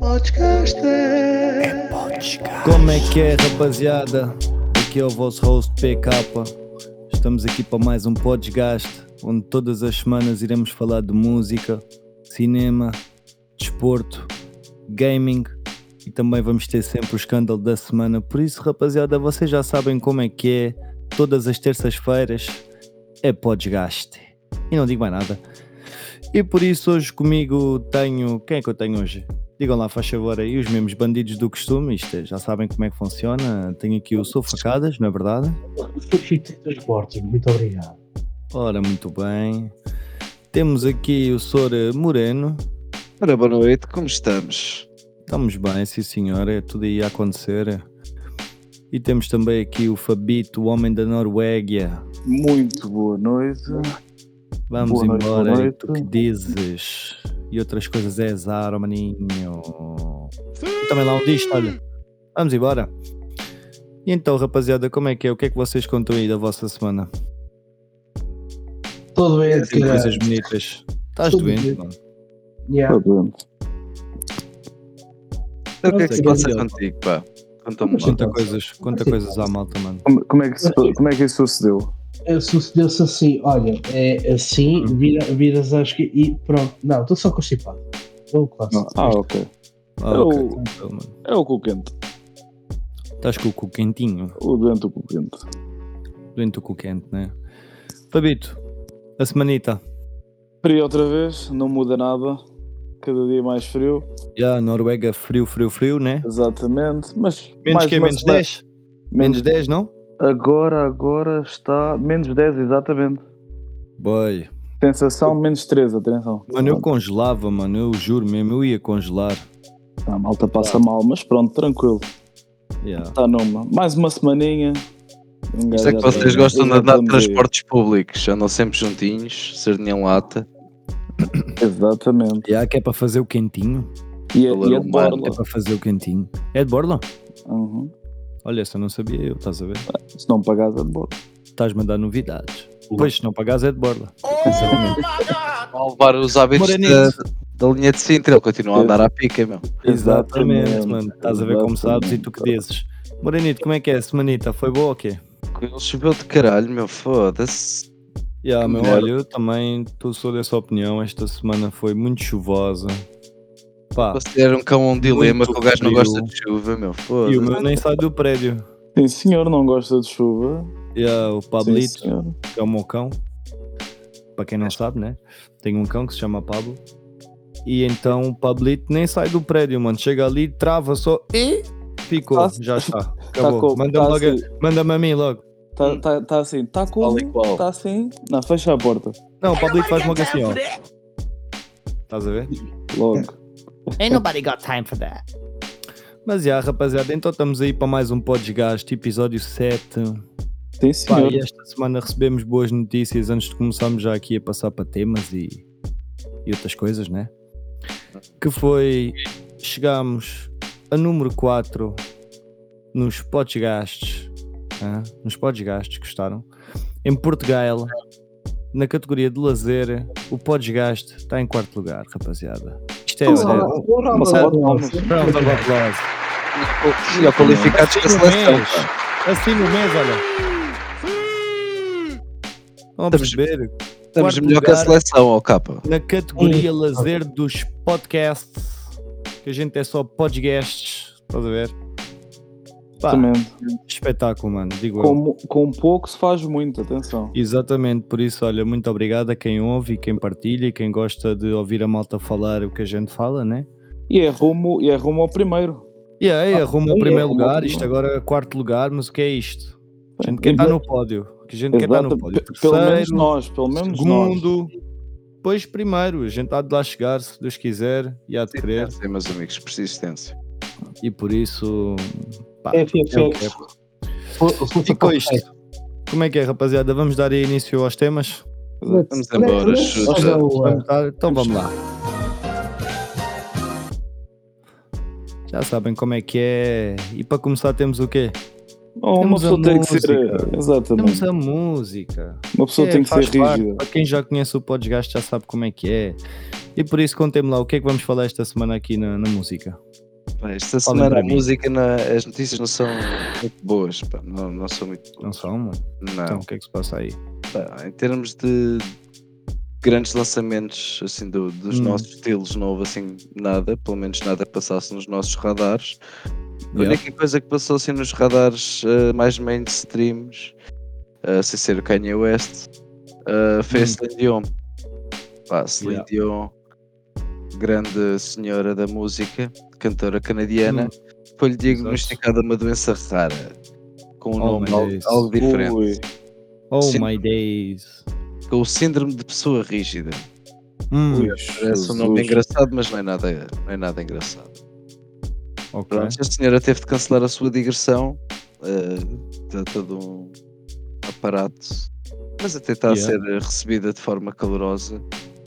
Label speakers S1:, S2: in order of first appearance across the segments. S1: podcast. É podcast. Como é que é, rapaziada? Aqui é o vosso host PK. Estamos aqui para mais um podcast onde todas as semanas iremos falar de música, cinema, desporto, gaming e também vamos ter sempre o escândalo da semana. Por isso, rapaziada, vocês já sabem como é que é. Todas as terças-feiras é podcast. E não digo mais nada. E por isso hoje comigo tenho. Quem é que eu tenho hoje? Digam lá, faz favor aí, os mesmos bandidos do costume, isto, já sabem como é que funciona. Tenho aqui o Sofacadas, não é verdade?
S2: Substitutos mortos, muito obrigado.
S1: Ora, muito bem. Temos aqui o Sora Moreno.
S3: Ora, boa noite, como estamos?
S1: Estamos bem, sim senhora, é tudo aí a acontecer. E temos também aqui o Fabito, o homem da Noruega.
S3: Muito boa noite.
S1: Vamos boa embora, noite, noite. tu que dizes? E outras coisas é azar, maninho. Sim. Também lá um disco, olha. Vamos embora. E então, rapaziada, como é que é? O que é que vocês contam aí da vossa semana?
S2: Estou doente,
S1: Tem coisas bonitas. É. Estás doente, mano.
S4: é?
S2: Yeah.
S3: Estou doente. Então, o que é que se passa contigo, pá? Conta-me
S4: assim?
S3: lá.
S1: Conta coisas, conta coisas à malta, mano.
S4: Como, como é que, se- como é que isso sucedeu?
S2: Eh, Sucedeu-se assim, olha, é assim, vira, viras à esquerda e pronto. Não, estou só constipado. É o clássico.
S4: Ah, ok.
S1: Ah,
S4: Eu-
S1: ok, tranquilo, mano.
S4: É o cu quente.
S1: Estás com o cu quentinho.
S4: O doente, o cu quente.
S1: Doente o cu quente, né? Fabito, a semanita.
S4: Frio outra vez, não muda nada. Cada dia mais frio.
S1: Já, Noruega, frio, frio, frio, né?
S4: Exatamente. Mas
S1: Menos
S4: mais
S3: é
S1: que é
S4: uma
S1: menos
S4: semana-
S1: 10? Menos 10, não?
S4: Agora, agora está menos 10, exatamente.
S1: Boy.
S4: Sensação menos 13, atenção.
S1: Mano, eu congelava, mano. Eu juro mesmo, eu ia congelar.
S4: tá, A malta passa mal, mas pronto, tranquilo.
S1: Yeah.
S4: Está numa. Mais uma semaninha. Um
S3: Tá. Isto
S4: gajo
S3: é que
S4: já
S3: vocês
S4: tá-
S3: gostam de
S4: já tá
S3: andar de
S4: no
S3: transportes públicos, andam sempre juntinhos, sardinha em lata.
S4: meio. Exatamente.
S1: Yeah, que é para fazer o quentinho.
S4: E, é-
S3: Calor
S4: e é de
S3: humano.
S4: borla.
S1: É para fazer o quentinho. É de Borla?
S4: Uhum.
S1: Olha, essa eu não sabia eu, estás a ver?
S4: Se não pagares, é de borla.
S1: Estás-me a dar novidades. Pois, se não pagares é de Borla. Sinceramente.
S3: Ao levar os hábitos da,
S1: Moranito.
S3: da linha de Sintra, ele continua a andar à pica, meu.
S1: Exatamente, mano. Estás a ver como sabes e tu que
S4: Exatamente.
S1: dizes. Morenito, como é que é a semanita? Foi boa ou quê?
S3: Ele choveu de caralho, meu, foda-se.
S1: Yeah, meu,
S3: Merda.
S1: olha, eu também tô, sou dessa opinião. Esta semana foi muito chuvosa. Pá,
S3: Você era um cão um dilema
S1: Muito
S3: que o gajo não
S1: frio.
S3: gosta de chuva, meu,
S1: e
S4: tá
S1: o meu
S3: foda-se.
S1: nem sai do prédio.
S4: Sim, senhor, não gosta de chuva.
S1: Yeah, o
S4: Sim,
S1: Pablito,
S4: senhor.
S1: que é o meu cão. Para quem não sabe, né? Tenho um cão que se chama Pablo. E então o Pablito nem sai do prédio, mano. Chega ali, trava só e ficou.
S4: Tá-
S1: já está.
S4: Tá
S1: Acabou.
S4: com-
S1: Manda-me
S4: tá
S1: logo a-
S4: assim,
S1: manda-me a Hum. mim logo.
S4: tá, tá, tá assim, tá
S3: Tal
S4: com.
S3: e qual.
S4: Tá assim. Não, fecha a porta.
S1: Não, o Pablito faz logo assim, ó. Estás a ver?
S4: Logo.
S5: Ain't nobody got time for that.
S1: Mas já, rapaziada, então estamos aí para mais um Podgasto, episódio 7.
S4: Sim,
S1: Pá,
S4: senhor.
S1: e esta semana recebemos boas notícias antes de começarmos já aqui a passar para temas e, e outras coisas, né? Que foi chegámos a número 4 nos podcasts. hã? Nos podcasts, gostaram? Em Portugal, na categoria de lazer, o podcast está em quarto lugar, rapaziada. Isto é. olha,
S4: Uma
S1: Sério?
S4: salva de palmas.
S1: round of applause.
S3: Melhor qualificados que a
S1: Assim no
S3: seleção,
S1: mês.
S3: pá.
S1: Assim no mês, olha. Vamos
S3: Estamos-
S1: ver.
S3: Estamos
S1: Quarto
S3: melhor que a
S1: lugar.
S3: seleção, ó capa.
S1: na categoria
S4: Hum.
S1: lazer dos podcasts, que a gente é só podcasts, estás a ver? Pá,
S4: Exatamente.
S1: espetáculo, mano, digo eu.
S4: Com, com pouco se faz muito, atenção.
S1: Exatamente, por isso, olha, muito obrigado a quem ouve e quem partilha e quem gosta de ouvir a malta falar o que a gente fala, né?
S4: E é rumo, e é rumo ao primeiro.
S1: E aí, arruma o
S4: Ah, sim, arruma
S1: primeiro
S4: o
S1: lugar,
S4: primeiro.
S1: isto agora é quarto lugar, mas o que é isto? A gente quer estar no pódio, a gente quer estar tá no
S4: Exato.
S1: pódio.
S4: Pe- Pelo menos
S1: Terceiro,
S4: nós, pelo menos nós.
S1: segundo, depois primeiro, a gente há de lá chegar, se Deus quiser, e há de querer.
S3: Persistência, meus amigos, persistência.
S1: e por isso pá,
S2: É, fiel,
S1: é o
S2: fiel.
S1: que é.
S2: Foi-
S1: ficou
S2: foi-
S1: isto. Como é que é, rapaziada? Vamos dar aí início aos temas?
S3: Vamos embora, chuta.
S2: Olha,
S1: Vamos dar? Então vamos lá. Já sabem como é que é. E para começar temos o quê?
S4: Ou uma
S1: Temos a
S4: pessoa tem que ser.
S1: música. Temos
S4: Exatamente.
S1: a música.
S4: Uma pessoa
S1: É,
S4: tem que ser
S1: faz parte.
S4: rígida.
S1: Para quem já conhece o podcast já sabe como é que é. E por isso contem-me lá o que é que vamos falar esta semana aqui na, na música.
S3: Esta
S1: Olhem
S3: semana
S1: para
S3: a
S1: mim.
S3: música, na- as notícias não são muito boas, pá. Não, não são muito boas.
S1: Não são, mano.
S3: Não,
S1: Então, o que é que se passa aí?
S3: pá. Em termos de grandes lançamentos, assim, do- dos
S1: Hum.
S3: nossos estilos, não houve assim nada, pelo menos nada passasse nos nossos radares. A
S1: Yeah.
S3: única coisa que passou assim nos radares eh, mais mainstreams, eh, sem ser o Kanye West, eh,
S1: Hum.
S3: foi a Celine Dion. Pá, Celine Dion, grande senhora da música, cantora canadiana,
S1: Hum.
S3: foi-lhe diagnosticada uma doença rara, com um
S1: Oh,
S3: nome
S1: meu
S3: algo,
S1: Deus.
S3: algo diferente,
S4: Ui.
S1: Oh
S3: Sim.
S1: my days.
S3: com o síndrome de pessoa rígida.
S1: Hum,
S4: Ui,
S3: Parece um nome engraçado, mas não é nada, não é nada engraçado.
S1: ok.
S3: Pronto, a senhora teve de cancelar a sua digressão. eh, Tem todo um aparato. Mas até está
S1: Yeah.
S3: a ser eh, recebida de forma calorosa.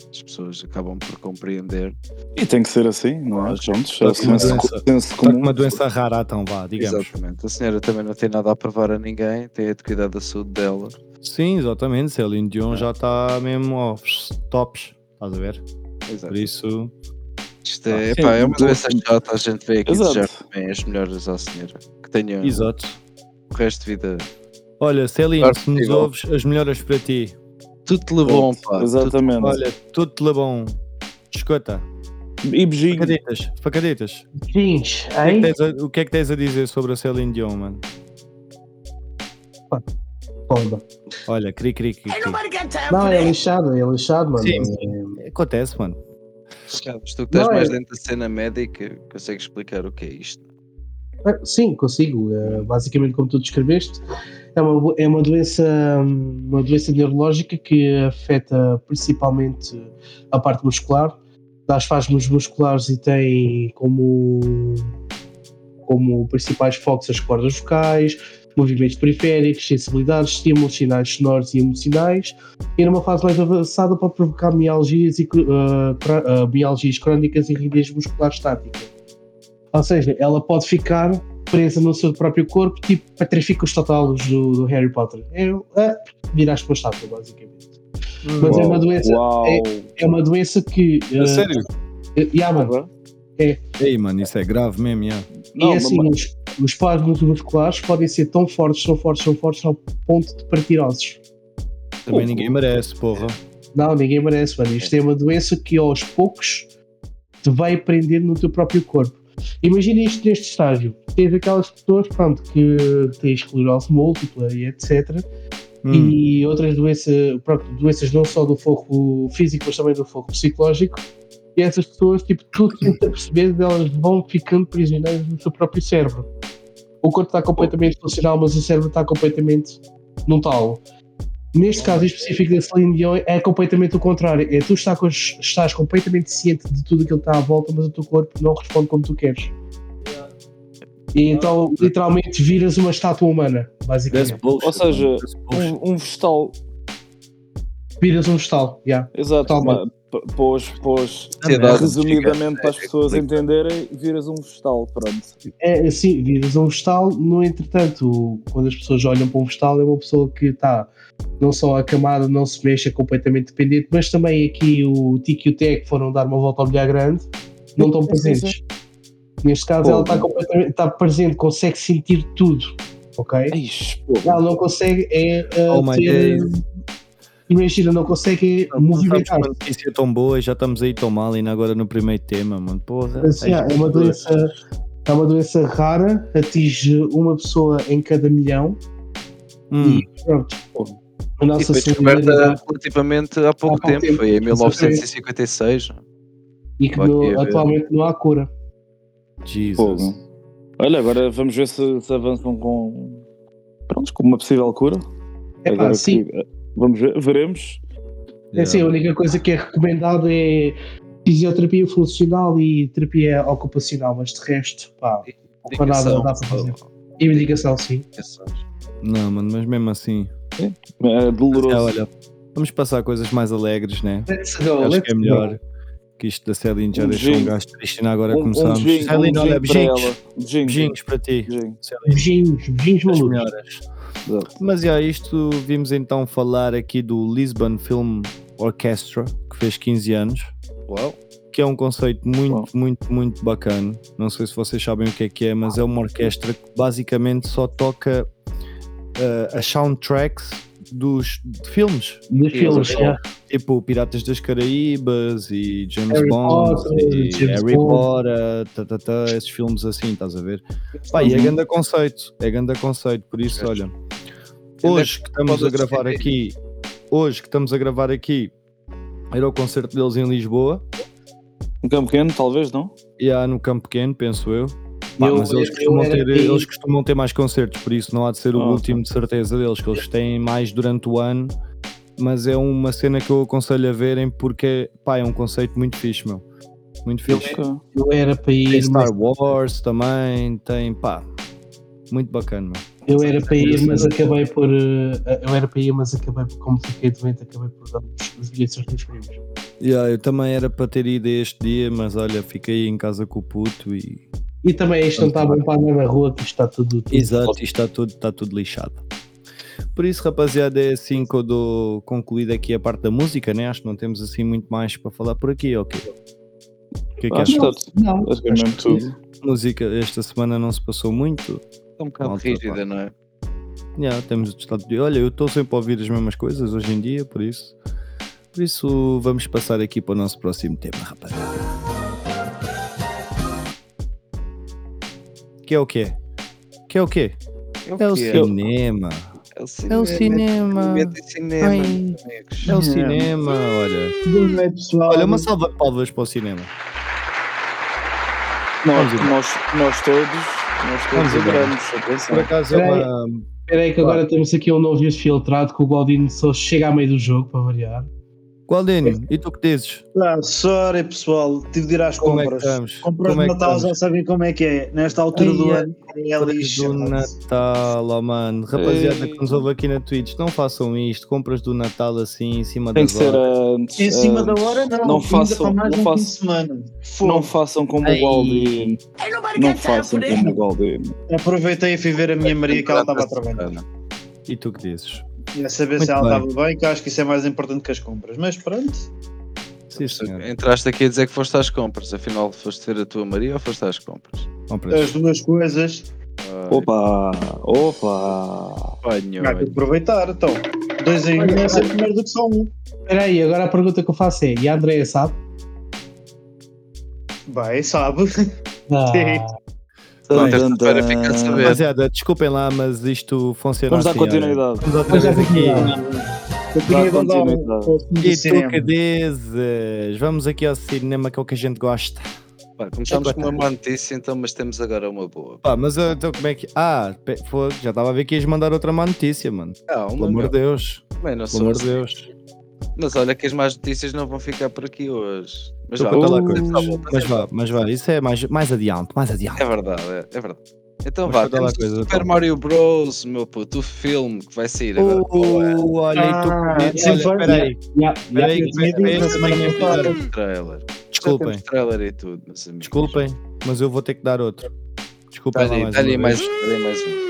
S3: As pessoas acabam por compreender.
S4: E tem que ser assim, não é? Pronto, já
S1: Está Tá com uma
S4: senso-
S1: doença-
S4: senso
S1: Está com
S4: comum.
S1: uma doença rara, então vá, digamos.
S3: Exatamente. A senhora também não tem nada a provar a ninguém, tem é de cuidar da saúde dela.
S1: Sim, exatamente. Celine Dion já está mesmo aos tops. Estás a ver?
S3: Exato.
S1: Por isso.
S3: Isto é,
S4: Ah, sim,
S3: pá, é uma
S4: muito
S3: doença
S4: bom.
S3: chata, a gente vê aqui
S4: Exato.
S3: desejar também as melhoras à senhora. Que tenha
S1: Exato.
S3: o resto de vida.
S1: Olha, Celine,
S3: Claro que
S1: se nos
S3: igual.
S1: ouves, as melhoras para ti.
S3: Tudo lhe bom, pá. Tudo-
S4: Exatamente.
S1: Olha, tudo te bom. Escuta,
S4: E beijinho.
S1: facaditas, facaditas.
S2: Gente,
S1: O que, é que
S2: aí
S1: tens a, o que é que tens a dizer sobre a Celine Dion, mano?
S2: foda.
S1: Olha, cri, cri, cri,
S6: Ain't
S1: cri.
S6: nobody got time
S2: Não,
S6: for
S2: é
S6: that.
S2: lixado, é lixado, mano.
S1: Sim,
S2: É-
S1: Acontece, mano.
S3: Carlos, tu que estás
S2: Não,
S3: mais
S2: é-
S3: dentro da cena médica, consegues explicar o que é isto?
S2: é- Sim, consigo. É, Basicamente, como tu descreveste, é uma, bo- é uma doença hum, uma doença neurológica que afeta principalmente a parte muscular, das fáscias musculares e tem como como principais focos as cordas vocais, movimentos periféricos, sensibilidades, estímulos, sinais sonoros e emocionais, e numa fase mais avançada pode provocar mialgias, e, cro- ah, cra- ah, mialgias crónicas e rigidez muscular estática. Ou seja, ela pode ficar presa no seu próprio corpo, tipo petrifica os tatalos do, do Harry Potter. É, ah, viraste uma estátua, basicamente. Mas é uma doença,
S4: Uau.
S2: é uma doença que... ah,
S1: sério?
S2: yeah, mano,
S1: Eh, Ei, mano, isso é grave mesmo, já.
S4: Não,
S2: e assim,
S4: mas-
S2: os, os spasmos musculares podem ser tão fortes, tão fortes, tão fortes ao ponto de partir ossos.
S1: Também
S4: Pô,
S1: ninguém merece, porra.
S2: Não, ninguém merece, mano. Isto é uma doença que aos poucos te vai prender no teu próprio corpo. Imagina isto neste estágio. Tens aquelas pessoas, pronto, que têm esclerose múltipla e etc.
S1: Hum,
S2: E outras doenças, pronto, doenças não só do foco físico, mas também do foco psicológico. E essas pessoas, tipo, tudo sem te perceber, elas vão ficando prisioneiras no seu próprio cérebro. O corpo está completamente funcional, mas o cérebro está completamente num talo. Neste caso em específico da Celine Dion, é completamente o contrário. É tu está com- estás completamente ciente de tudo aquilo que está à volta, mas o teu corpo não responde como tu queres. E então, literalmente, viras uma estátua humana,
S1: that's
S2: basicamente.
S1: bullshit,
S4: Ou seja,
S1: mano, that's bullshit.
S4: um, um vegetal.
S2: Viras um vegetal, já.
S4: Exato.
S2: Totalmente.
S4: mas- Pôs, pôs.
S3: Sociedade
S4: Resumidamente,
S3: gigante,
S4: para as
S3: é
S4: pessoas
S3: complicado.
S4: entenderem, viras um vegetal. Pronto.
S2: É assim, viras um vegetal, no entretanto, quando as pessoas olham para um vegetal, é uma pessoa que está não só acamada, não se mexe, é completamente dependente, mas também aqui o Tico e o Tec foram dar uma volta ao bilhar grande, não estão presentes. Neste caso,
S4: Pô,
S2: ela está completamente está presente, consegue sentir tudo, ok?
S4: Ai,
S2: Ela não consegue, é.
S1: Oh
S2: uh,
S1: my
S2: ter-
S1: days.
S2: Imagina, não consegue
S1: Não sabes
S2: movimentar.
S1: quando notícia é tão boa e já estamos aí tão mal ainda agora no primeiro tema, mano. Porra.
S2: Assim, é uma doença é uma doença rara, atinge uma pessoa em cada milhão
S1: Hum,
S2: e pronto. A
S3: E
S2: nossa
S1: Tipo,
S3: foi
S2: solidariedade
S3: descoberta relativamente há pouco
S2: pouco
S3: tempo,
S2: tempo,
S3: foi em
S2: exatamente.
S3: 1956.
S2: e que
S3: Vai
S2: no-
S3: haver.
S2: atualmente não há cura.
S1: Jesus.
S4: Fogo. Olha, agora vamos ver se, se avançam com. Pronto, com uma possível cura.
S2: É
S4: Agora
S2: pá,
S4: que- eh,
S2: sim.
S4: Vamos ver, veremos.
S2: É assim, a única coisa que é recomendada é fisioterapia funcional e terapia ocupacional, mas de resto, pá, não há nada dá para fazer. E medicação, sim.
S1: Não, mano, mas mesmo assim.
S4: É
S1: Ah,
S4: doloroso.
S1: olha, vamos passar a coisas mais alegres, né?
S2: Let's go,
S1: Acho
S2: let's
S1: que é melhor que isto da Celine já
S4: Um
S1: deixou um
S4: beijinho.
S1: gajo triste. Ainda agora
S4: Um- um
S1: começamos.
S4: beijinho- um
S1: Celine, olha,
S4: beijinho para
S1: beijinhos.
S4: ela. Beijinho,
S1: Beijinhos para ti.
S4: beijinho.
S2: go.
S1: Celine,
S2: Beijinhos, beijinhos
S1: as
S2: malucos.
S1: melhoras. Mas já, isto vimos então falar aqui do Lisbon Film Orchestra, que fez 15 anos.
S3: Uau,
S1: que é um conceito muito,
S4: Bom.
S1: muito, muito bacana. Não sei se vocês sabem o que é que é, mas é uma orquestra que basicamente só toca eh, as soundtracks dos de filmes,
S2: De filmes,
S3: eu-
S2: yeah.
S1: tipo Piratas das Caraíbas e James
S2: Harry
S1: Bond
S2: Potter,
S1: e
S2: James
S1: Harry
S2: Bond.
S1: Potter, tá, tá, tá, esses filmes assim, estás a ver? Pá, e é
S4: Uhum.
S1: grande conceito, é grande conceito, por isso, olha, hoje que estamos a gravar aqui, hoje que estamos a gravar aqui, era o concerto deles em Lisboa,
S4: Um campo pequeno, talvez, não?
S1: e há no Campo Pequeno, penso eu. Pá,
S2: Eu-
S1: mas eles
S2: eu
S1: costumam,
S2: era
S1: ter,
S2: aqui-
S1: eles costumam ter mais concertos, por isso não há de ser o
S4: Ah,
S1: último de certeza deles, que eles têm mais durante o ano. Mas é uma cena que eu aconselho a verem porque pá, é um conceito muito fixe, meu. Muito fixe.
S4: Ok.
S2: Eu era para
S1: Tem
S2: ir, mas,
S1: Star Wars também, tem pá, muito bacana, meu.
S2: eu era para ir, mas acabei por. eh, eu era para ir, mas acabei por, como fiquei doente, acabei por dar os, os bilhetes aos meus primos.
S1: Yeah, eu também era para ter ido a este dia, mas olha, fiquei em casa com o puto e.
S2: E também isto não está bom para andar na rua, que isto está tudo. tudo
S1: Exato, e está tudo, está tudo lixado. Por isso, rapaziada, é assim que eu dou concluída aqui a parte da música, né? Acho que não temos assim muito mais para falar por aqui, ok? O que é que
S4: Acho
S1: achas?
S4: que está
S2: Não,
S4: basicamente tudo.
S1: Música esta semana não se passou muito.
S3: É um bocado
S1: Malta,
S3: rígida,
S1: pá.
S3: não é?
S1: Yeah, temos o estado de. Olha, eu estou sempre a ouvir as mesmas coisas hoje em dia, por isso. Por isso, vamos passar aqui para o nosso próximo tema, rapaziada. Que é o quê? Que é o quê? É o
S3: que
S1: cinema.
S3: É o
S5: É o
S3: cinema.
S5: cinema.
S3: Mete cinema,
S5: Ai.
S3: meus amigos.
S1: É o
S4: Hum.
S1: cinema, olha.
S2: Boa noite, pessoal.
S1: Olha, uma salva de palmas para o cinema.
S4: Nós,
S1: Vamos embora.
S4: nós, nós todos, nós
S1: Vamos
S4: todos
S1: embora.
S4: adoramos. Atenção.
S1: Por acaso é
S2: Peraí.
S1: uma.
S2: Espera aí que agora temos aqui um novo filtrado que o Godinho só chega a meio do jogo para variar.
S1: Gualdênio, e tu que dizes?
S7: Ah, sorry pessoal, tive de ir às
S1: Como é que
S7: compras.
S1: estamos?
S7: compras
S1: Como é
S7: de
S1: que
S7: Natal já
S1: estamos?
S7: sabem como é que é. Nesta altura do
S1: Ai,
S7: ano é lixo.
S1: do Natal, oh mano. Rapaziada
S4: Ei.
S1: que nos ouve aqui na Twitch, não façam isto. Compras do Natal assim em cima
S4: Tem
S1: da
S4: que ser ah, antes.
S7: Em cima da
S4: antes.
S7: hora não,
S4: Não
S7: ainda
S4: façam,
S7: para mais
S4: não
S7: um fim de
S4: façam,
S7: semana.
S4: não
S7: Fogo.
S4: façam como
S5: Ai.
S4: o Galdino. Não façam como o Galdino.
S7: Aproveitei e fui ver a minha
S1: É
S7: Maria que ela estava a trabalhar.
S1: E tu que dizes?
S7: E a saber
S1: Muito
S7: se ela
S1: bem.
S7: estava bem, que acho que isso é mais importante que as compras. Mas pronto,
S1: Sim, senhor.
S3: Entraste aqui a dizer que foste às compras, afinal foste ver a tua Maria ou foste às compras?
S7: as
S1: Compras.
S7: duas coisas
S4: Opa, opa.
S3: Apanho,
S7: há que aproveitar. Então, dois em um é sempre melhor do que só um.
S2: Espera aí, agora a pergunta que eu faço é: e a Andréia sabe?
S7: Bem, sabe.
S2: Ah,
S3: Bom, terça-feira fica a saber.
S1: Rapaziada, desculpem lá, mas isto funciona
S4: Vamos dar
S1: assim,
S4: continuidade.
S1: olha. Vamos outra
S2: Vamos dar
S1: vez aqui.
S2: continuidade.
S7: Eu queria
S4: Dá
S7: mandar um-
S4: continuidade.
S7: um filme de
S1: E tu
S7: cinema.
S1: que dizes? Vamos aqui ao cinema que é o que a gente gosta.
S3: Pá, começamos com uma má notícia, então, mas temos agora uma boa.
S1: Pá, mas ah, então como é que. Ah, pe- fogo, já estava a ver que ias mandar outra má notícia, mano.
S3: Não,
S1: Pelo
S3: uma
S1: amor
S3: melhor.
S1: de Deus.
S3: Bem, não
S1: Pelo
S3: sou
S1: amor de
S3: assim.
S1: Deus.
S3: Mas olha que as más notícias não vão ficar por aqui hoje. Mas
S1: Então
S3: vá,
S1: conta lá
S3: vamos-
S1: coisas.
S3: tá bom, mas
S1: Mas
S3: é-
S1: vá, mas vá. Isso é mais, mais adiante, mais adiante.
S3: É verdade, é, é verdade. Então
S1: Mas
S3: vá,
S1: conta lá
S3: temos o
S1: coisas,
S3: Super
S1: então.
S3: Mario Bros, meu puto, o filme que vai sair agora. é para o ano.
S1: Oh, olha, e tu
S7: Ah,
S1: olha,
S7: sim, foi.
S1: peraí,
S2: já- já-
S1: peraí,
S7: tinha
S1: peraí,
S7: dito na semana
S1: peraí,
S7: passada.
S1: peraí.
S3: Trailer. Já
S1: é Desculpem,
S3: temos trailer e tudo, meus amigos. Tá
S1: desculpem, mas eu vou ter que dar outro. Desculpem lá
S3: Dá-lhe
S1: mais
S3: dá-lhe
S1: uma
S3: mais,
S1: vez.
S3: dá-lhe mais um.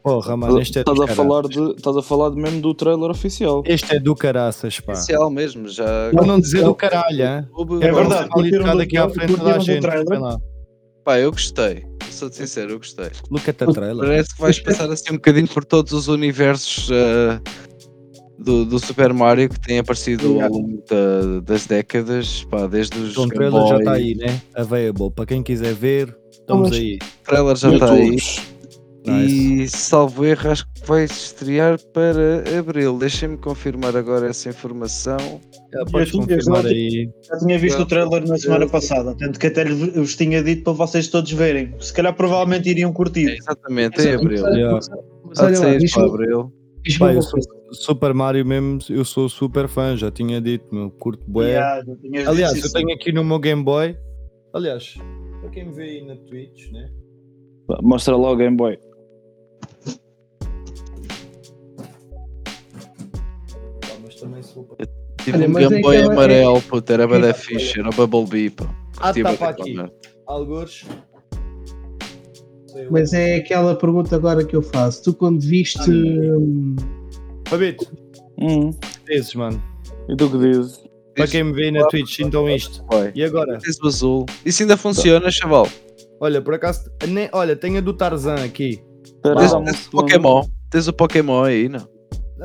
S1: Porra, mano, este é
S4: Estás
S1: do
S4: a,
S1: caraças.
S4: falar de, estás a falar mesmo do trailer oficial.
S1: Este é do caraças, pá.
S3: Especial mesmo, já.
S1: Para não dizer do caralho, hein?
S7: É verdade,
S1: Vamos
S7: curtiram
S1: ficar
S7: do-
S1: aqui à frente
S7: curtiram
S1: da
S7: do
S1: gente.
S7: trailer?
S1: vai lá.
S3: Pá, eu gostei. Sou sincero, eu gostei.
S1: Look at the trailer.
S3: Parece que vais passar assim um bocadinho por todos os universos ah, do, do Super Mario que têm aparecido ao longo da- das décadas, pá, desde os
S1: Então, o
S3: Game
S1: trailer já
S3: Boy,
S1: está aí, né? Available. Para quem quiser ver,
S2: Vamos.
S1: estamos tá aí.
S3: o trailer já está aí.
S1: Nice.
S3: E salvo erro, acho que vai estrear para abril. Deixem-me confirmar agora essa informação.
S1: Já Ah, podes
S7: Eu- eu-
S1: confirmar
S7: eu-
S1: aí.
S7: Já tinha visto o trailer na semana passada, tanto que até lhe- vos tinha dito para vocês todos verem. Se calhar provavelmente iriam
S3: É,
S7: curtir.
S3: exatamente, em abril.
S1: Yeah.
S2: Mas
S3: Há de
S2: olha lá,
S3: sair para
S2: diz-me
S3: abril.
S2: diz-me
S1: Pá, eu
S2: uma
S1: sou,
S2: coisa.
S1: Super Mario mesmo, eu sou super fã, já tinha dito, meu, curto bué.
S7: Yeah, já tinhas dito
S1: Aliás,
S7: isso.
S1: eu tenho aqui no meu Game Boy. Aliás, para quem me vê aí na Twitch, né?
S4: Mostra logo Game Boy.
S1: Pá, mas também sou.
S3: Tive
S2: Olha,
S3: um
S2: mas
S3: Game
S2: é
S3: Boy
S2: que é-
S3: amarelo, puto, era
S2: é-
S3: bada ficha, era o Bubblebee, pá.
S1: Ah,
S3: Curti
S1: tá
S3: bué
S1: para
S3: daquela
S1: aqui.
S3: merda.
S1: Algures. Sei eu.
S2: Mas é aquela pergunta agora que eu faço. Tu quando viste. hum,
S1: Fabito,
S4: Hum,
S1: dizes, mano.
S4: e tu que dizes?
S1: para quem me vê na Twitch, então isto.
S3: Vai.
S1: E agora?
S3: Tens o azul. Isso ainda funciona, chaval.
S1: Olha, por acaso, nem, olha, tenho a do Tarzan aqui.
S4: Espera,
S3: Tens,
S4: dá-me um
S3: tens o
S4: segundo.
S3: Pokémon. Tens o Pokémon aí, não?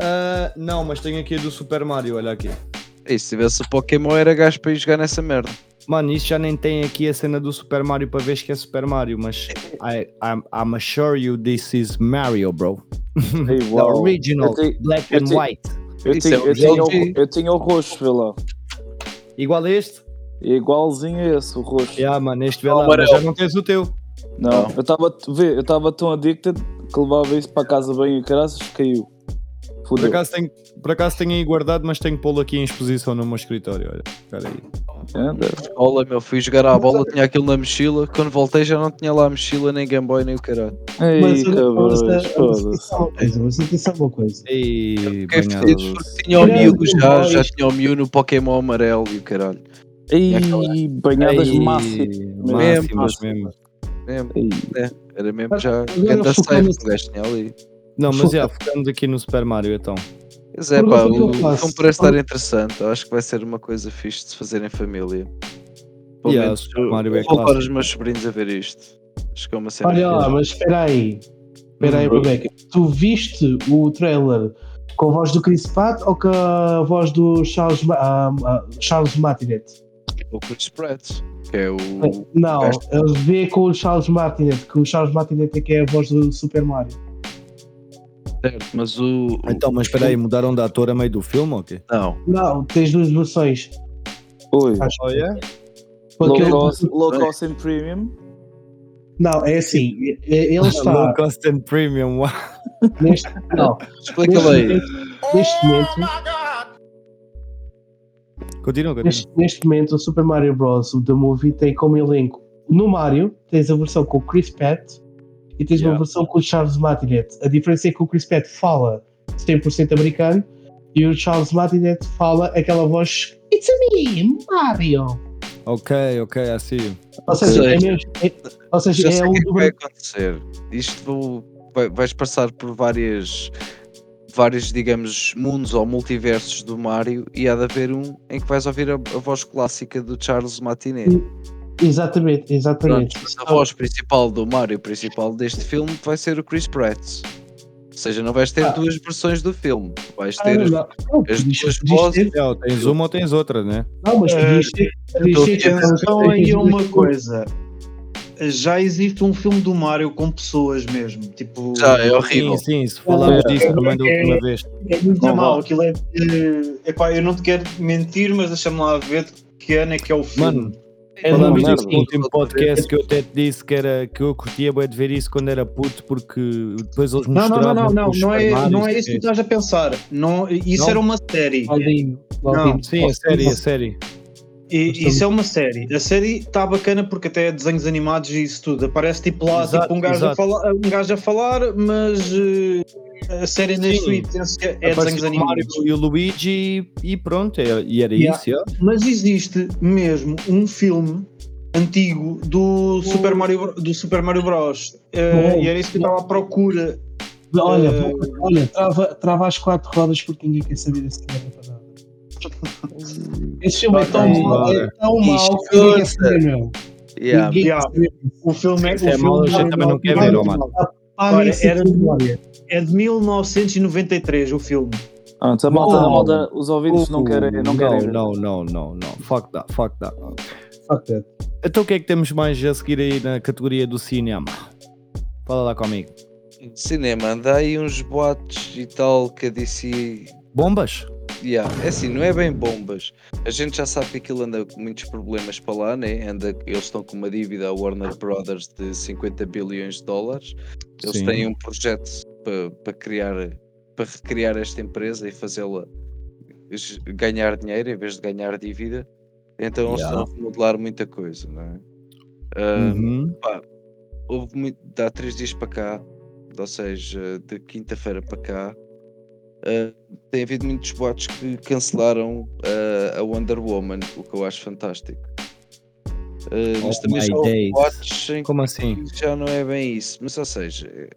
S1: Ah, não, mas tenho aqui a do Super Mario, olha aqui.
S3: Ei, se tivesse o Pokémon era gajo para ir jogar nessa merda.
S1: Mano, isso já nem tem aqui a cena do Super Mario para ver que é Super Mario, mas I, I'm, I'm assure you this is Mario, bro.
S4: Ei,
S1: The
S4: uau.
S1: original,
S4: É Eu tenho-
S1: black
S4: eu
S1: and
S4: tenho-
S1: white.
S4: Eu
S3: Isso
S4: tinha,
S3: é um
S4: eu, tinha
S3: jogo.
S4: o, eu tinha o roxo, vê lá.
S1: Igual a este?
S4: É igualzinho a esse, o roxo.
S1: Yeah, mano, este vê
S3: Não,
S1: lá, mas
S3: amarelo.
S1: já não tens o teu.
S4: Não, eu estava vê, eu estava tão addicted que levava isso para casa bem e caraças, caiu.
S1: Por
S4: Fudeu.
S1: acaso, tenho, por acaso tenho aí guardado, mas tenho que pô-lo aqui em exposição no meu escritório. Olha, espera aí.
S4: Anda.
S3: Olha, meu, fui jogar à bola, tinha aquilo na mochila. Quando voltei já não tinha lá a mochila, nem Game Boy, nem o caralho.
S4: Ei, cabrões, foda-se.
S2: Mas atenção a uma coisa.
S1: E
S3: Fiquei fedido é porque tinha o
S2: Grande
S3: Mew já,
S2: Boy.
S3: já tinha o Mew no Pokémon amarelo e o caralho.
S4: Ei,
S3: Aquela-
S4: banhadas máximas.
S1: máximas mesmo.
S3: Mesmo, né?
S4: Ei,
S3: era mesmo já.
S2: Agora
S3: Ganda safe,
S2: focando-se-
S3: um gajo tinha ali.
S1: Não, mas já, focando aqui no Super Mario então.
S3: Mas é pá,
S2: Pergunta que eu
S3: o
S2: faço.
S3: filme parece estar interessante. Eu acho que vai ser uma coisa fixe de se fazer em família. Pelo
S1: Yeah,
S3: menos
S1: Super
S3: eu-
S1: Mario é
S3: eu vou levar
S1: clássico.
S3: os meus sobrinhos a ver isto. Acho que é uma cena.
S2: Olha lá,
S3: fixe.
S2: mas espera aí. Espera aí,
S4: Hum.
S2: Rebeca. Tu viste o trailer com a voz do Chris Pratt ou com a voz do Charles, Ma ah, ah, Charles Martinet?
S3: O Chris Pratt, que é o.
S2: Não,
S3: Gaste.
S2: ele vê com o Charles Martinet, que o Charles Martinet é que é a voz do Super Mario.
S3: Certo, mas o. o-
S1: Então, mas espera aí, mudaram de ator a meio do filme ou quê?
S3: Não,
S2: Não, tens duas versões.
S4: Oi.
S2: Acho que-
S1: Olha,
S2: Porque
S4: Low
S2: ele-
S4: cost, low cost and premium.
S2: não, é assim, e- e- ele
S1: Low
S2: está
S1: Cost and Premium. uau.
S2: neste, não,
S3: explica
S2: neste,
S3: lhe aí.
S2: momento,
S1: Oh,
S2: neste momento
S1: Continua, continua.
S2: Neste, neste momento, o Super Mario Bros. o The Movie tem como elenco no Mario, tens a versão com o Chris Pratt e tens
S1: Yeah.
S2: uma versão com o Charles Martinet. A diferença é que o Chris Pratt fala 100% americano e o Charles Martinet fala aquela voz It's a me, Mario.
S1: Ok, ok, assim.
S2: Ou seja,
S3: Ok.
S2: é mesmo, é- ou seja,
S3: Já
S2: é
S3: sei o
S2: o
S3: que é que vai
S2: dobro.
S3: acontecer. Isto vou- vai- vais passar por várias. Vários, digamos, mundos ou multiversos do Mario, e há de haver um em que vais ouvir a, a voz clássica do Charles Martinet.
S2: Exatamente, exatamente.
S3: é. Pronto, mas a voz principal do Mario, principal deste filme, vai ser o Chris Pratt. Ou seja, não vais ter
S2: Ah.
S3: duas versões do filme, vais
S2: Ah,
S3: ter
S2: não,
S3: as
S2: não. Não,
S3: as
S2: podias-
S3: duas
S2: podias
S3: vozes- eh,
S2: ter-
S1: É, ou tens uma ou tens outra, né?
S2: Não, mas podias ter- podias ter-
S7: Então aí é
S2: tens
S7: uma
S2: duas-
S7: coisa. Já existe um filme do Mario com pessoas mesmo. Tipo,
S3: Já, é
S1: Sim,
S3: horrível.
S1: sim, se falámos
S4: É,
S1: disso também da
S7: é-
S1: última vez.
S7: é muito
S4: Não
S7: mal.
S4: vale.
S7: Aquilo é. é- Epá, eu não te quero mentir, mas deixa-me lá ver de que ano é que é o filme.
S1: Mano,
S2: É
S1: Falámos
S4: uma
S1: disso
S4: merda.
S1: no último podcast que eu até te disse que, era, que eu curtia bem de ver isso quando era puto, porque depois eles
S7: Não, não,
S1: mostravam.
S7: não, não, não,
S1: os
S7: não é,
S1: Super
S7: não é
S1: Marios,
S7: isso que tu estás a pensar. Não, isso
S1: Não?
S7: era uma
S3: é.
S7: série.
S2: Maldinho,
S7: Não,
S2: Maldinho.
S1: Sim, é série, é série.
S7: E, isso é uma série. A série está bacana porque até é desenhos animados e isso tudo. Aparece tipo lá
S1: Exato,
S7: tipo, um, gajo
S1: exato.
S7: a falar, um gajo a falar, mas eh, a série na
S1: Sim.
S7: sua essência é
S1: Apareceu
S7: desenhos
S1: o Mario
S7: animados.
S1: e o Luigi e pronto, é- e era
S2: Yeah.
S1: isso. é.
S7: Mas existe mesmo um filme antigo do, Super, Mario, Bro- do Super Mario Bros. Eh,
S2: Bom.
S7: e era isso que eu estava à procura.
S2: Olha,
S7: Eh,
S2: olha trava, trava as quatro rodas porque ninguém quer saber desse filme para nada. Esse filme é tão
S1: Ok.
S2: mau, é tão
S3: Ixi,
S2: mau que ninguém quer saber, meu.
S3: Yeah.
S2: Ninguém
S7: Yeah.
S2: quer saber.
S7: O filme é,
S1: Isso é
S7: o
S1: mau, a
S7: filme
S1: gente também não quer
S2: ver,
S7: é-
S2: ó,
S1: mano.
S2: Paga
S7: Olha,
S2: esse
S7: era-
S2: filme, olha.
S7: É de 1993 o filme.
S4: Ah, então, malta,
S2: Não.
S4: malta, os ouvintes não querem, não querem ver.
S1: Oh, não, não, não, não. Fuck that, fuck that.
S2: Fuck that.
S1: Então o que é que temos mais a seguir aí na categoria do cinema? Fala lá comigo.
S3: Cinema, anda aí uns boatos e tal que a DC.
S1: Bombas?
S3: Yeah. É assim, não é bem bombas. A gente já sabe que aquilo anda com muitos problemas para lá, né? Anda, eles estão com uma dívida à Warner Brothers de 50 bilhões de dólares. Eles
S1: Sim.
S3: têm um projeto para, para criar, para recriar esta empresa e fazê-la g- ganhar dinheiro em vez de ganhar dívida. Então eles
S1: Yeah.
S3: estão a remodelar muita coisa, não é? Ah,
S1: Uhum.
S3: houve muito, de há três dias para cá, ou seja, de quinta-feira para cá, ah, tem havido muitos boatos que cancelaram ah, a Wonder Woman, o que eu acho fantástico. Ah, mas
S1: Oh
S3: também
S1: my
S3: já houve
S1: days.
S3: boatos em
S1: Como assim?
S3: que já não é bem isso, mas ou seja,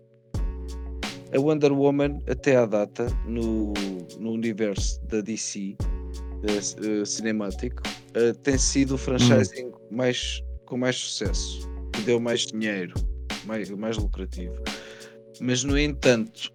S3: a Wonder Woman até à data no, no universo da DC eh, cinemático, eh, tem sido o franchising mais, com mais sucesso, que deu mais dinheiro, mais, mais lucrativo. Mas, no entanto,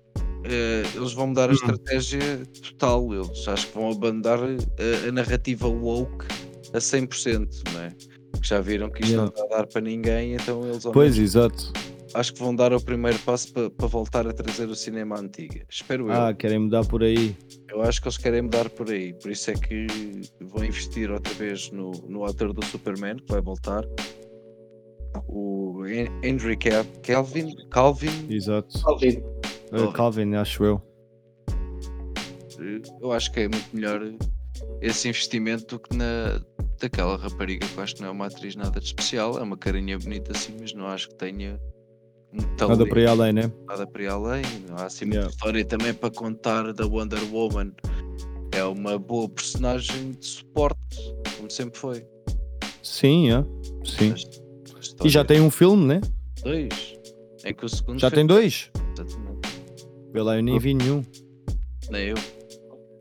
S3: eh, eles vão mudar a estratégia total. Eles acho que vão abandonar eh, a narrativa woke a 100%, não é? Porque Já viram que isto
S1: Yeah.
S3: não está a dar para ninguém, então eles ao
S1: Pois, exato.
S3: acho que vão dar o primeiro passo para voltar a trazer o cinema antigo. Espero
S1: Ah, querem mudar por aí.
S3: eu. Eu acho que eles querem mudar por aí. Por isso é que vão investir outra vez no, no ator do Superman, que vai voltar. O Hen- Henry Cal- Calvin, Calvin
S1: Exato.
S8: Calvin.
S2: Tá
S1: Eh, Calvin, acho eu.
S3: eu acho que é muito melhor esse investimento do que na daquela rapariga que eu acho que não é uma atriz nada de especial, é uma carinha bonita assim, mas não acho que tenha um
S1: Nada
S3: talento.
S1: para ir além, né?
S3: nada para ir além. Não há assim
S1: Yeah.
S3: muita história também para contar da Wonder Woman. É uma boa personagem de suporte, como sempre foi.
S1: Sim, é. Sim.
S3: Mas-
S1: E já tem um filme, né?
S3: dois. É que o segundo
S1: Já tem
S3: fez-
S1: dois?
S3: Exatamente.
S1: Vê lá, eu nem vi nenhum.
S3: Nem é eu.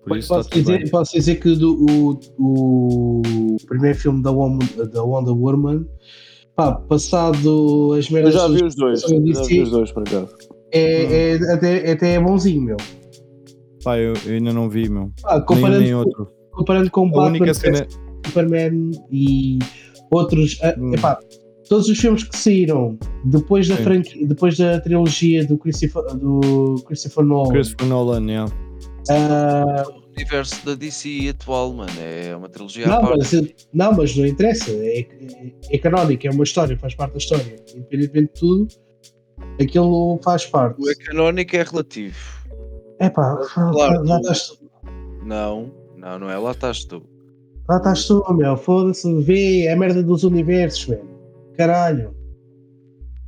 S1: Por isso
S2: posso,
S1: está tudo
S2: dizer,
S1: bem.
S2: posso dizer que do- o, o primeiro filme da, Woman, da Wonder Woman, pá, passado as
S4: Eu
S2: merdas
S4: já vi
S2: todas,
S4: os dois.
S2: Eu
S4: Já vi
S2: disse-
S4: os dois, por acaso.
S2: é, é- até, até é bonzinho, meu.
S1: Pá, eu, eu ainda não vi, meu.
S2: Pá,
S1: Nem um
S2: comparando,
S1: nem outro.
S2: comparando com
S1: A
S2: Batman,
S1: única cena.
S2: Superman e outros. ah,
S1: Hum.
S2: epá, todos os filmes que saíram depois da,
S1: Sim.
S2: franqui- depois da trilogia do Christopher, do Christopher Nolan,
S1: Christopher Nolan, é. yeah.
S2: ah,
S3: O universo da DC atual, mano, é uma trilogia à
S2: não,
S3: parte.
S1: assim-
S2: mas, não, mas não interessa. É, é, é canónico, é uma história, faz parte da história. Independentemente de tudo, aquilo faz parte.
S3: O é canónico é relativo.
S2: Epá, tá,
S3: Claro.
S2: lá estás tu,
S3: Não, não, não é. Lá estás tu.
S2: lá estás tu, tá meu. Foda-se, vê a merda dos universos, mano. Caralho.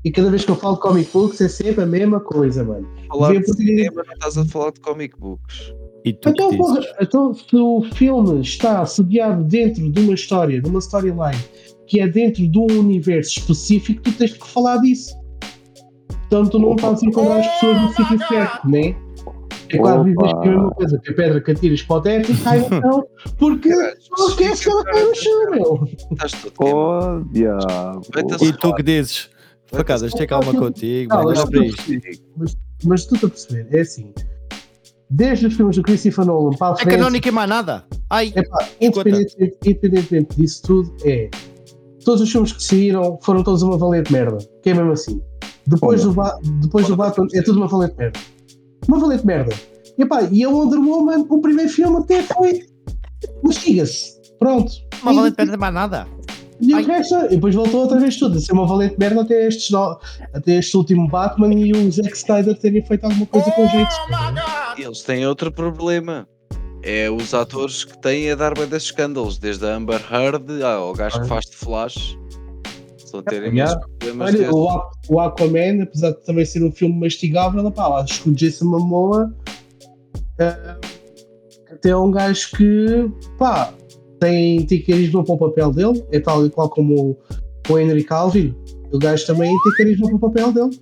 S2: E cada vez que eu falo de comic books é sempre a mesma coisa, mano.
S3: Falar
S2: Vê
S3: de
S2: porque-
S3: cinema, não estás a falar de comic books.
S1: E tu que
S2: Então, porra,
S1: dizes?
S2: então, se o filme está assediado dentro de uma história, de uma storyline, que é dentro de um universo específico, tu tens que falar disso. Então tu não podes encontrar as pessoas no sítio certo, não é? É quase dizer que é a mesma coisa, que a pedra que atiras para o teto cai no chão, porque
S3: Caralho,
S2: não esquece que ela cai no chão, meu.
S3: Estás todo queimado.
S4: Oh, diabo.
S3: Vai-te
S1: E tu que dizes? Por acaso, este é calma contigo,
S2: Não,
S1: mano.
S2: mas
S1: Olha
S2: tu-
S1: para isto.
S2: Mas tu estás a perceber, é assim, desde os filmes do Christopher Nolan para a
S5: É
S2: frente,
S5: canónico e mais nada. Ai,
S2: É pá, independentemente, independentemente disso tudo, é. Todos os filmes que saíram foram todos uma valente merda. Que é mesmo assim. Depois, do, Ba- depois do
S3: Olha,
S2: Batman, é tudo uma valente merda. Uma valente merda. E, pá, e a Wonder Woman, o primeiro filme até foi. Mas siga-se. Pronto.
S5: uma
S2: E-
S5: valente pedra mais nada.
S2: E, o
S5: Ai.
S2: resto, e depois voltou outra vez tudo. A ser uma valente merda até, estes, no- até este último Batman e o Zack Snyder terem feito alguma coisa com jeito.
S3: Eles têm outro problema. É
S1: Uhum.
S3: os atores que têm a dar bem desses escândalos, desde a Amber Heard ao gajo
S1: Uhum.
S3: que faz de flash. Estão
S1: É,
S3: a ter imensos problemas.
S2: Olha,
S3: desses.
S2: o, Aqu- o Aquaman, apesar de também ser um filme mastigável, pá, acho que o Jason Momoa eh, até é um gajo que pá, tem, tem carisma para o papel dele, é tal e qual como o, o Henry Calvin. O gajo também tem carisma para o papel dele.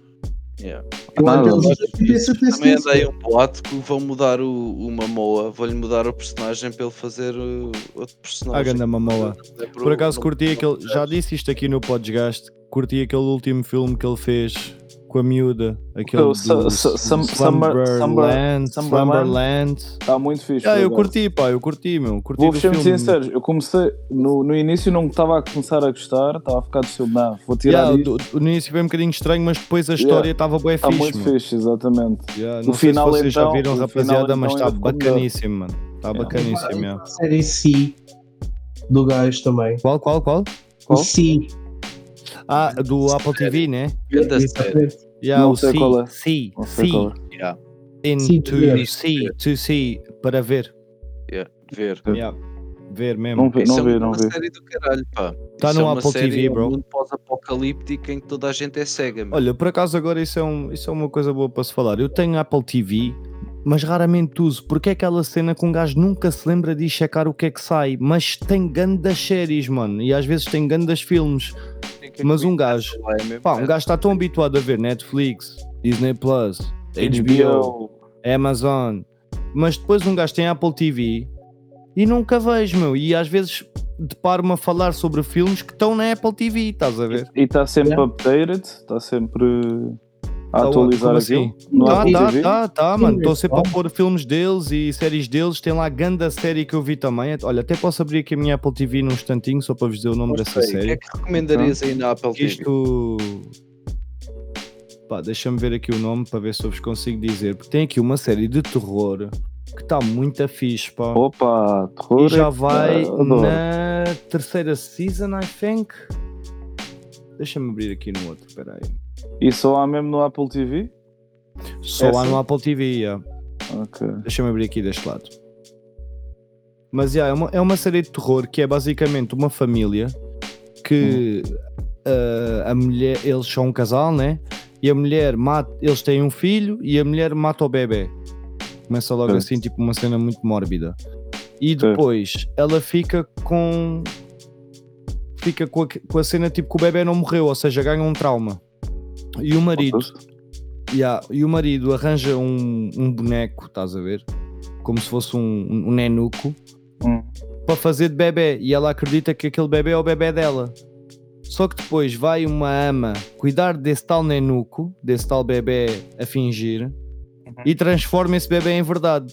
S3: Yeah.
S2: Eu
S4: Ah,
S2: acho que
S4: não,
S2: eles
S4: mas
S2: têm certeza
S3: Também
S2: disso.
S3: andei um boato que vão mudar o, o Mamoa, vou-lhe mudar o personagem para ele fazer uh, outro
S1: A
S3: personagem.
S1: Ah, ganda mamoa.
S3: É pro-
S1: Por acaso curti aquele. Já disse isto aqui no podcast. Curti aquele último filme que ele fez com a miúda. Aquele.
S4: Oh,
S1: Do,
S4: Su- Su- Sum- Summer- Summer- Slumberland.
S1: Slumberland. Slumberland.
S4: Está Tá muito fixe.
S1: Ah,
S4: por
S1: eu
S4: acaso.
S1: curti, pá, eu curti, meu. Curti
S4: Vou
S1: do
S4: ser muito
S1: filme.
S4: sincero, eu comecei no, no início não estava a começar a gostar, estava a ficar do seu não, vou tirar
S1: Yeah,
S4: isto.
S1: do- do- no início foi um bocadinho estranho, mas depois a
S4: Yeah.
S1: história estava bem
S4: Está
S1: fixe.
S4: muito
S1: meu.
S4: fixe, exatamente.
S1: Yeah,
S4: No
S1: não sei se
S4: final,
S1: vocês já
S4: então,
S1: viram,
S4: no
S1: rapaziada,
S4: final,
S1: mas
S4: então,
S1: está
S4: ainda ficou melhor.
S1: bacaníssimo, mano. Está
S4: Yeah.
S1: bacaníssimo. yeah.
S2: A série Si do gajo também.
S1: Qual, qual, qual?
S2: O
S4: Qual?
S2: Si.
S1: Ah, do Apple TV, né?
S3: Ganda série.
S2: exatamente.
S1: Yeah,
S4: não
S1: o
S4: sei
S1: C,
S4: qual é.
S5: Sim,
S4: Não sei
S5: sim.
S4: qual é.
S3: Yeah,
S1: in
S2: Sim,
S1: to
S2: yeah.
S1: see, to see, para ver.
S3: yeah, Ver.
S1: Yeah. Ver mesmo.
S4: Não vi,
S3: Isso
S4: não
S3: é
S4: vi,
S3: uma
S4: não vi.
S3: série do caralho, pá.
S1: Tá
S3: Isso
S1: no
S3: é uma
S1: Apple
S3: série,
S1: TV,
S3: é um
S1: bro.
S3: mundo pós-apocalíptico em que toda a gente é cega, mano.
S1: Olha, por acaso agora isso é, um, isso é uma coisa boa para se falar. Eu tenho Apple TV, mas raramente uso, porque é aquela cena que um gajo nunca se lembra de ir checar o que é que sai, mas tem grandes séries, mano, e às vezes tem grandes filmes. Mas um gajo,
S3: Lá é mesmo,
S1: pá, um
S3: é.
S1: gajo está tão habituado a ver Netflix, Disney Plus, HBO,
S4: HBO.
S1: Amazon, mas depois um gajo tem Apple TV e e nunca vejo, meu. E às vezes deparo-me a falar sobre filmes que estão na Apple TV, estás a ver?
S4: E está sempre updated, está sempre a
S1: Tá,
S4: atualizar
S1: como
S4: aquilo.
S1: assim?
S4: No
S1: Tá,
S4: Apple
S1: tá,
S4: TV.
S1: tá, tá, mano. Estou sempre a
S2: claro.
S1: pôr filmes deles e séries deles. Tem lá a ganda série que eu vi também. Olha, até posso abrir aqui a minha Apple TV num instantinho só para vos dizer o nome
S3: Não
S1: dessa
S3: sei, O que
S1: série.
S3: é que recomendarias aí na
S4: é
S3: Apple TV?
S1: Então, Isto. Pá, deixa-me ver aqui o nome para ver se eu vos consigo dizer. Porque tem aqui uma série de terror que está muito fixe, pá.
S4: Opa, terror.
S1: E já
S4: é-
S1: vai
S4: adoro.
S1: na terceira season, I think. Deixa-me abrir aqui no outro, peraí.
S4: E só há mesmo no Apple TV?
S1: Só há
S4: Essa?
S1: no Apple TV, yeah.
S4: Ok.
S1: deixa-me abrir aqui deste lado. Mas yeah, é, uma, é uma série de terror que é basicamente uma família que ah, a mulher, eles são um casal, né? E a mulher mata, eles têm um filho e a mulher mata o bebê. Começa logo
S4: Certo.
S1: assim, tipo uma cena muito mórbida. E depois ela fica com. Fica com a, com a cena tipo que o bebê não morreu, ou seja, ganha um trauma. E o marido Yeah, e o marido arranja um, um boneco, estás a ver? Como se fosse um, um nenuco
S4: Hum.
S1: para fazer de bebê. E ela acredita que aquele bebê é o bebê dela. Só que depois vai uma ama cuidar desse tal nenuco, desse tal bebê a fingir
S4: Uhum.
S1: e transforma esse bebê em verdade.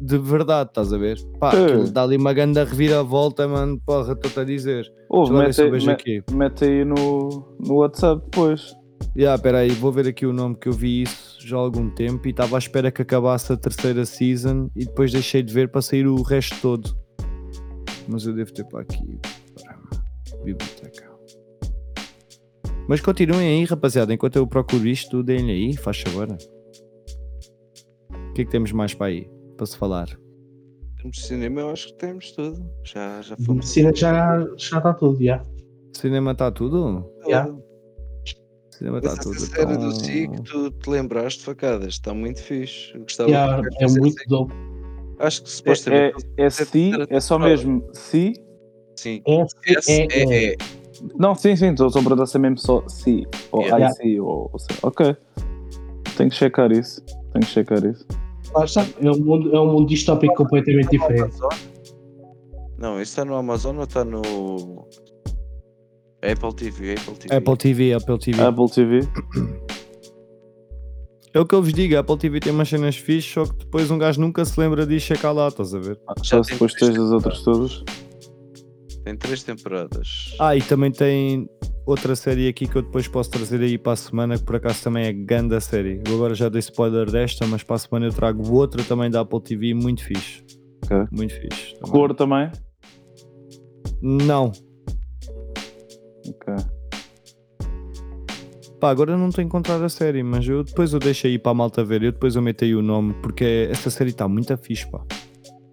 S1: De verdade, estás a ver? Pá,
S4: É.
S1: aquilo dá ali uma ganda reviravolta, mano. Porra, estou-te a dizer.
S4: Ouve,
S1: Deixa eu lá ver
S4: mete,
S1: se eu vejo
S4: me-
S1: aqui.
S4: mete aí no, no WhatsApp depois.
S1: Ya, espera aí, vou ver aqui o nome que eu vi isso já há algum tempo e estava à espera que acabasse a terceira season e depois deixei de ver para sair o resto todo. Mas eu devo ter para aqui. Para biblioteca. Mas continuem aí, rapaziada. Enquanto eu procuro isto, deem-lhe aí, faz favor. O que é que temos mais para aí? Para se falar?
S3: Temos cinema, eu acho que temos tudo. Já, já
S2: A
S3: fomos.
S2: Medicina já já está tudo, já.
S1: Cinema está tudo?
S2: já.
S1: Cinema
S3: Mas
S1: está tudo.
S3: essa série
S1: então.
S3: do SIC, tu te lembraste, facadas, está muito fixe. Eu gostava
S2: Já,
S3: que
S2: É
S3: fizesse-
S2: muito dope.
S3: Acho que
S4: É,
S3: supostamente.
S4: é, é si, é só mesmo si.
S3: Sim.
S2: É, é,
S3: assim. É, é.
S4: Não, sim, sim, estou a perguntar se é mesmo só si. Ou
S3: Yeah.
S4: I see, ou, ou sei. Ok. Tenho que checar isso. Tenho que checar isso.
S2: Lá está. É um mundo, é um mundo distópico completamente diferente.
S3: Não, isso está no Amazon ou está no. Apple TV, Apple TV.
S1: Apple TV, Apple TV.
S4: Apple TV.
S1: É o que eu vos digo, a Apple TV tem umas cenas fixes, só que depois um gajo nunca se lembra de ir checar lá, estás a ver?
S4: Já
S3: Já
S4: se
S3: tem
S4: depois
S3: três
S4: tens das outras todas.
S3: Tem três temporadas.
S1: Ah, e também tem outra série aqui que eu depois posso trazer aí para a semana, que por acaso também é grande a série. Eu agora já dei spoiler desta, mas para a semana eu trago outra também da Apple TV, muito fixe.
S4: Ok.
S1: Muito fixe. também.
S4: Cor também.
S1: Não.
S4: Ok.
S1: Pá, agora eu não estou a encontrar a série, mas eu depois eu deixo aí para a malta ver, eu depois eu meto aí o nome, porque é, essa série está muito fixe, pá.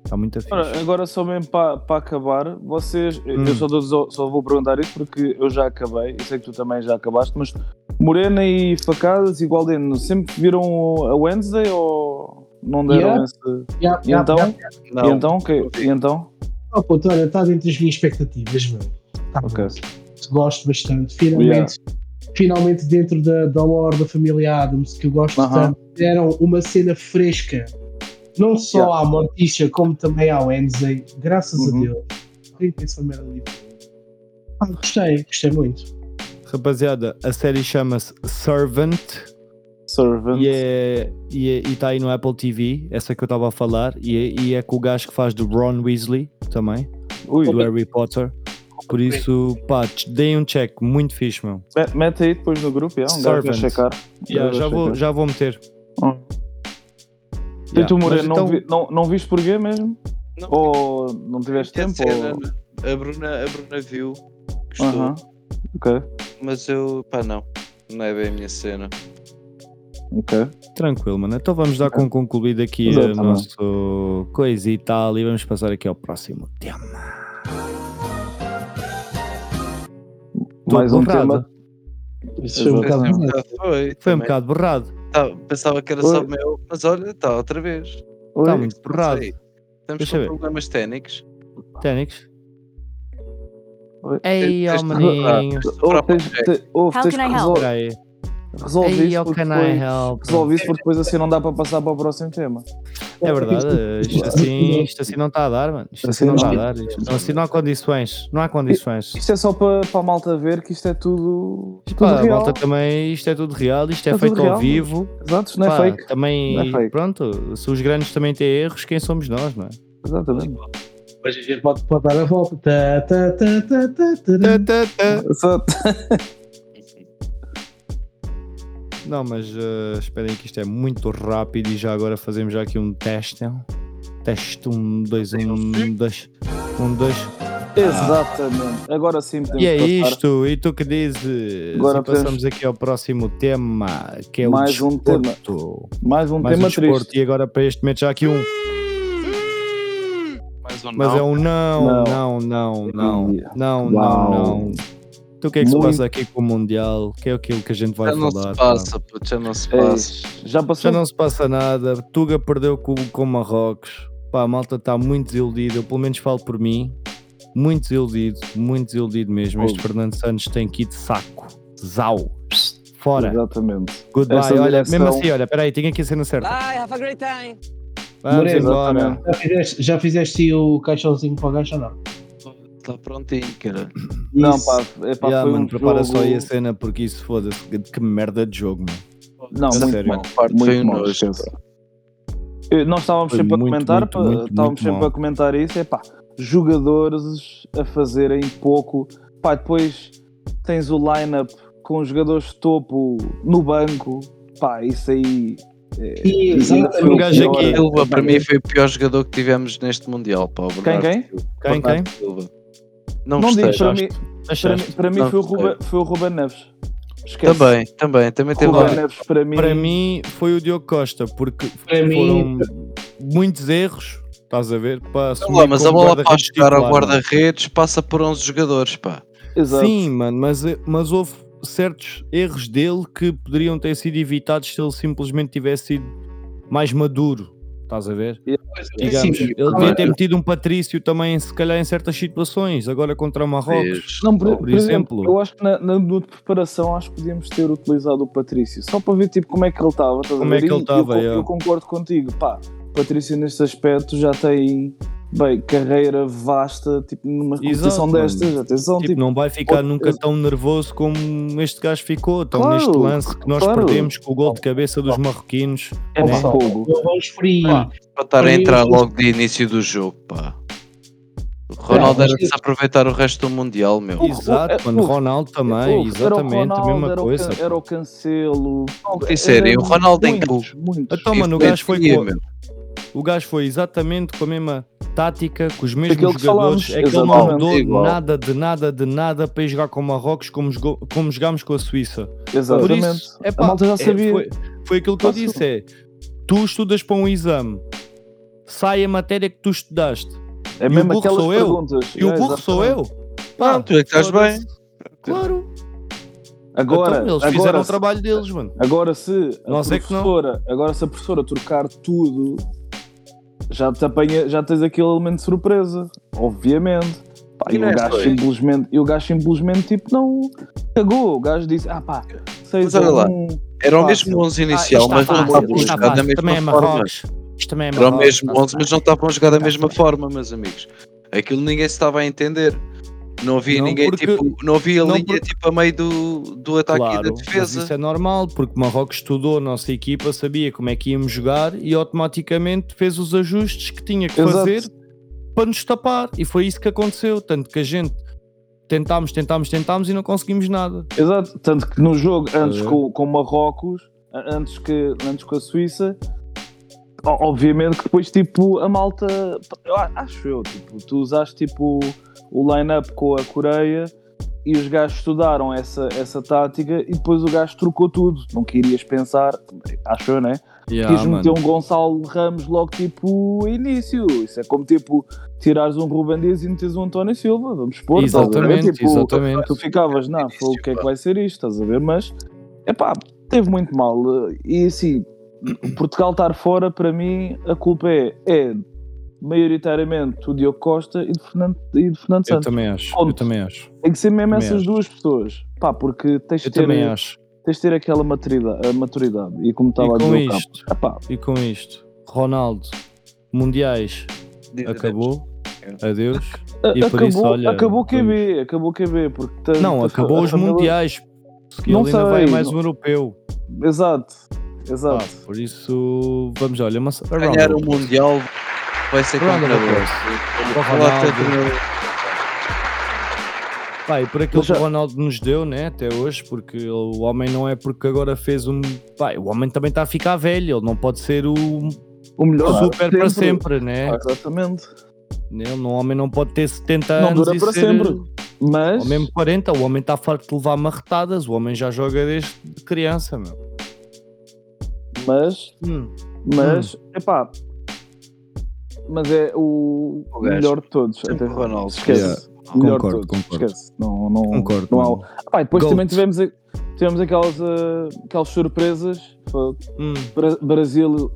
S1: Está muito fixe.
S4: Ora, agora só mesmo para acabar, vocês,
S1: Hum.
S4: eu só, dou- só- só vou perguntar isso porque eu já acabei, eu sei que tu também já acabaste, mas Morena e Facadas e Gualdeno sempre viram a Wednesday ou não deram
S2: Yeah.
S4: esse?
S2: Já,
S4: E
S2: já,
S4: então?
S2: já.
S3: não,
S4: E então? Que, e então?
S2: Ah, puto, olha, está dentro das minhas expectativas, mano. Tá
S4: Ok.
S2: bom. Gosto bastante. Finalmente,
S4: Yeah.
S2: finalmente dentro da, da lore da família Adams, um que eu gosto
S4: Aham.
S2: tanto, deram uma cena fresca. Não só
S4: Yeah.
S2: à Morticia, como também ao Wednesday. Graças
S4: Uhum.
S2: a Deus. Quem pensa merda diferente. Ah, gostei, gostei muito.
S1: Rapaziada, a série chama-se Servant.
S4: Servant.
S1: E é- e é- e está aí no Apple TV, essa que eu estava a falar, e é, e é com o gajo que faz do Ron Weasley também,
S4: Ui,
S1: do Harry Potter. Por isso, pá, ch- deem um check, muito fixe, meu.
S4: me- mete aí depois no grupo, yeah, um gajo vai
S1: Servant.
S4: checar.
S1: Yeah, já, vou, já vou meter.
S4: Hum. E
S1: Yeah.
S4: tu, Morena,
S1: Mas
S4: não,
S1: então-
S4: vi- não, não viste porquê mesmo?
S3: Não.
S4: Ou não tiveste
S3: Quer
S4: tempo?
S3: dizer,
S4: Ou...
S3: Ana, a, Bruna, a Bruna viu, gostou,
S4: Aham. Ok,
S3: mas eu, pá, não. Não é bem a minha cena.
S4: ok.
S1: Tranquilo, mano. Então vamos dar com concluído aqui o
S4: Exatamente.
S1: nosso coisa e tal, e vamos passar aqui ao próximo tema. Tô
S4: Mais um
S1: borrado.
S4: tema.
S2: Isso foi um
S4: Exato.
S2: bocado
S3: Pensei um
S2: verdade.
S3: bocado, Foi,
S1: Foi um
S3: também.
S1: bocado borrado.
S3: Tá, pensava que era só
S4: Oi.
S3: meu, mas olha, está outra vez.
S4: Oi.
S1: Está Tá muito borrado.
S3: Sei. Estamos
S1: Deixa
S3: com
S1: ver.
S3: problemas técnicos.
S1: Técnicos.
S4: Oi. Ah,
S1: Ei, ó,
S3: Tens- tens-
S1: maninho.
S4: Ou tens, te, ou
S9: How
S4: tens que
S9: can I help?
S4: resol-
S1: Espera aí.
S4: resolve
S1: Ei,
S4: isso
S1: ó,
S4: porque
S1: can I
S4: depois,
S1: help?
S4: resolve isso porque depois assim não dá para passar para o próximo tema.
S1: É verdade, isto
S4: é
S1: assim, isto assim não está a dar, mano. Isto assim não está a dar. Isto não- assim não há condições. Não há condições.
S4: Isto é só para, para a malta ver que isto é tudo.
S1: Isto,
S4: Tudo
S1: pá, a
S4: real.
S1: malta também, isto é tudo real, isto é,
S4: É tudo
S1: feito
S4: real,
S1: ao vivo.
S4: Exato, isto não é
S1: Pá,
S4: fake.
S1: Também,
S4: Não é fake.
S1: pronto, se os grandes também têm erros, quem somos nós, não é?
S4: Exatamente.
S2: Mas a gente pode, pode dar a volta. Tá, tá, tá, tá, tá,
S4: Hum.
S2: tá.
S4: Exato.
S1: Não, mas eh, esperem que isto é muito rápido e já agora fazemos já aqui um teste. Teste um, dois, um, dois, um, dois.
S4: Exatamente. Agora sim podemos
S1: E é
S4: passar
S1: isto, e tu que dizes?
S4: Agora
S1: e passamos aqui ao próximo tema, que é
S4: Mais
S1: o
S4: um tema.
S1: desporto.
S4: mais um
S1: Mais um
S4: tema
S1: desporto.
S4: triste.
S1: E agora para este momento já aqui um.
S3: Mais um
S1: Mas é um não, não, não, não, não, não,
S4: Uau.
S1: não. Tu o que é que se
S4: Muito.
S1: passa aqui com o Mundial? Que é aquilo que a gente vai
S3: Já não
S1: falar. tá.
S3: se
S1: pá.
S3: passa, puto, já não se
S4: É
S3: passa.
S4: isto. Já
S1: Já
S4: passou?
S1: não se passa nada. Tuga perdeu com, com Marrocos. Pá, a malta está muito desiludida. Eu pelo menos falo por mim. Muito desiludido, muito desiludido mesmo. Este Fernando Santos tem que ir de saco. Zau. Psst, Fora.
S4: Exatamente.
S1: Goodbye.
S4: Essa
S1: olha,
S4: direção-
S1: mesmo assim, olha, peraí, tinha que ser na certa.
S9: Bye, have a great time.
S1: Vamos
S2: Moreno,
S1: embora.
S4: exatamente.
S2: Já fizeste, já fizeste o caixãozinho para o gajo ou não?
S3: Está Tá prontinho, cara.
S4: Não,
S2: Isso.
S4: pá, é pá,
S1: Yeah,
S4: foi
S1: mano,
S4: um
S1: prepara
S4: jogo...
S1: só aí a cena porque isso foda-se. Que, que merda de jogo, mano.
S4: Não,
S1: A
S4: muito
S1: sério.
S4: mal.
S3: Parte
S4: Muito
S3: foi um
S4: mal,
S3: nojo.
S4: esquece. Eh, Nós estávamos
S1: Foi
S4: sempre a
S1: muito,
S4: comentar,
S1: muito,
S4: pá,
S1: muito,
S4: estávamos
S1: muito
S4: sempre
S1: mal.
S4: a comentar isso, é pá, jogadores a fazerem pouco, pá, depois tens o line-up com os jogadores de topo no banco, pá, isso aí é, isso ainda foi
S1: Um
S4: o
S1: gajo
S4: pior.
S1: aqui-
S3: Silva, para mim, foi o pior jogador que tivemos neste Mundial. Pá, o
S4: Quem,
S3: Bernardo
S4: quem?
S3: Silva.
S1: Quem, quem?
S3: Bernardo Silva. Não,
S4: Não
S3: gostei.
S4: digo, para mim, para,
S1: Achaste?
S4: mim- para mim
S3: Não
S4: foi, o
S3: gostei.
S4: Ruben, foi o Ruben Neves. Esquece.
S3: Também, também, também teve
S4: Ruben
S3: lá.
S4: Neves para mim,
S1: Para mim foi o Diogo Costa, porque
S2: Para
S1: foram
S2: mim-
S1: muitos erros, estás a ver? Para assumir
S3: Lá, mas a
S1: é como
S3: bola para
S1: guarda-redes
S3: chegar
S1: titular, é?
S3: ao
S1: mano.
S3: guarda-redes passa por 11 jogadores, pá.
S4: exato.
S1: Sim, mano, mas, mas houve certos erros dele que poderiam ter sido evitados se ele simplesmente tivesse sido mais maduro, estás a ver? Digamos,
S2: Sim,
S1: ele devia ter metido um Patrício também, se calhar em certas situações, agora contra o Marrocos.
S3: Fez.
S4: Não, por,
S1: Por
S4: por exemplo,
S1: exemplo.
S4: eu acho que na, na, no de preparação acho que podíamos ter utilizado o Patrício, só para ver tipo, como é que ele estava. estás a
S1: Como
S4: ver?
S1: é que
S4: E
S1: ele estava,
S4: Eu, con-
S1: é.
S4: eu concordo contigo, pá, Patrício neste aspecto já tem bem, carreira vasta, tipo, numa
S1: Exato,
S4: competição
S1: mano.
S4: destas, atenção,
S1: Tipo,
S4: tipo,
S1: não vai ficar
S4: outra-
S1: nunca tão nervoso como este gajo ficou, tão
S4: Claro,
S1: neste lance que nós
S4: claro.
S1: perdemos com o gol de cabeça dos marroquinos.
S4: é
S1: né?
S4: fogo.
S2: Não vamos por aí.
S3: Pá, para estar a entrar logo de início do jogo, pá. O Ronaldo
S1: É,
S3: era de se aproveitar o resto do Mundial, meu.
S4: O-
S1: Exato,
S4: é o-
S1: mano,
S4: o-
S1: Ronaldo também,
S4: Fogo. Era o
S1: exatamente, a
S4: Ronaldo,
S1: mesma
S4: era o
S1: coisa.
S4: Can- era o Cancelo.
S3: Em sério,
S4: Era
S3: o Ronaldo em
S4: muitos, muitos.
S1: Então, mano, o gajo foi
S3: Influencia,
S1: com-
S3: meu.
S1: O gajo foi exatamente com a mesma tática, com os mesmos
S4: Aquilo que
S1: jogadores.
S4: falámos,
S1: É que ele não
S4: exatamente.
S1: mudou
S3: Igual.
S1: nada de nada de nada para ir jogar com o Marrocos como, jogou- como jogámos com a Suíça.
S4: Exatamente.
S1: Por isso, é
S4: a malta já sabia.
S1: foi, foi aquilo que eu
S4: Fácil.
S1: disse: é tu estudas para um exame, sai a matéria que tu estudaste.
S4: é
S1: o
S4: mesmo
S1: burro
S4: aquelas
S1: sou eu.
S4: perguntas.
S1: E o
S4: É,
S1: burro sou
S4: exatamente.
S1: eu. Pá,
S3: Não, tu é que estás
S1: foda-se.
S3: bem.
S1: Claro,
S4: Agora,
S1: Então, eles
S4: agora
S1: fizeram o
S4: se-
S1: trabalho deles, mano.
S4: Agora se a
S1: Nós é que não.
S4: professora, agora se a professora trocar tudo, já te apanha, já tens aquele elemento de surpresa, obviamente. Pá, e,
S3: E não
S4: o
S3: é
S4: gajo
S3: só
S4: simplesmente, e o gajo simplesmente tipo não cagou, o gajo disse: "Ah pá, seis um."
S3: Mas olha lá, Era o
S4: Fácil.
S3: mesmo 11 inicial,
S5: Tá
S1: Ah,
S3: mas
S1: isto
S3: não
S1: está
S3: estava
S1: fácil,
S3: a
S1: isto está
S3: jogar da
S1: fácil. Também é
S3: mesma forma.
S1: Marrocos. Isto também é Tá
S3: Era o
S1: Marrocos.
S3: mesmo
S5: tá
S1: está-se
S3: 11, mas não estavam a jogar da mesma forma, meus amigos. Aquilo ninguém se estava a entender. Não havia
S1: Não,
S3: ninguém,
S1: porque-
S3: tipo, não havia
S1: não,
S3: linha
S1: porque-
S3: tipo a meio do, do ataque
S1: Claro,
S3: e da
S1: mas isso
S3: defesa.
S1: é normal, porque Marrocos estudou a nossa equipa, sabia como é que íamos jogar e automaticamente fez os ajustes que tinha que
S4: Exato.
S1: fazer para nos tapar. E foi isso que aconteceu. Tanto que a gente tentámos, tentámos, tentámos e não conseguimos nada.
S4: Exato, tanto que no jogo antes
S1: a ver?
S4: com, com Marrocos, a- antes que antes com a Suíça, o- obviamente que depois tipo a Malta, eu a- acho eu, tipo, tu usaste tipo o line-up com a Coreia e os gajos estudaram essa, essa tática e depois o gajo trocou tudo. Não querias pensar, acho eu, né?
S1: Ah,
S4: Quis meter um Gonçalo Ramos logo tipo início. Isso é como tipo tirares um Ruben Dias e meteres um António Silva, vamos supor. estás a ver?
S1: Exatamente,
S4: Tipo,
S1: exatamente.
S4: tu ficavas, não,
S3: Início,
S4: foi o que é que
S3: pá.
S4: vai ser isto, estás a ver? Mas, epá, teve muito mal. eh, E assim, Portugal estar fora, para mim, a culpa é, é maioritariamente do Diogo Costa e do Fernando, e do Fernando
S1: Eu
S4: Santos.
S1: também acho, eu
S4: Ponto.
S1: também acho,
S4: Tem que ser mesmo
S1: também
S4: essas
S1: acho.
S4: duas pessoas, pá, porque tens de
S1: eu também
S4: ter,
S1: acho.
S4: tens de ter aquela maturidade, a maturidade. E como
S1: E
S4: estava a
S1: com
S4: dizer o Capo,
S1: isto,
S4: epá,
S1: e com isto, Ronaldo Mundiais
S3: Diz
S1: é- acabou.
S3: adeus.
S1: Adeus. E por
S4: acabou,
S1: isso, olha,
S4: acabou o QB, acabou o QB. Porque tá-
S1: Não,
S4: tá-
S1: acabou os
S4: tá-
S1: mundiais. Porque
S4: Não
S1: ele ainda vai
S4: sei,
S1: mais
S4: não-
S1: um europeu.
S4: Exato,
S1: Pá,
S4: exato.
S1: por isso, vamos, olha, uma... a round
S3: Ganhar
S1: of
S3: o
S1: applause.
S3: Mundial vai ser
S1: Round
S3: contra
S1: of applause.
S3: o
S1: Pá, e por aquilo
S4: Mas já-
S1: que o Ronaldo nos deu, né, até hoje, porque ele- o homem não é porque agora fez um. Pá, o homem também está a ficar velho, ele não pode ser o
S4: o melhor
S1: super para sempre, né?
S4: Ah, exatamente.
S1: Ele, não- o homem não pode ter 70
S4: Não
S1: anos
S4: dura
S1: e
S4: para
S1: ser,
S4: sempre. Mas,
S1: Ou mesmo 40, o homem está farto de levar marretadas, o homem já joga desde criança, meu.
S4: mas Mas, epá. Mas é o
S3: O gajo.
S4: melhor de todos.
S3: Sempre
S4: até-
S3: Ronaldo.
S4: Esquece.
S5: Yeah,
S4: O melhor
S5: concordo,
S4: de todos.
S5: concordo.
S4: Esquece. Não, não,
S5: Concordo.
S4: não há-
S5: mano.
S4: Epá, e depois
S5: Goat.
S4: também tivemos, a- tivemos aquelas, ah, aquelas surpresas. Foi-
S1: Hum.
S4: Bra- Brasil,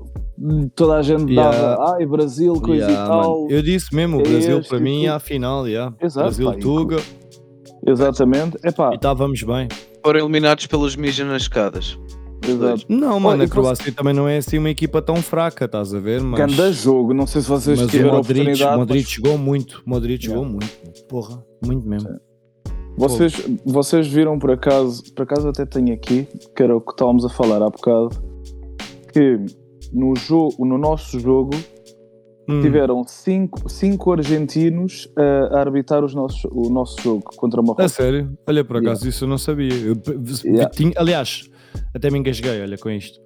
S4: toda a gente
S1: Yeah.
S4: dava. Ai, Brasil, coisa
S5: Yeah,
S4: e
S5: mano.
S4: tal.
S1: Eu disse mesmo, o
S4: É
S1: Brasil
S4: este
S1: para
S4: e
S1: mim é
S4: tudo.
S1: a final, yeah.
S4: Exato,
S1: Brasil
S4: pá, e-
S1: Tuga,
S4: Exatamente. Epá,
S1: e estávamos bem.
S3: Foram eliminados pelos Mija nas escadas.
S4: exato.
S1: Não, mano,
S4: e
S1: a Croácia também não é assim uma equipa tão fraca, estás a ver? Mas...
S4: Ganda jogo. Não sei se vocês
S1: Mas o
S4: tiveram
S1: Modric,
S4: oportunidade.
S1: Modric
S4: mas
S1: jogou muito, Modric
S4: Yeah.
S1: jogou muito, porra, muito mesmo.
S4: Vocês, vocês viram por acaso, por acaso até tenho aqui, que era o que estávamos a falar há bocado, que no, jogo, no nosso jogo
S1: Hum,
S4: tiveram cinco, cinco argentinos a, a arbitrar os nossos, o nosso jogo contra o
S1: A
S4: Marrocos.
S1: sério, olha, por
S4: Yeah.
S1: acaso isso eu não sabia. Eu pe- vi-
S4: Yeah.
S1: tinha- aliás, até me engasguei, olha, com isto.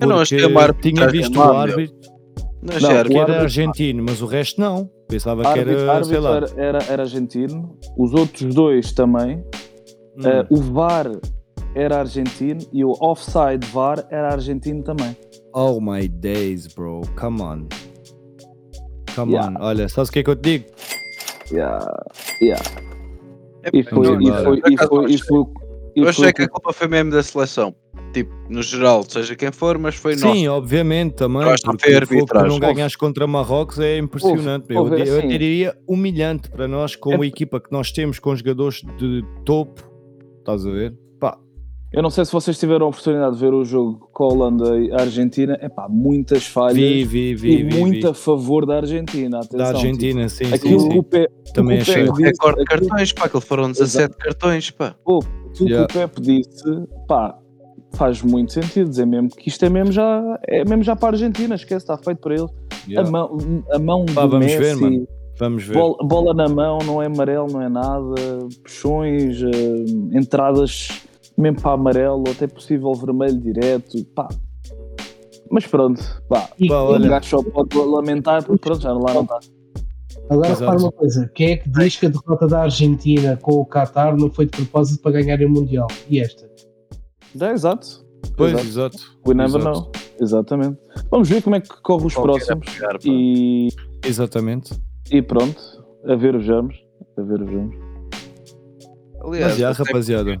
S3: Eu não
S1: Porque
S3: achei uma arbitragem
S1: tinha visto
S3: má,
S1: o
S3: meu.
S1: árbitro
S3: Não,
S4: Não,
S3: Gerard,
S4: o
S1: que era
S4: árbitro-
S1: argentino, mas o resto não. Pensava que
S4: Árbitro,
S1: era, sei
S4: árbitro
S1: lá.
S4: era, era, era argentino, os outros dois também.
S1: Hum.
S4: Eh, o VAR era argentino e o offside VAR era argentino também.
S1: Oh my days, bro, come on. Come
S4: Yeah.
S1: on, olha, sabes o que é que eu te digo?
S4: Yeah.
S3: é
S4: E
S3: pá,
S4: foi,
S3: não,
S4: e
S3: não,
S4: foi,
S3: por
S4: e
S3: acaso
S4: foi,
S3: não
S4: e foi, e
S3: Eu
S4: foi
S3: achei
S4: o
S3: que a culpa foi mesmo da seleção. Tipo, no geral, seja quem for, mas foi nosso.
S1: Sim, obviamente também.
S3: Nós não
S1: porque
S3: foi
S1: o fogo que
S3: arbitragem.
S1: não ganhas contra Marrocos é
S4: Houve-
S1: impressionante. eu,
S4: houve,
S1: di- eu
S4: assim-
S1: diria humilhante para nós, com
S4: É-
S1: a equipa que nós temos, com jogadores de topo. Estás a ver? Pá,
S4: Eu não sei se vocês tiveram a oportunidade de ver o jogo com a Holanda e a Argentina. É pá, muitas falhas
S1: vi, vi, vi.
S4: e
S1: vi, vi.
S4: muito a favor da Argentina. Atenção,
S1: Da Argentina,
S4: Tipo,
S1: sim,
S4: aquilo
S1: sim,
S4: que o
S1: sim.
S4: Pep,
S1: Também
S4: o
S1: achei. um
S4: Pedro-
S3: Recorde de cartões, pá, aquilo foram 17 cartões, pá.
S4: aquilo
S1: Yeah.
S4: que o Pep disse, pá, faz muito sentido dizer mesmo que isto é mesmo já, é mesmo já para a Argentina. Esquece, está feito para eles.
S1: Yeah.
S4: A mão, a mão
S1: Pá,
S4: do
S1: vamos
S4: Messi,
S1: ver, mano. Vamos ver.
S4: bola, bola na mão, não é amarelo, não é nada. Puxões, eh, entradas mesmo para amarelo, ou até possível vermelho direto, pá. Mas pronto, pá.
S2: E-
S1: Pá,
S2: e-
S4: O
S1: Olha.
S4: gajo só pode lamentar, porque pronto, já lá não tá. está.
S2: Agora
S1: Exato.
S2: repara uma coisa: quem é que diz que a derrota da Argentina com o Qatar não foi de propósito para ganharem o Mundial? E esta?
S4: Já, exato.
S1: pois,
S4: exato.
S1: É, exato.
S4: We never
S1: exato.
S4: know. Exatamente. Vamos ver como é que corre os
S3: Qualquer
S4: próximos
S3: Chegar, pá.
S4: e,
S1: Exatamente.
S4: e pronto. A ver, vejamos. A ver, vejamos.
S3: Aliás,
S4: É,
S1: Mas já,
S3: até-
S1: rapaziada.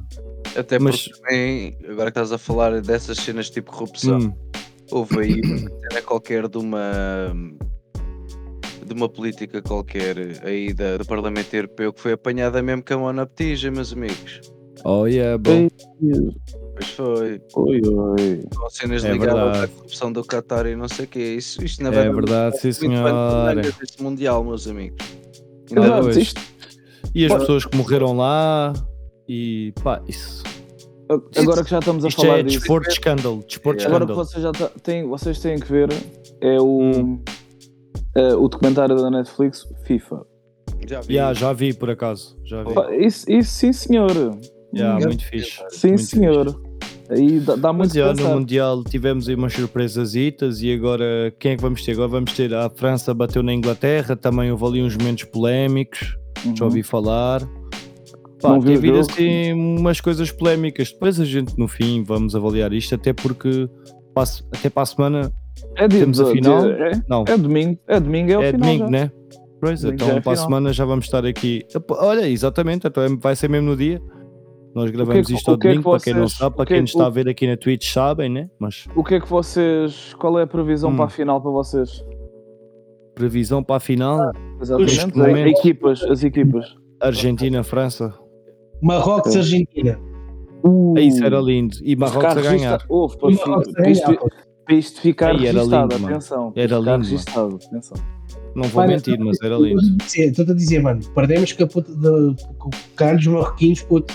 S3: Até porque
S1: Mas-
S3: também, agora que estás a falar dessas cenas tipo corrupção,
S1: Hum,
S3: houve aí uma cena qualquer de uma de uma política qualquer aí da, do Parlamento Europeu que foi apanhada mesmo com a mão na petija, meus amigos.
S1: Oh yeah, bro.
S3: Pois foi.
S4: Oi, oi.
S3: Com cenas
S1: É
S3: ligadas à
S1: verdade.
S3: corrupção do Qatar e não sei o quê. Isso, isto na
S1: É verdade, sim
S3: muito bem
S1: senhora.
S3: vermelho deste Mundial, meus amigos.
S1: Ainda
S4: Exato,
S1: hoje.
S4: isto-
S1: E as
S4: Olha.
S1: pessoas que morreram lá. E pá, isso.
S4: Agora que já estamos a
S1: Isto
S4: falar
S1: é
S4: disso.
S1: desporto de escândalo. Desporto de
S3: Yeah.
S4: Agora que
S1: escândalo.
S4: vocês já tá- têm, vocês têm que ver é o,
S1: Hum.
S4: eh, o documentário da Netflix FIFA.
S3: Já vi.
S1: Yeah, já vi por acaso. Já vi.
S4: Pá, Isso, isso sim senhor.
S1: Yeah,
S4: Hum,
S1: muito fixe.
S4: sim
S1: muito
S4: senhor. Aí dá, dá muito
S1: Mas já, no
S4: pensar.
S1: Mundial tivemos aí umas surpresasitas e agora quem é que vamos ter? Agora vamos ter a França bateu na Inglaterra, também houve ali uns momentos polémicos,
S4: Uhum.
S1: já ouvi falar. Pá,
S4: Não vi o
S1: teve
S4: jogo.
S1: assim umas coisas polémicas. Depois a gente no fim vamos avaliar isto, até porque para a se- até para a semana,
S4: É dia
S1: temos a
S4: 18,
S1: final.
S4: É,
S1: não,
S4: é domingo. É domingo, é, o
S1: é,
S4: final.
S1: domingo,
S4: já.
S1: né? Pois,
S4: Domingo já
S1: então
S4: é
S1: para a
S4: final.
S1: semana já vamos estar aqui. Epá, Olha, exatamente, então é- vai ser mesmo no dia. Nós gravamos
S4: que-
S1: isto ao
S4: o que é que
S1: domingo, para quem não
S4: vocês-
S1: sabe,
S4: o
S1: para
S4: que é
S1: quem
S4: que-
S1: está a ver aqui na Twitch sabem, né? Mas
S4: O que é que vocês. Qual é a previsão
S1: Hum.
S4: para a final para vocês?
S1: previsão para a final. Neste
S4: Exatamente.
S1: momento-
S4: A- equipas, as equipas.
S1: Argentina, França.
S2: Marrocos, Argentina.
S4: Uh,
S1: Isso era lindo. E Marrocos a
S4: Carlos
S1: ganhar.
S4: está- Ouve, pá,
S2: Marrocos
S4: filho,
S2: a
S1: é
S4: isto-
S2: ganhar.
S4: oh, Para isto ficar
S1: Aí, era
S4: registado,
S1: lindo, mano.
S4: atenção. para
S1: Era
S4: isto ficar
S1: lindo,
S4: registado, atenção.
S1: Não vou
S2: Olha,
S1: mentir, mas era
S2: eu
S1: lindo.
S2: estou a dizer- Estou-te a dizer, mano, perdemos com a puta de, com caralho dos marroquinos, puto.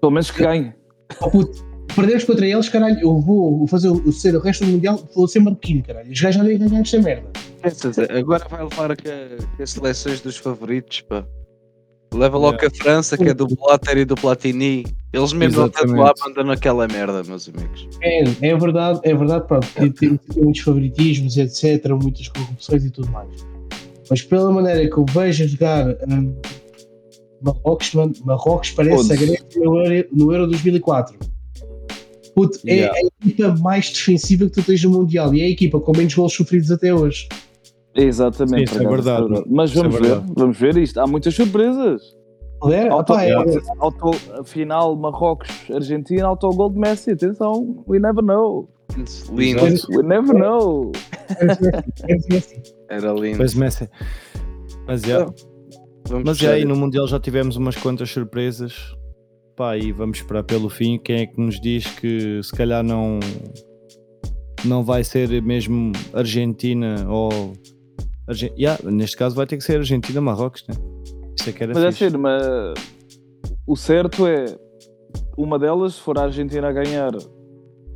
S4: Pelo menos que ganhe.
S2: Oh, puto. Perdemos contra eles, caralho. Eu vou fazer o, ser o resto do Mundial, vou ser marroquino, caralho. Os gajos já devem ganhar esta merda.
S3: Pensas, agora vai levar a que, que as seleções dos favoritos, pá. Leva logo a França, que é do Blatter e do Platini. Eles mesmo não estão lá,
S1: Exatamente.
S3: mandam naquela merda, meus amigos.
S2: É, é verdade, é verdade, pronto, tem, tem- tem muitos favoritismos, etc, muitas corrupções e tudo mais. Mas pela maneira que eu vejo jogar hum, Marrocos, mano, Marrocos parece
S4: Onde?
S2: a Grécia no Euro, no Euro 2004. Puto, é
S4: Yeah.
S2: a equipa mais defensiva que tu tens no Mundial e é a equipa com menos gols sofridos até hoje.
S1: Sim,
S4: Exatamente.
S1: isso
S4: por
S1: é
S4: acaso,
S1: verdade.
S4: Mas
S1: Isso é
S4: vamos
S1: verdade.
S4: ver, vamos ver isto. Há muitas surpresas.
S2: É,
S4: Auto,
S2: opá, é,
S4: auto- final Marrocos-Argentina, autogol de Messi. Atenção, we never know.
S3: Lindo,
S4: We never know.
S2: é assim.
S3: era lindo.
S1: Mas, Messi- mas,
S4: Ah.
S1: é.
S3: Vamos
S1: Mas
S3: fechar
S1: aí no Mundial já tivemos umas quantas surpresas. Pá, e vamos esperar pelo fim. Quem é que nos diz que se calhar não não vai ser mesmo Argentina ou Argen... Yeah, neste caso vai ter que ser Argentina Marrocos, né? Isso é que era
S4: Mas é
S1: fixe.
S4: sério, mas o certo é uma delas, se for a Argentina a ganhar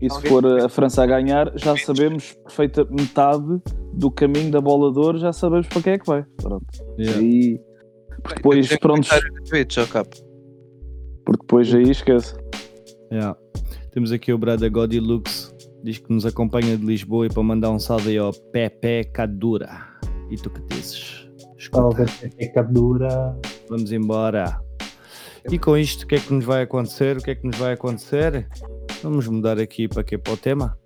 S4: e se for a França a ganhar, já sabemos perfeita metade do caminho da bola de ouro, já sabemos para quem é que vai. Pronto.
S1: Yeah.
S4: Aí, porque depois,
S3: Tem
S4: pronto,
S3: comentário no Twitch, ó capo.
S4: porque depois aí esquece.
S1: Yeah. Temos aqui o Brada Godi Lux, diz que nos acompanha de Lisboa e para mandar um salve aí ao Pepe Cadura. E tu que dizes? Escuta,
S2: é captura.
S1: vamos embora. E com isto, o que é que nos vai acontecer? O que é que nos vai acontecer? Vamos mudar aqui para quê? Para o tema?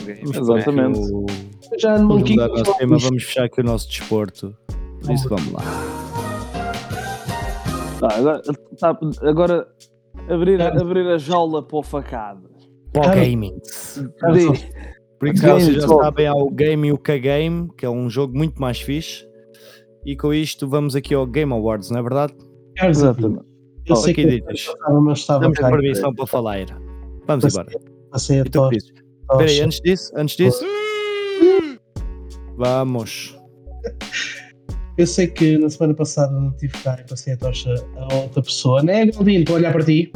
S3: Alguém-
S1: Vamos
S4: Exatamente.
S1: mudar aqui
S2: Um
S1: o-
S2: Já não
S1: Vamos mudar o nosso tema, vamos fechar aqui o nosso desporto. Por isso, vamos lá.
S4: Tá, agora, tá, agora abrir, a- abrir a jaula para o facado.
S1: Para o gaming.
S4: Diz,
S1: Por isso,
S4: Game
S1: vocês já
S4: Talk.
S1: sabem, há o Game e o K-Game, que é um jogo muito mais fixe. E com isto, vamos aqui ao Game Awards, não é verdade?
S4: Exatamente.
S2: Eu sei
S1: aqui
S2: que
S1: dizes.
S2: estava, mas estava
S1: Temos
S2: cá.
S1: permissão para falar. Vamos
S2: Mas-
S1: embora.
S2: Passei a
S1: E tu,
S2: tocha.
S1: Cris? Espera aí, antes disso, antes disso. Vamos.
S2: Eu sei que na semana passada não tive cá e passei a tocha a outra pessoa, né, Galdino? Estou a olhar para ti.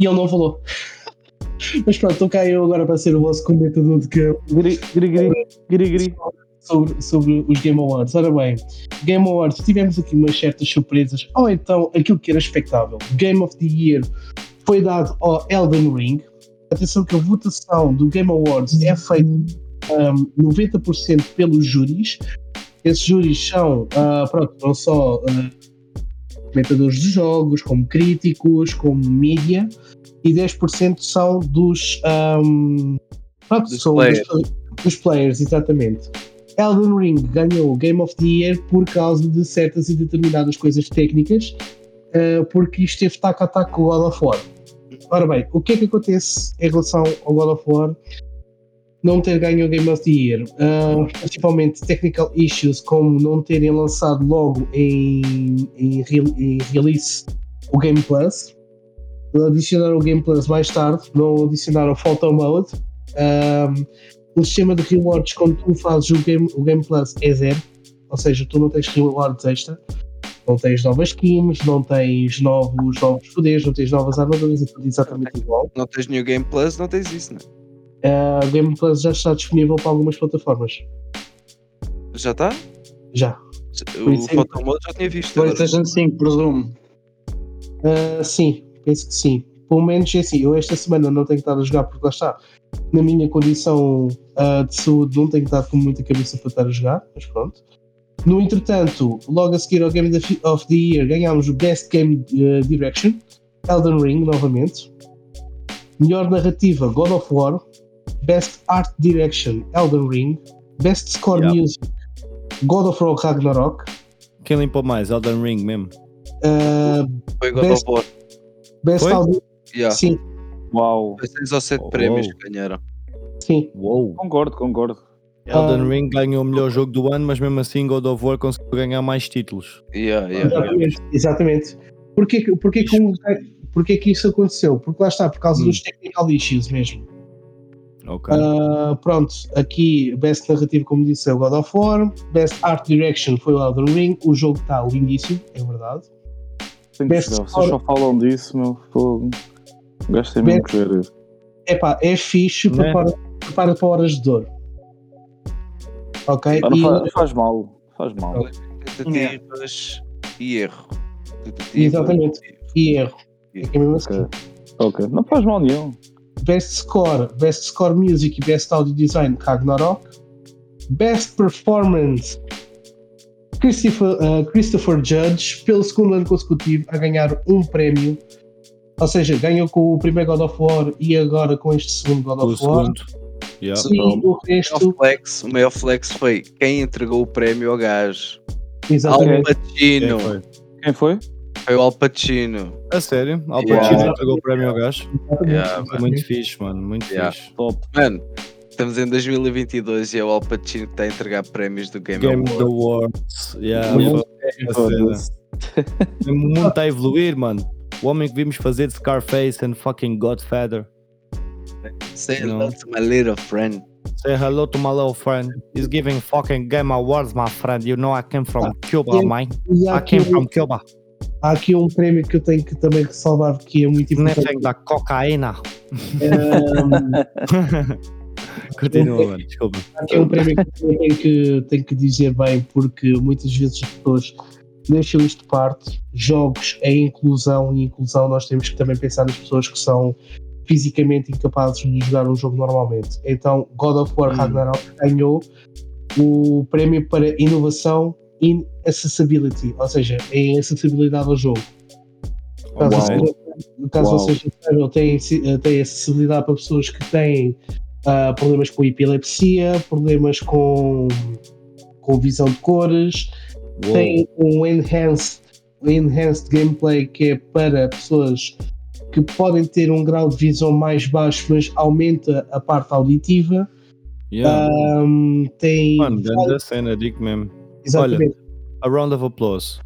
S2: E ele não falou. Mas pronto, estou cá eu agora para ser o vosso comentador de campo
S4: Gri, gri, gri, gri, gri.
S2: sobre, sobre os Game Awards. Ora bem, Game Awards, tivemos aqui umas certas surpresas, ou então aquilo que era expectável. Game of the Year foi dado ao Elden Ring. Atenção que a votação do Game Awards é feita um, 90% pelos júris. Esses júris são, ah, pronto, não só ah, comentadores de jogos, como críticos, como mídia, e 10% são dos, ahm, pronto,
S3: Dos
S2: são
S3: players.
S2: Dos, dos players, exatamente. Elden Ring ganhou o Game of the Year por causa de certas e determinadas coisas técnicas, ah, porque isto teve taco a taco com o God of War. Ora bem, o que é que acontece em relação ao God of War? não ter ganho o Game of the Year, Ah, principalmente technical issues, como não terem lançado logo em, em re- em release o Game Plus, adicionaram o Game Plus mais tarde, não adicionaram o Photo Mode. Ah, o sistema de rewards quando tu fazes o Game, o game Plus é zero, ou seja, tu não tens rewards extra, não tens novas skins, não tens novos, novos poderes, não tens novas armaduras, é tudo exatamente igual. Ah,
S3: Não tens New Game Plus, não tens isso, né?
S2: O Game Plus já está disponível para algumas plataformas.
S3: Já está?
S2: Já.
S3: O
S2: isso é-
S3: Photomode já tinha visto. né? agora.
S7: PlayStation 5, presumo.
S2: Ah, sim, penso que sim. Pelo menos é assim. Eu esta semana não tenho estado a jogar porque lá está. Na minha condição ah, de saúde não tenho estado com muita cabeça para estar a jogar, mas pronto. No entretanto, logo a seguir ao Game of the- of the Year ganhámos o Best Game eh, Direction, Elden Ring novamente, Melhor Narrativa God of War, Best Art Direction Elden Ring, Best Score
S1: Yeah.
S2: Music God of War Ragnarok,
S1: Quem limpou mais? Elden Ring mesmo.
S2: Uh,
S3: Foi God of
S2: Best-
S3: War.
S2: best
S1: Foi?
S2: Album,
S3: Yeah.
S2: sim,
S4: Uau.
S3: Foi 6 ou 7
S1: Oh,
S3: prémios
S1: wow.
S3: que ganharam.
S2: sim. Ah,
S1: Uou.
S4: Concordo, concordo.
S1: Elden Ring ganhou o melhor jogo do ano, mas mesmo assim God of War conseguiu ganhar mais títulos.
S3: Yeah, yeah.
S2: Exatamente. exatamente. Porquê, que- porquê, que um- porquê que isso aconteceu? Porque lá está, por causa
S1: Hum.
S2: dos technical issues mesmo.
S1: Ok.
S2: Ah, pronto, aqui Best Narrativo, como disse, é o God of War. Best Art Direction foi o Elden Ring. O jogo está lindíssimo, é verdade.
S4: Tem que
S2: Best
S4: jogar. Vocês só falam disso, meu fogo.
S2: Best-
S4: Gastei mesmo que ver isso.
S2: Epá, é fixe,
S1: Não é?
S2: prepara, prepara para horas de dor. Ok?
S4: Ah, não
S2: E-
S4: faz, faz mal, faz mal.
S3: Tentativas e erro. Tentativas
S2: Exatamente. E erro.
S3: e
S2: É
S3: erro.
S2: que é mesmo assim.
S4: Ok. Ok, não faz mal nenhum.
S2: Best Score, Best Score Music e Best Audio Design, Ragnarok. Best Performance, Christopher, uh, Christopher Judge, pelo segundo ano consecutivo, a ganhar um prémio. Ou seja, ganhou com o primeiro God of War e agora com este segundo God
S1: O
S2: of War.
S1: segundo. então. Yeah.
S3: Sim.
S2: E o
S3: O maior
S2: resto,
S3: flex- o maior flex foi quem entregou o prémio ao gajo.
S2: exatamente.
S3: Al
S1: Quem é
S3: Pacino.
S1: foi?
S4: Quem foi?
S3: Foi o Al Pacino.
S1: A sério? Al
S3: Yeah.
S1: Pacino entregou o prémio ao gajo?
S3: Yeah, mano.
S1: Muito fixe, mano. Muito
S3: Yeah.
S1: fixe.
S4: Top.
S3: Mano, estamos em 2022 e é o Al Pacino que está a entregar prémios do Game,
S1: Game
S3: Award.
S1: of the Awards. Yeah,
S4: Muito
S1: foi a cena. o mundo está a evoluir, mano. O homem que vimos fazer de Scarface and fucking Godfather.
S3: Say
S1: Não.
S3: hello to my little friend.
S1: Say hello to my little friend. He's giving fucking Game Awards, my friend. You know I came from Cuba,
S2: yeah.
S1: mãe.
S2: E há
S1: I
S2: aqui,
S1: came
S2: um,
S1: from Cuba.
S2: há aqui um prémio que eu tenho que também ressalvar que é muito importante.
S1: Sniffing da cocaína.
S2: Um,
S1: Continua, mano. Desculpa.
S2: é um prémio que eu tenho que, tenho que dizer bem, porque muitas vezes as pessoas deixam isto de parte. Jogos é inclusão, e inclusão nós temos que também pensar nas pessoas que são fisicamente incapazes de jogar um jogo normalmente. Então, God of War Ragnarok ganhou o prémio para inovação in accessibility, ou seja, em acessibilidade ao jogo. Caso,
S4: Uau.
S2: seja, caso
S4: Uau.
S2: vocês não saibam, tem, tem acessibilidade para pessoas que têm ah, problemas com epilepsia, problemas com, com visão de cores, tem um enhanced, um enhanced gameplay que é para pessoas que podem ter um grau de visão mais baixo, mas aumenta a parte auditiva. ah,
S1: Yeah.
S2: Ahm, tem
S1: Mano, grande cena, digo mesmo.
S2: exatamente,
S1: A round of applause.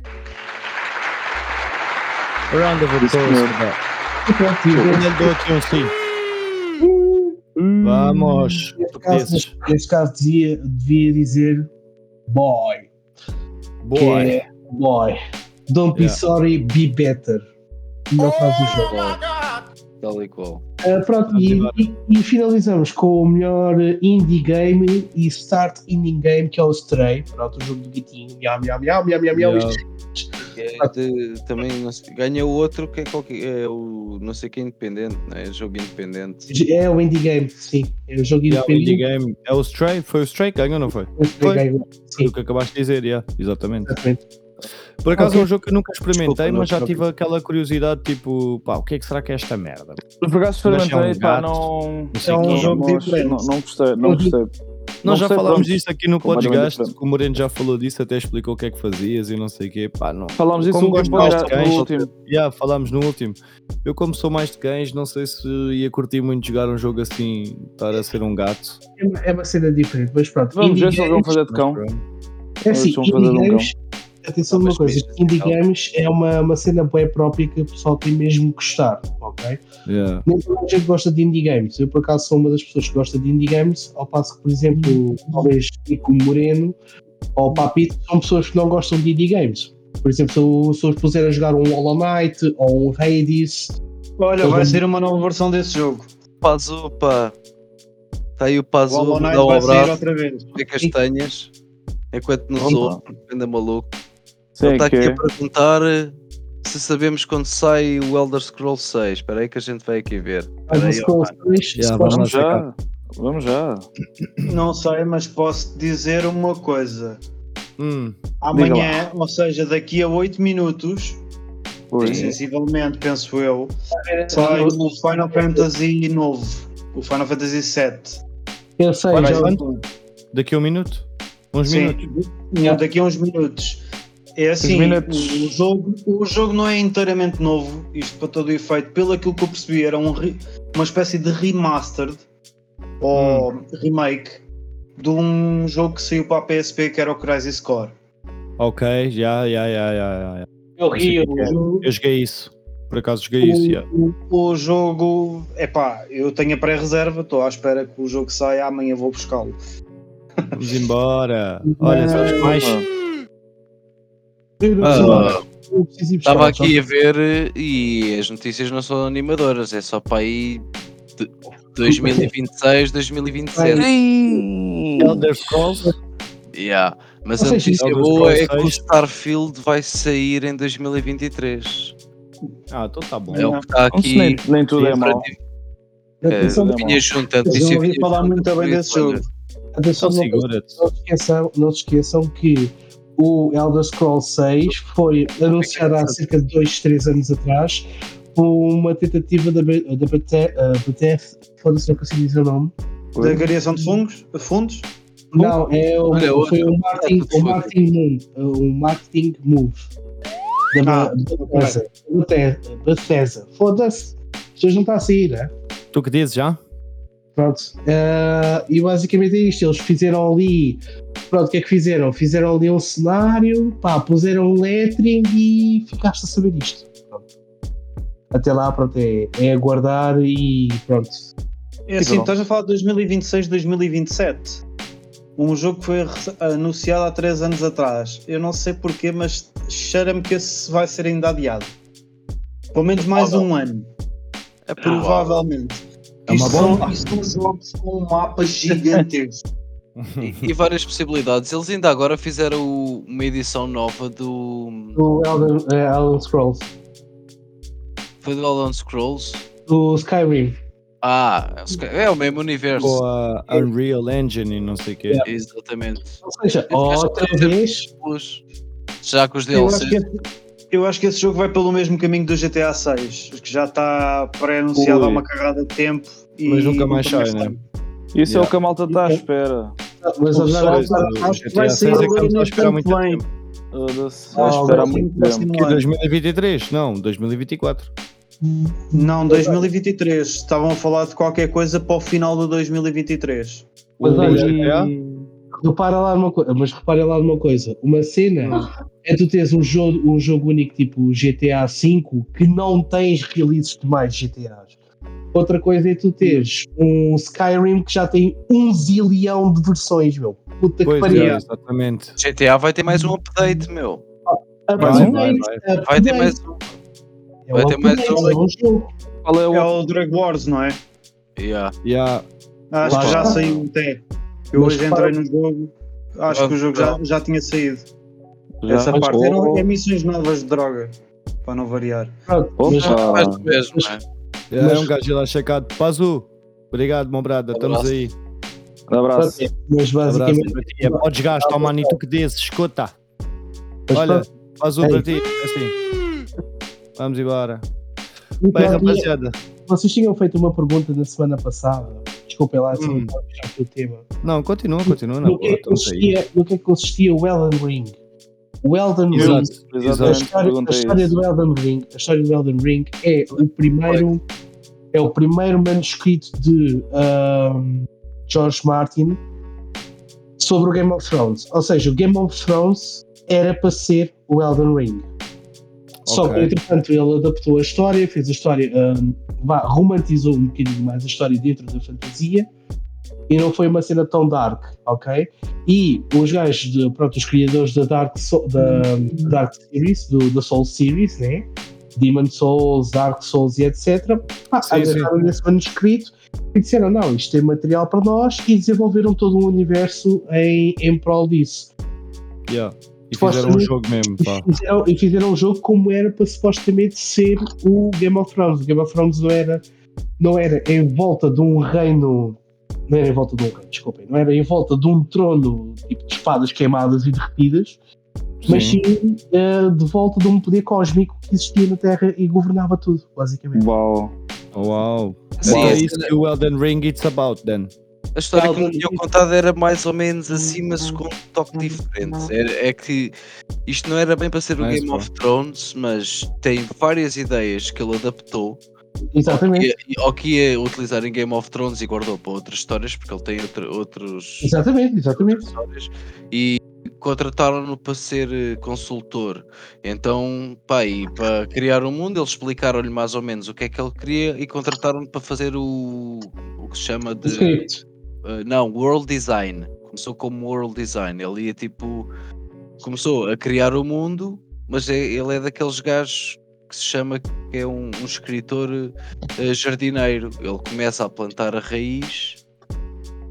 S1: A round of applause.
S4: Isso mesmo.
S1: cara.
S2: E pronto, e
S1: Eu
S2: neste
S1: lhe dou aqui um sim. Vamos. Tu
S2: caso-
S1: dizes.
S2: neste caso dizia- devia dizer boy, que
S1: Boy.
S2: é boy. Don't be
S1: Yeah.
S2: sorry, be better. Melhor frase do jogo.
S3: Tal e qual.
S2: Uh, pronto,
S1: Vamos
S2: e,
S1: embora.
S2: e- e finalizamos com o melhor indie game e start indie game que é o Stray. Pronto, o jogo do gatinho. Miau, miau, miau, miau, miau, miau.
S1: Yeah.
S2: Isto-
S3: Que é de- também não sei- ganha o outro que é, qualquer, é o não sei que independente, né? Jogo independente.
S2: É o indie game, sim. É o jogo
S1: Yeah, o indie
S2: independente.
S1: game. É o Stray? Foi o Stray que ganhou, não foi?
S2: É o Stray
S1: Foi.
S2: Game,
S1: Foi
S2: Sim,
S1: o que acabaste de dizer, yeah. Exatamente.
S2: exatamente.
S1: Por acaso
S2: Ok.
S1: é um jogo que eu nunca experimentei,
S3: Desculpa, não,
S1: mas já
S3: não
S1: tive
S3: pensei.
S1: aquela curiosidade, tipo, pá, o que é que será que é esta merda?
S4: Por acaso
S1: Mas é
S4: experimentei,
S1: um
S4: pá,
S1: gato.
S4: não.
S1: Não sei
S7: É um
S1: quem
S4: não-
S7: jogo
S4: não-
S7: diferente.
S4: Não, não gostei, não gostei. Não
S1: Nós já
S4: sei,
S1: falámos
S4: pronto.
S1: disto aqui no
S4: Completamente
S1: podcast,
S4: diferente.
S1: que o Moreno já falou disso, até explicou o que é que fazias e não sei o quê, pá, não.
S4: Falámos disso
S1: Como
S4: no último
S1: gosto de
S4: podcast,
S1: gatos,
S4: no último.
S1: Já, falámos no último. Eu, como sou mais de cães, não sei se ia curtir muito jogar um jogo assim, estar a ser um gato.
S2: É uma, é uma cena diferente, mas pronto.
S4: Vamos
S2: indie
S4: ver se eles vão
S2: games-
S4: fazer de cão.
S2: É assim,
S4: Eles vão fazer
S2: indie
S4: um
S2: games. Atenção numa
S3: Mas
S2: coisa,
S3: mesmo assim,
S2: Indie
S3: não.
S2: Games é uma, uma cena bem própria que o pessoal tem mesmo que gostar, ok?
S1: Yeah.
S2: Nem toda a gente gosta de indie games. Eu, por acaso, sou uma das pessoas que gosta de indie games, ao passo que, por exemplo, talvez Nico Moreno ou Papito são pessoas que não gostam de indie games. Por exemplo, se eu, se eu os puser a jogar um Hollow Knight ou um Hades,
S7: Olha,
S1: Uhum.
S7: vai sair uma nova versão desse jogo.
S3: Pazu, pá. Está Tá aí o
S7: O
S3: Pazu,
S7: Hollow Knight
S3: dá um
S7: vai sair
S3: abraço,
S7: outra vez.
S3: comer castanhas, enquanto nos
S4: Opa.
S3: ouve, anda maluco. Ele
S4: Sim,
S3: está
S4: que
S3: aqui
S4: é.
S3: a perguntar eh, se sabemos quando sai o Elder Scrolls 6. Espera aí que a gente vai aqui ver. Espera
S2: Elder
S3: aí,
S2: Scrolls 3,
S1: Yeah,
S2: supostamente-
S4: Vamos já. Vamos já.
S7: Não sei, mas posso dizer uma coisa.
S1: Hum,
S7: Amanhã, ou seja, daqui a 8 minutos,
S3: é.
S4: Pois.
S7: sensivelmente, penso eu, sai o Final Fantasy novo. O Final Fantasy VII.
S2: eu sei,
S1: Para
S2: já,
S1: quando? daqui a um minuto? Uns
S7: Sim,
S1: minutos?
S7: Não, daqui a uns minutos. É assim,
S4: minutos.
S7: o, jogo, o jogo não é inteiramente novo, isto para todo o efeito, pelo aquilo que eu percebi, era um re- uma espécie de remastered ou remake de um jogo que saiu para a PSP que era o Crisis Core.
S1: Ok, já, já, já, já, já.
S2: eu ri, eu-
S1: Eu joguei isso. Por acaso joguei isso, yeah.
S7: O, o jogo, epá, eu tenho a pré-reserva, estou à espera que o jogo saia, amanhã vou buscá-lo.
S1: Vamos embora. Olha, sabes é que mais.
S2: Eu não preciso,
S3: Ah,
S2: eu preciso ir buscar,
S3: Estava
S2: só-
S3: aqui a ver e as notícias não são animadoras, é só para aí de 2026, 2027.
S1: é? Elder Scrolls.
S3: Yeah. Mas
S2: Ou
S3: a
S2: seja,
S3: notícia
S1: Elder
S3: boa é que
S1: Scrolls
S3: o
S1: seis.
S3: Starfield vai sair em 2023.
S1: Ah, então tá bom.
S3: É o que está aqui.
S4: nem, nem tudo é
S3: Sim,
S4: mau.
S2: Atenção,
S4: é,
S3: Vinha junto a
S7: Eu
S3: notícia.
S7: ouvi
S3: vinha
S7: falar
S3: junto
S7: muito
S3: a
S7: bem
S3: Twitter,
S7: desse jogo.
S2: atenção,
S1: Então
S2: não-
S1: segura-te.
S2: não se esqueçam- não se esqueçam que o Elder Scrolls 6 foi anunciado há cerca de 2, 3 anos atrás por uma tentativa da, Be- da Bethe- eh, Bethesda, foda-se, não consigo dizer o nome.
S7: Da criação de fungos, fundos,
S2: Não, é o,
S3: Olha,
S2: foi o marketing,
S3: outro.
S2: o marketing move, o marketing move da
S7: Ah,
S2: Be- Bethesda. Bethesda. Bethesda. Foda-se, isto hoje não está a sair, né?
S1: Tu que dizes já?
S2: Pronto. eh, e basicamente é isto. Eles fizeram ali. Pronto, o que é que fizeram? Fizeram ali um cenário, pá, puseram um lettering e ficaste a saber isto. Pronto. Até lá, pronto, é, é aguardar e pronto.
S7: É assim,
S4: Tipo,
S7: estás a falar de 2026, 2027. Um jogo que foi re- anunciado há 3 anos atrás. Eu não sei porquê, mas cheira-me que esse vai ser ainda adiado. Pelo menos mais um ano.
S3: É provável.
S7: Provavelmente.
S1: É uma
S7: Isto são, isto são jogos com um mapa gigantesco.
S3: E, e várias possibilidades. Eles ainda agora fizeram o- uma edição nova do.
S2: Do Elder, eh, Elder Scrolls,
S3: Foi do Elder Scrolls.
S2: do Skyrim.
S3: Ah, é o Sky- é o mesmo universo.
S1: Com a Unreal Engine e não sei o quê.
S3: Exatamente.
S2: Ou seja,
S3: Eu acho
S2: outra
S3: que-
S2: vez.
S3: Os- Já com os
S7: Eu acho,
S3: DLCs.
S7: que,
S2: é-
S7: eu acho que esse jogo vai pelo mesmo caminho do GTA 6, que já está pré-anunciado
S4: Ui.
S7: há uma carrada de tempo. E
S1: Mas nunca mais sai, né?
S4: Isso é
S1: Yeah.
S4: o que a malta está à espera.
S2: Mas
S7: o
S2: agora
S7: pessoal-
S1: Acho que vai
S7: sair
S1: ser
S7: agora
S1: a
S7: no
S1: esperar muito
S7: campo bem.
S1: tempo.
S4: Foda-se,
S2: Ah,
S4: vai esperar
S2: agora sim,
S4: muito
S7: vai
S4: tempo.
S7: ser-
S1: Que 2023? Não, 2024.
S7: Não,
S3: é.
S7: 2023. Estavam a falar de qualquer coisa para o final de 2023.
S2: Mas
S1: O
S2: olha,
S1: GTA?
S2: repara lá numa coisa, mas repara lá numa coisa, uma cena é tu teres um jogo, um jogo único tipo GTA V que não tens releases de mais GTAs. Outra coisa é tu teres um Skyrim que já tem um zilhão de versões, meu. Puta que
S1: Pois
S2: pariu.
S1: é, exatamente.
S3: GTA vai ter mais um update, meu.
S1: Vai, vai, vai.
S3: Vai ter mais um. vai ter mais um.
S2: É um jogo.
S4: Qual é
S7: É
S4: o
S7: o Drag Wars, não é?
S3: Yeah.
S1: Yeah.
S7: Acho
S2: Lá
S7: que já
S2: está.
S7: saiu até. Eu
S2: Mas
S7: hoje
S2: repara-
S7: entrei no jogo. Acho que o jogo já, já tinha saído.
S4: Já.
S7: Essa
S4: Mas-
S7: parte.
S4: Oh,
S7: Eram emissões novas de droga. Para não variar.
S2: Pronto,
S4: oh,
S2: mas-
S4: opa.
S3: Mais do mesmo,
S2: mas-
S3: não é?
S1: É um gajo lá checado. Pazu, obrigado, meu brada. Estamos
S3: Abraço.
S1: aí.
S4: Um Abraço.
S2: pronto, mas
S1: Abraço
S2: basicamente.
S1: para ti. É Podes gastar, oh, mano, e tu que dizes? Escuta.
S2: mas
S1: Olha,
S2: pronto,
S1: Pazu
S2: Ei.
S1: para ti. Assim. Vamos embora.
S2: muito
S1: Bem,
S2: bom dia.
S1: rapaziada.
S2: Vocês tinham feito uma pergunta na semana passada. Desculpem lá, assim,
S1: Hum.
S2: estava a puxar aqui o tema.
S1: Não, continua, continua. Na
S2: no, que é
S1: boa,
S2: que
S1: estamos aí.
S2: consistia, um no que é que consistia o Elden Ring? O Elden Ring,
S1: Exato.
S2: a
S4: Exatamente,
S2: história, a
S4: perguntei
S2: história
S4: isso.
S2: do Elden Ring, a história do Elden Ring é o primeiro é o primeiro manuscrito de ahm, George Martin sobre o Game of Thrones. Ou seja, o Game of Thrones era para ser o Elden Ring. Só que,
S1: Ok.
S2: entretanto, ele adaptou a história, fez a história, ahm, vá, romantizou um bocadinho mais a história dentro da fantasia e não foi uma cena tão dark, ok? E os gajos, de, pronto, os criadores da Dark, Sou- da, da Dark Series, do, da Soul Series, né? Demon Souls, Dark Souls e etc. Pá,
S1: Sim,
S2: agarraram nesse manuscrito e disseram: não, isto tem material para nós e desenvolveram todo um universo em, em prol disso.
S1: Yeah. E fizeram um jogo mesmo,
S2: E
S1: pá.
S2: fizeram, e fizeram o jogo como era para supostamente ser o Game of Thrones. O Game of Thrones não era, não era em volta de um reino. Não era em volta de um reino, desculpem. Não era em volta de um trono tipo, de espadas queimadas e derretidas, mas sim eh, de volta de um poder cósmico que existia na Terra e governava tudo, basicamente.
S4: Uau.
S1: Uau.
S3: Sim,
S1: Então
S3: a
S1: é isso
S3: cena-
S1: que o Elden Ring it's about, then.
S3: A história que me
S2: Elden
S3: tinham
S2: Ring.
S3: contado era mais ou menos assim, mas com um toque diferente. É, é que isto não era bem para ser o
S1: Mas,
S3: Game
S1: pá.
S3: of Thrones, mas tem várias ideias que ele adaptou
S2: Exatamente.
S3: e, e, ao que ia utilizar em Game of Thrones e guardou para outras histórias, porque ele tem outra- outros
S2: Exatamente, exatamente.
S3: histórias. E contrataram-no para ser eh, consultor. Então, pá, e para criar o mundo, eles explicaram-lhe mais ou menos o que é que ele queria e contrataram-no para fazer o, o que se chama de.
S2: Script.
S3: eh, não, World Design. Começou como World Design. Ele ia tipo. Começou a criar o mundo, mas é- ele é daqueles gajos que se chama que é um, um escritor eh, jardineiro. Ele começa a plantar a raiz,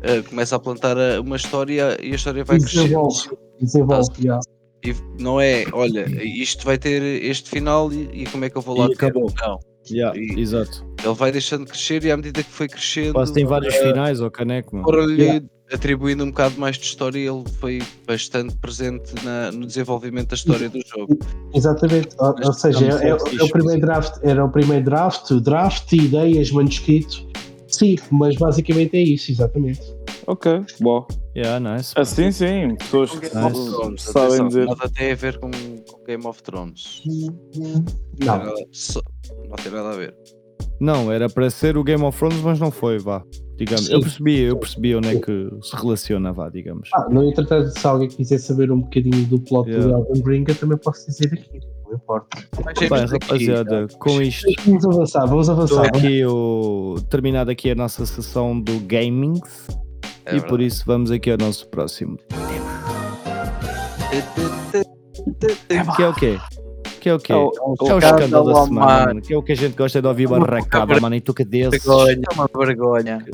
S3: eh, começa a plantar a- uma história e a história vai crescendo
S2: Desenvolve. Desenvolve, yeah.
S3: e não é, olha, isto vai ter este final e, e como é que eu vou lá
S1: E
S3: ter?
S1: acabou.
S3: Não,
S1: Yeah,
S3: E-
S1: exato.
S3: ele vai deixando de crescer e à medida que foi crescendo,
S1: Quase tem vários finais ao caneco, mano.
S3: foram-lhe atribuindo um bocado mais de história e ele foi bastante presente na- no desenvolvimento da história do jogo.
S2: Exatamente, ou, ou seja, é, é- é o primeiro draft, era o primeiro draft, draft, ideias, manuscrito. Sim, mas basicamente é isso, exatamente.
S4: Ok, bom.
S1: Yeah, nice. pá.
S4: Assim sim, pessoas que
S1: Game of
S4: sabem-
S3: Thrones,
S4: sabem
S3: atenção,
S4: dizer.
S3: Nada tem a ver com, com Game of Thrones. Não,
S2: Não,
S3: tem nada- só- não tem nada a ver.
S1: Não, era para ser o Game of Thrones, mas não foi, vá. Digamos,
S2: Sim.
S1: eu percebi, eu percebi onde é que se relaciona, vá, digamos.
S2: ah, no entretanto, se alguém quiser saber um bocadinho do plot
S1: Yeah.
S2: do Elden Ring, eu também posso dizer aqui, não importa.
S1: Bem,
S3: é
S1: rapaziada, com isto
S2: Vamos avançar, vamos
S1: Estou
S2: avançar.
S1: aqui o... terminada aqui a nossa sessão do gaming
S3: É
S1: e por
S3: verdade.
S1: isso vamos aqui ao nosso próximo.
S3: É
S1: Que é o quê? Que é o quê?
S4: É o-
S1: Que é o escândalo da semana, mano. que é o que a gente gosta é de ouvir
S3: Uma
S1: barracada,
S3: vergonha.
S1: mano, e tu que desses.
S3: vergonha, é uma vergonha.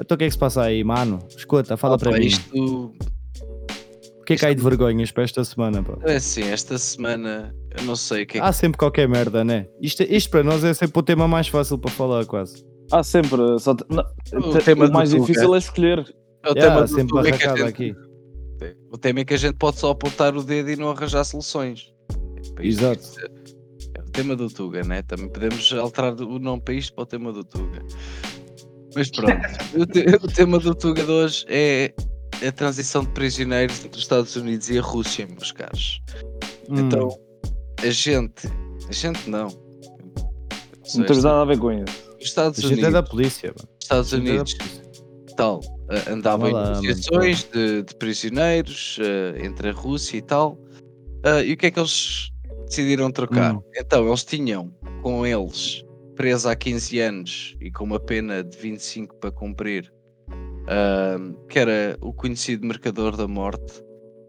S1: Então o que é que se passa aí, mano? Escuta, fala para
S3: Opa,
S1: mim.
S3: Isto
S1: O que é que há aí de vergonhas para esta semana, pá?
S3: É assim, esta semana eu não sei o que é
S1: Há sempre qualquer merda, né? Isto, isto para nós é sempre o tema mais fácil para falar, quase.
S4: Há sempre. Só te- não,
S1: Ah,
S3: O
S4: te-
S3: tema
S4: o
S3: do
S4: mais
S3: Tuga.
S4: difícil é escolher.
S3: que é o
S1: Yeah,
S3: tema
S1: há
S3: do
S1: sempre
S3: tubo, é que a
S1: barracada
S3: gente-
S1: aqui.
S3: O tema é que a gente pode só apontar o dedo e não arranjar soluções. Para isto
S1: Exato.
S3: dizer. É o tema do Tuga, né? Também podemos alterar o nome para isto para o tema do Tuga. Mas pronto, o, te- o tema do Tuga de hoje é a transição de prisioneiros entre os Estados Unidos e a Rússia, meus caros. Então,
S1: Hum,
S3: a gente. A gente não.
S4: Não tens nada a ver com isso.
S3: Os Estados
S1: a gente é da
S3: Unidos.
S1: polícia, mano.
S3: Estados
S1: A gente é da
S3: Unidos.
S1: polícia.
S3: tal, eh, andava
S1: Vá lá,
S3: em
S1: mano,
S3: negociações de, de prisioneiros eh, entre a Rússia e tal. Eh, e o que é que eles decidiram trocar? Então, eles tinham com eles presa há 15 anos e com uma pena de 25 para cumprir, ahm, que era o conhecido Mercador da Morte.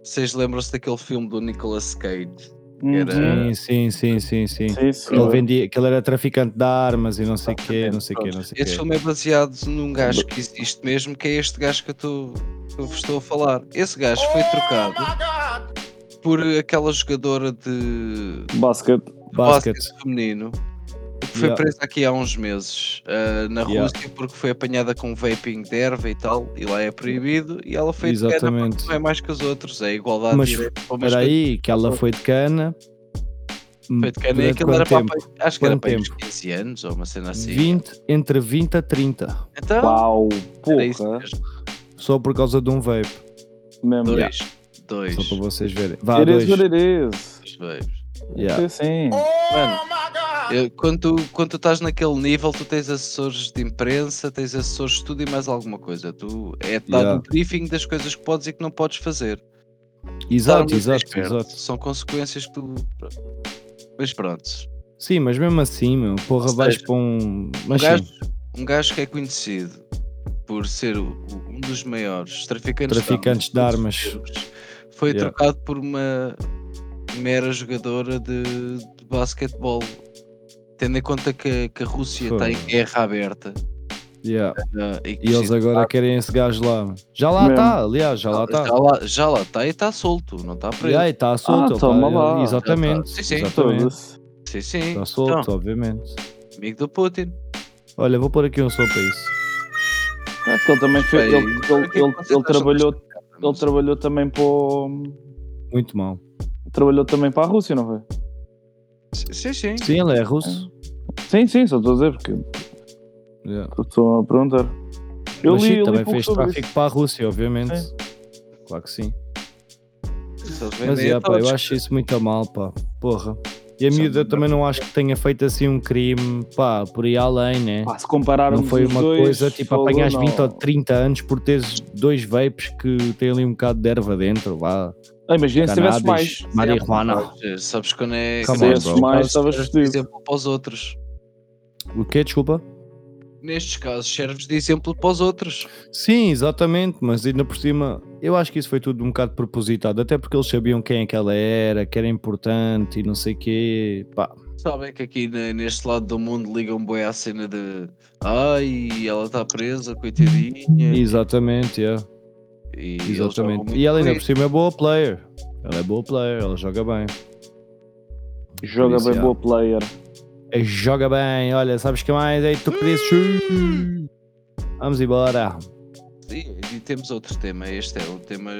S3: Vocês lembram-se daquele filme do Nicolas Cage?
S7: Um
S3: Era-
S4: Uhum.
S1: Sim, sim, sim, sim, sim.
S4: Sim, sim.
S1: Que ele, vendia, que ele era traficante de armas e não sei o quê, não sei o quê,
S3: Pronto,
S1: não sei o
S3: Esse
S1: quê.
S3: filme é baseado num gajo que existe mesmo, que é este gajo que eu, tô, que eu vos estou a falar. Esse gajo foi trocado por aquela jogadora de
S4: Basket.
S3: um
S1: Basket.
S3: basquete feminino que foi
S1: Yeah.
S3: presa aqui há uns meses ah, na
S1: Yeah.
S3: Rússia porque foi apanhada com vaping de erva e tal, e lá é proibido, e ela foi de cana
S1: Exatamente.
S3: porque não é mais que os outros, é igualdade
S1: Mas
S3: de direitos para umas
S1: Espera aí, que ela foi de cana.
S3: Foi de cana e
S1: Durante
S3: aquilo era
S1: quanto
S3: para apanhar- acho que era
S1: Quanto
S3: para aí uns 15 anos ou uma cena assim.
S1: 20, entre 20 a 30.
S3: Então,
S4: Uau,
S3: era isso
S4: porra.
S3: mesmo.
S1: Só por causa de um vape.
S4: Mesmo.
S3: Dois. Dois.
S1: Só para vocês verem. Vá,
S4: It
S1: dois.
S4: is what it is.
S3: Dois.
S1: Yeah.
S4: Sim, sim.
S3: Mano, eu- quando, tu, quando tu estás naquele nível, tu tens assessores de imprensa, tens assessores de tudo e mais alguma coisa. Tu é dado
S1: Yeah.
S3: um briefing das coisas que podes e que não podes fazer.
S1: Exato,
S3: Estar muito
S1: exato,
S3: Tá, esperto.
S1: exato.
S3: São consequências que tu. Mas pronto.
S1: Sim, mas mesmo assim, meu, porra,
S3: Ou
S1: vais
S3: seja,
S1: para um.
S3: Um
S1: Mas
S3: gajo,
S1: sim,
S3: um gajo que é conhecido por ser o- o- um dos maiores traficantes,
S1: Traficantes de armas.
S3: foi
S1: Yeah.
S3: trocado por uma mera jogadora de, de basquetebol. Tendo em conta que, que a Rússia está em guerra aberta.
S1: yeah.
S3: né, e que
S1: E eles
S3: precisa-
S1: agora querem esse gajo lá. mano. Já lá
S4: Mesmo.
S1: está, aliás, já lá tá. está.
S3: Ah, Já lá- já lá está e está solto, não está preso.
S1: E está solto.
S4: Ah,
S1: ele
S4: toma
S1: tá-
S4: lá.
S1: Exatamente.
S3: Já tá. Sim, sim.
S1: exatamente.
S4: Todas.
S3: Sim, sim.
S1: Está tá solto,
S3: Então,
S1: obviamente.
S3: amigo do Putin.
S1: Olha, vou pôr aqui um som para isso.
S4: É, porque ele também foi. Ele,
S3: Bem,
S4: ele,
S3: o que é que
S4: ele,
S3: vocês
S4: ele
S3: acham
S4: trabalhou,
S3: desta merda,
S4: ele
S3: mas-
S4: trabalhou também para. o-
S1: Muito mal.
S4: Trabalhou também para a Rússia, não foi?
S3: Sim, sim.
S1: Sim, ele é russo.
S4: Sim, sim, só estou a dizer porque
S1: Yeah.
S4: estou a perguntar. Eu
S1: Mas
S4: li,
S1: sim,
S4: eu li
S1: também
S4: pouco
S1: fez
S4: sobre
S1: tráfico né? para a Rússia, obviamente.
S4: Sim.
S1: Claro que sim.
S3: Se eles
S1: Mas
S3: vendem
S1: yeah,
S3: a
S1: pá, eu
S3: todos.
S1: acho isso muito a mal, pá. Porra. E a
S3: então, Isso é
S1: miúda
S3: uma
S1: também não acho que tenha feito assim um crime, pá, por aí além, né?
S4: isso. Pá, se compararmos
S1: Não foi
S4: os
S1: uma
S4: dois,
S1: coisa tipo
S4: fogo,
S1: apanhas
S4: não.
S1: 20 ou 30 anos por teres dois vapes que têm ali um bocado de erva dentro, vá.
S4: Ah, Imagina se tivesse mais.
S1: Cannabis, marihuana.
S3: Eh, Sabes quando é.
S1: Come
S4: Se
S1: on,
S3: quando
S1: bro.
S4: tivesse mais, estavas
S3: serves de
S4: fodido.
S3: exemplo para os outros.
S1: O quê? Desculpa?
S3: Nestes casos, serves de exemplo para os outros.
S1: Sim, exatamente, mas ainda por cima, eu acho que isso foi tudo um bocado propositado, até porque eles sabiam quem é que ela era, que era importante e não sei quê. Pá,
S3: Sabem que aqui ne- neste lado do mundo ligam boi à cena de. Ai, ela está presa, coitadinha.
S1: exatamente, yeah,
S3: E eles jogam
S1: exatamente.
S3: muito
S1: E ela ainda
S3: com
S1: por cima é boa player. Ela é boa player, ela joga bem.
S4: Joga
S1: Por isso,
S4: bem
S1: já.
S4: boa player.
S1: É, Joga bem, olha, sabes que mais? Ei, tu querias.
S3: Hum!
S1: Vamos embora.
S3: Sim, e temos outro tema. Este é o tema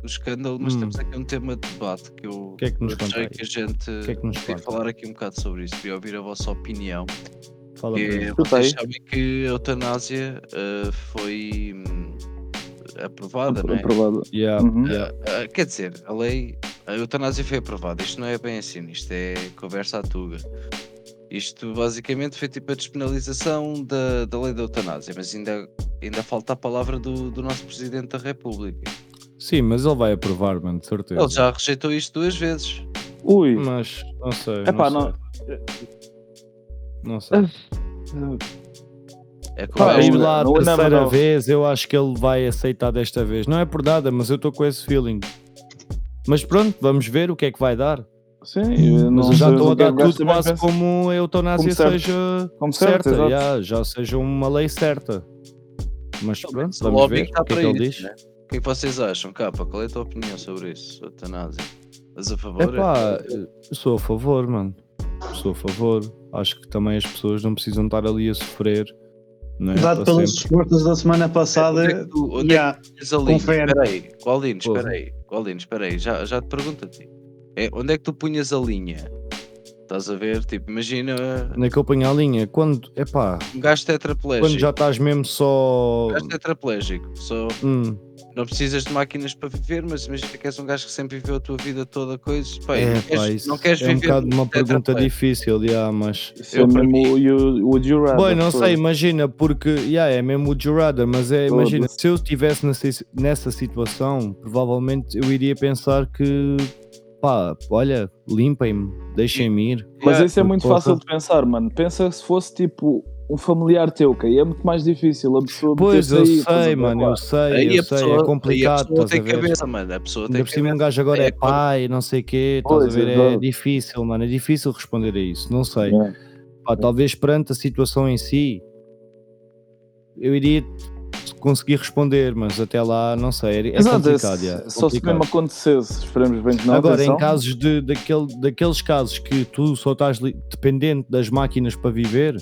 S3: do escândalo, mas
S1: Hum.
S3: temos aqui um tema de debate que eu
S1: O que é que nos conta
S3: achei
S1: aí?
S3: que a gente
S1: O que é que nos
S3: queria
S1: conta?
S3: falar aqui um bocado sobre isso, queria ouvir a vossa opinião.
S1: Fala
S3: Que
S1: para
S3: é,
S1: mim.
S4: Escuta aí.
S3: vocês sabem que a eutanásia ah, foi hum, aprovada, não é?
S4: Aprovado.
S1: Yeah,
S4: Uhum.
S1: yeah.
S3: Ah, quer dizer, a lei, a eutanásia foi aprovada. Isto não é bem assim, isto é conversa à tuga. Isto basicamente foi tipo a despenalização da, da lei da eutanásia, mas ainda, ainda falta a palavra do, do nosso Presidente da República.
S1: Sim, mas ele vai aprovar, mano, de certeza.
S3: Ele já rejeitou isto duas vezes.
S4: Ui.
S1: Mas, não sei.
S4: Epá,
S1: não,
S4: não.
S1: sei. não sei.
S3: É como
S4: Pá,
S1: Pá,
S3: esta-
S1: e
S4: não-
S1: lá a
S4: não andava,
S1: terceira
S4: não.
S1: vez, eu acho que ele vai aceitar desta vez. Não é por nada, mas eu estou com esse feeling. Mas pronto, vamos ver o que é que vai dar.
S4: Sim, eu
S1: Mas
S4: não
S1: já
S4: sei
S1: estão a
S4: o que é
S1: dar
S4: que o gajo
S1: tudo
S4: também
S1: quase
S4: pensa.
S1: como a eutanásia
S4: Como certo.
S1: seja
S4: Como certo,
S1: certa,
S4: exato.
S1: já, já seja uma lei certa. Mas pronto,
S3: Então, o
S1: vamos
S3: lobby
S1: ver
S3: está
S1: o que é que
S3: para
S1: ele
S3: isso,
S1: diz.
S3: né? O que é que vocês acham, Capa? Qual é a tua opinião sobre isso, eutanásia? Mas a favor? é
S1: Epá, eu sou a favor, mano. Sou a favor. Acho que também as pessoas não precisam estar ali a sofrer. Não é?
S7: Dado
S1: Para
S7: pelas
S1: sempre.
S7: descobertas da semana
S3: Onde é
S7: passada,
S3: que tu- onde é
S7: yeah,
S3: Diz a Lins,
S7: Confere.
S3: espera aí, qual Lins,
S1: Porra.
S3: espera aí, qual Lins, espera aí, já, já te pergunto a ti. É, onde é que tu punhas a linha? Estás a ver? Tipo, imagina
S1: Na que eu ponho a linha, quando, epá,
S3: um gajo
S1: quando
S3: tetraplégico.
S1: já estás mesmo só.
S3: Um gajo tetraplégico, só
S1: Hum,
S3: não precisas de máquinas para viver, mas imagina que és um gajo que sempre viveu a tua vida toda, coisas. Pá,
S1: é,
S3: não
S1: pá,
S3: queres,
S1: isso
S3: não queres
S1: é um
S3: viver.
S1: bocado uma pergunta
S3: tetraplégico.
S1: difícil, já, mas.
S4: Isso é
S3: Eu, para
S4: mesmo o Would You Rather.
S1: Bem, não sei,
S4: pô.
S1: imagina, porque yeah, é mesmo o jurada, mas é,
S4: Foda-se.
S1: imagina, se eu estivesse nessa, nessa situação, provavelmente eu iria pensar que, pá, olha, limpem-me, deixem-me ir.
S4: Mas
S3: Yeah.
S4: isso é muito
S1: Porra.
S4: fácil de pensar, mano. Pensa se fosse tipo um familiar teu, que aí é muito mais difícil a pessoa
S1: Pois, eu
S4: meter-se aí, estás a
S1: sei,
S4: ver?
S1: mano, eu sei,
S3: Aí
S1: eu
S3: a
S1: sei,
S3: pessoa, aí
S1: é complicado,
S3: a pessoa
S1: estás a
S3: tem
S1: ver?
S3: cabeça, mano. A pessoa
S1: Ainda
S3: tem
S1: por cima um
S3: cabeça.
S1: gajo agora
S3: É,
S1: é pai, não sei o quê, estás a
S4: Pois,
S1: ver? É
S4: exato.
S1: difícil, mano, é difícil responder a isso, não sei.
S4: Yeah.
S1: Pá, talvez perante a situação em si, eu iria conseguir responder, mas até lá, não sei, é, é
S4: Exato,
S1: complicado,
S4: se-
S1: já, é
S4: só se
S1: complicado.
S4: mesmo acontecesse, esperemos bem que não.
S1: Agora,
S4: atenção.
S1: em casos de, daquele, daqueles casos que tu só estás li- dependente das máquinas para viver,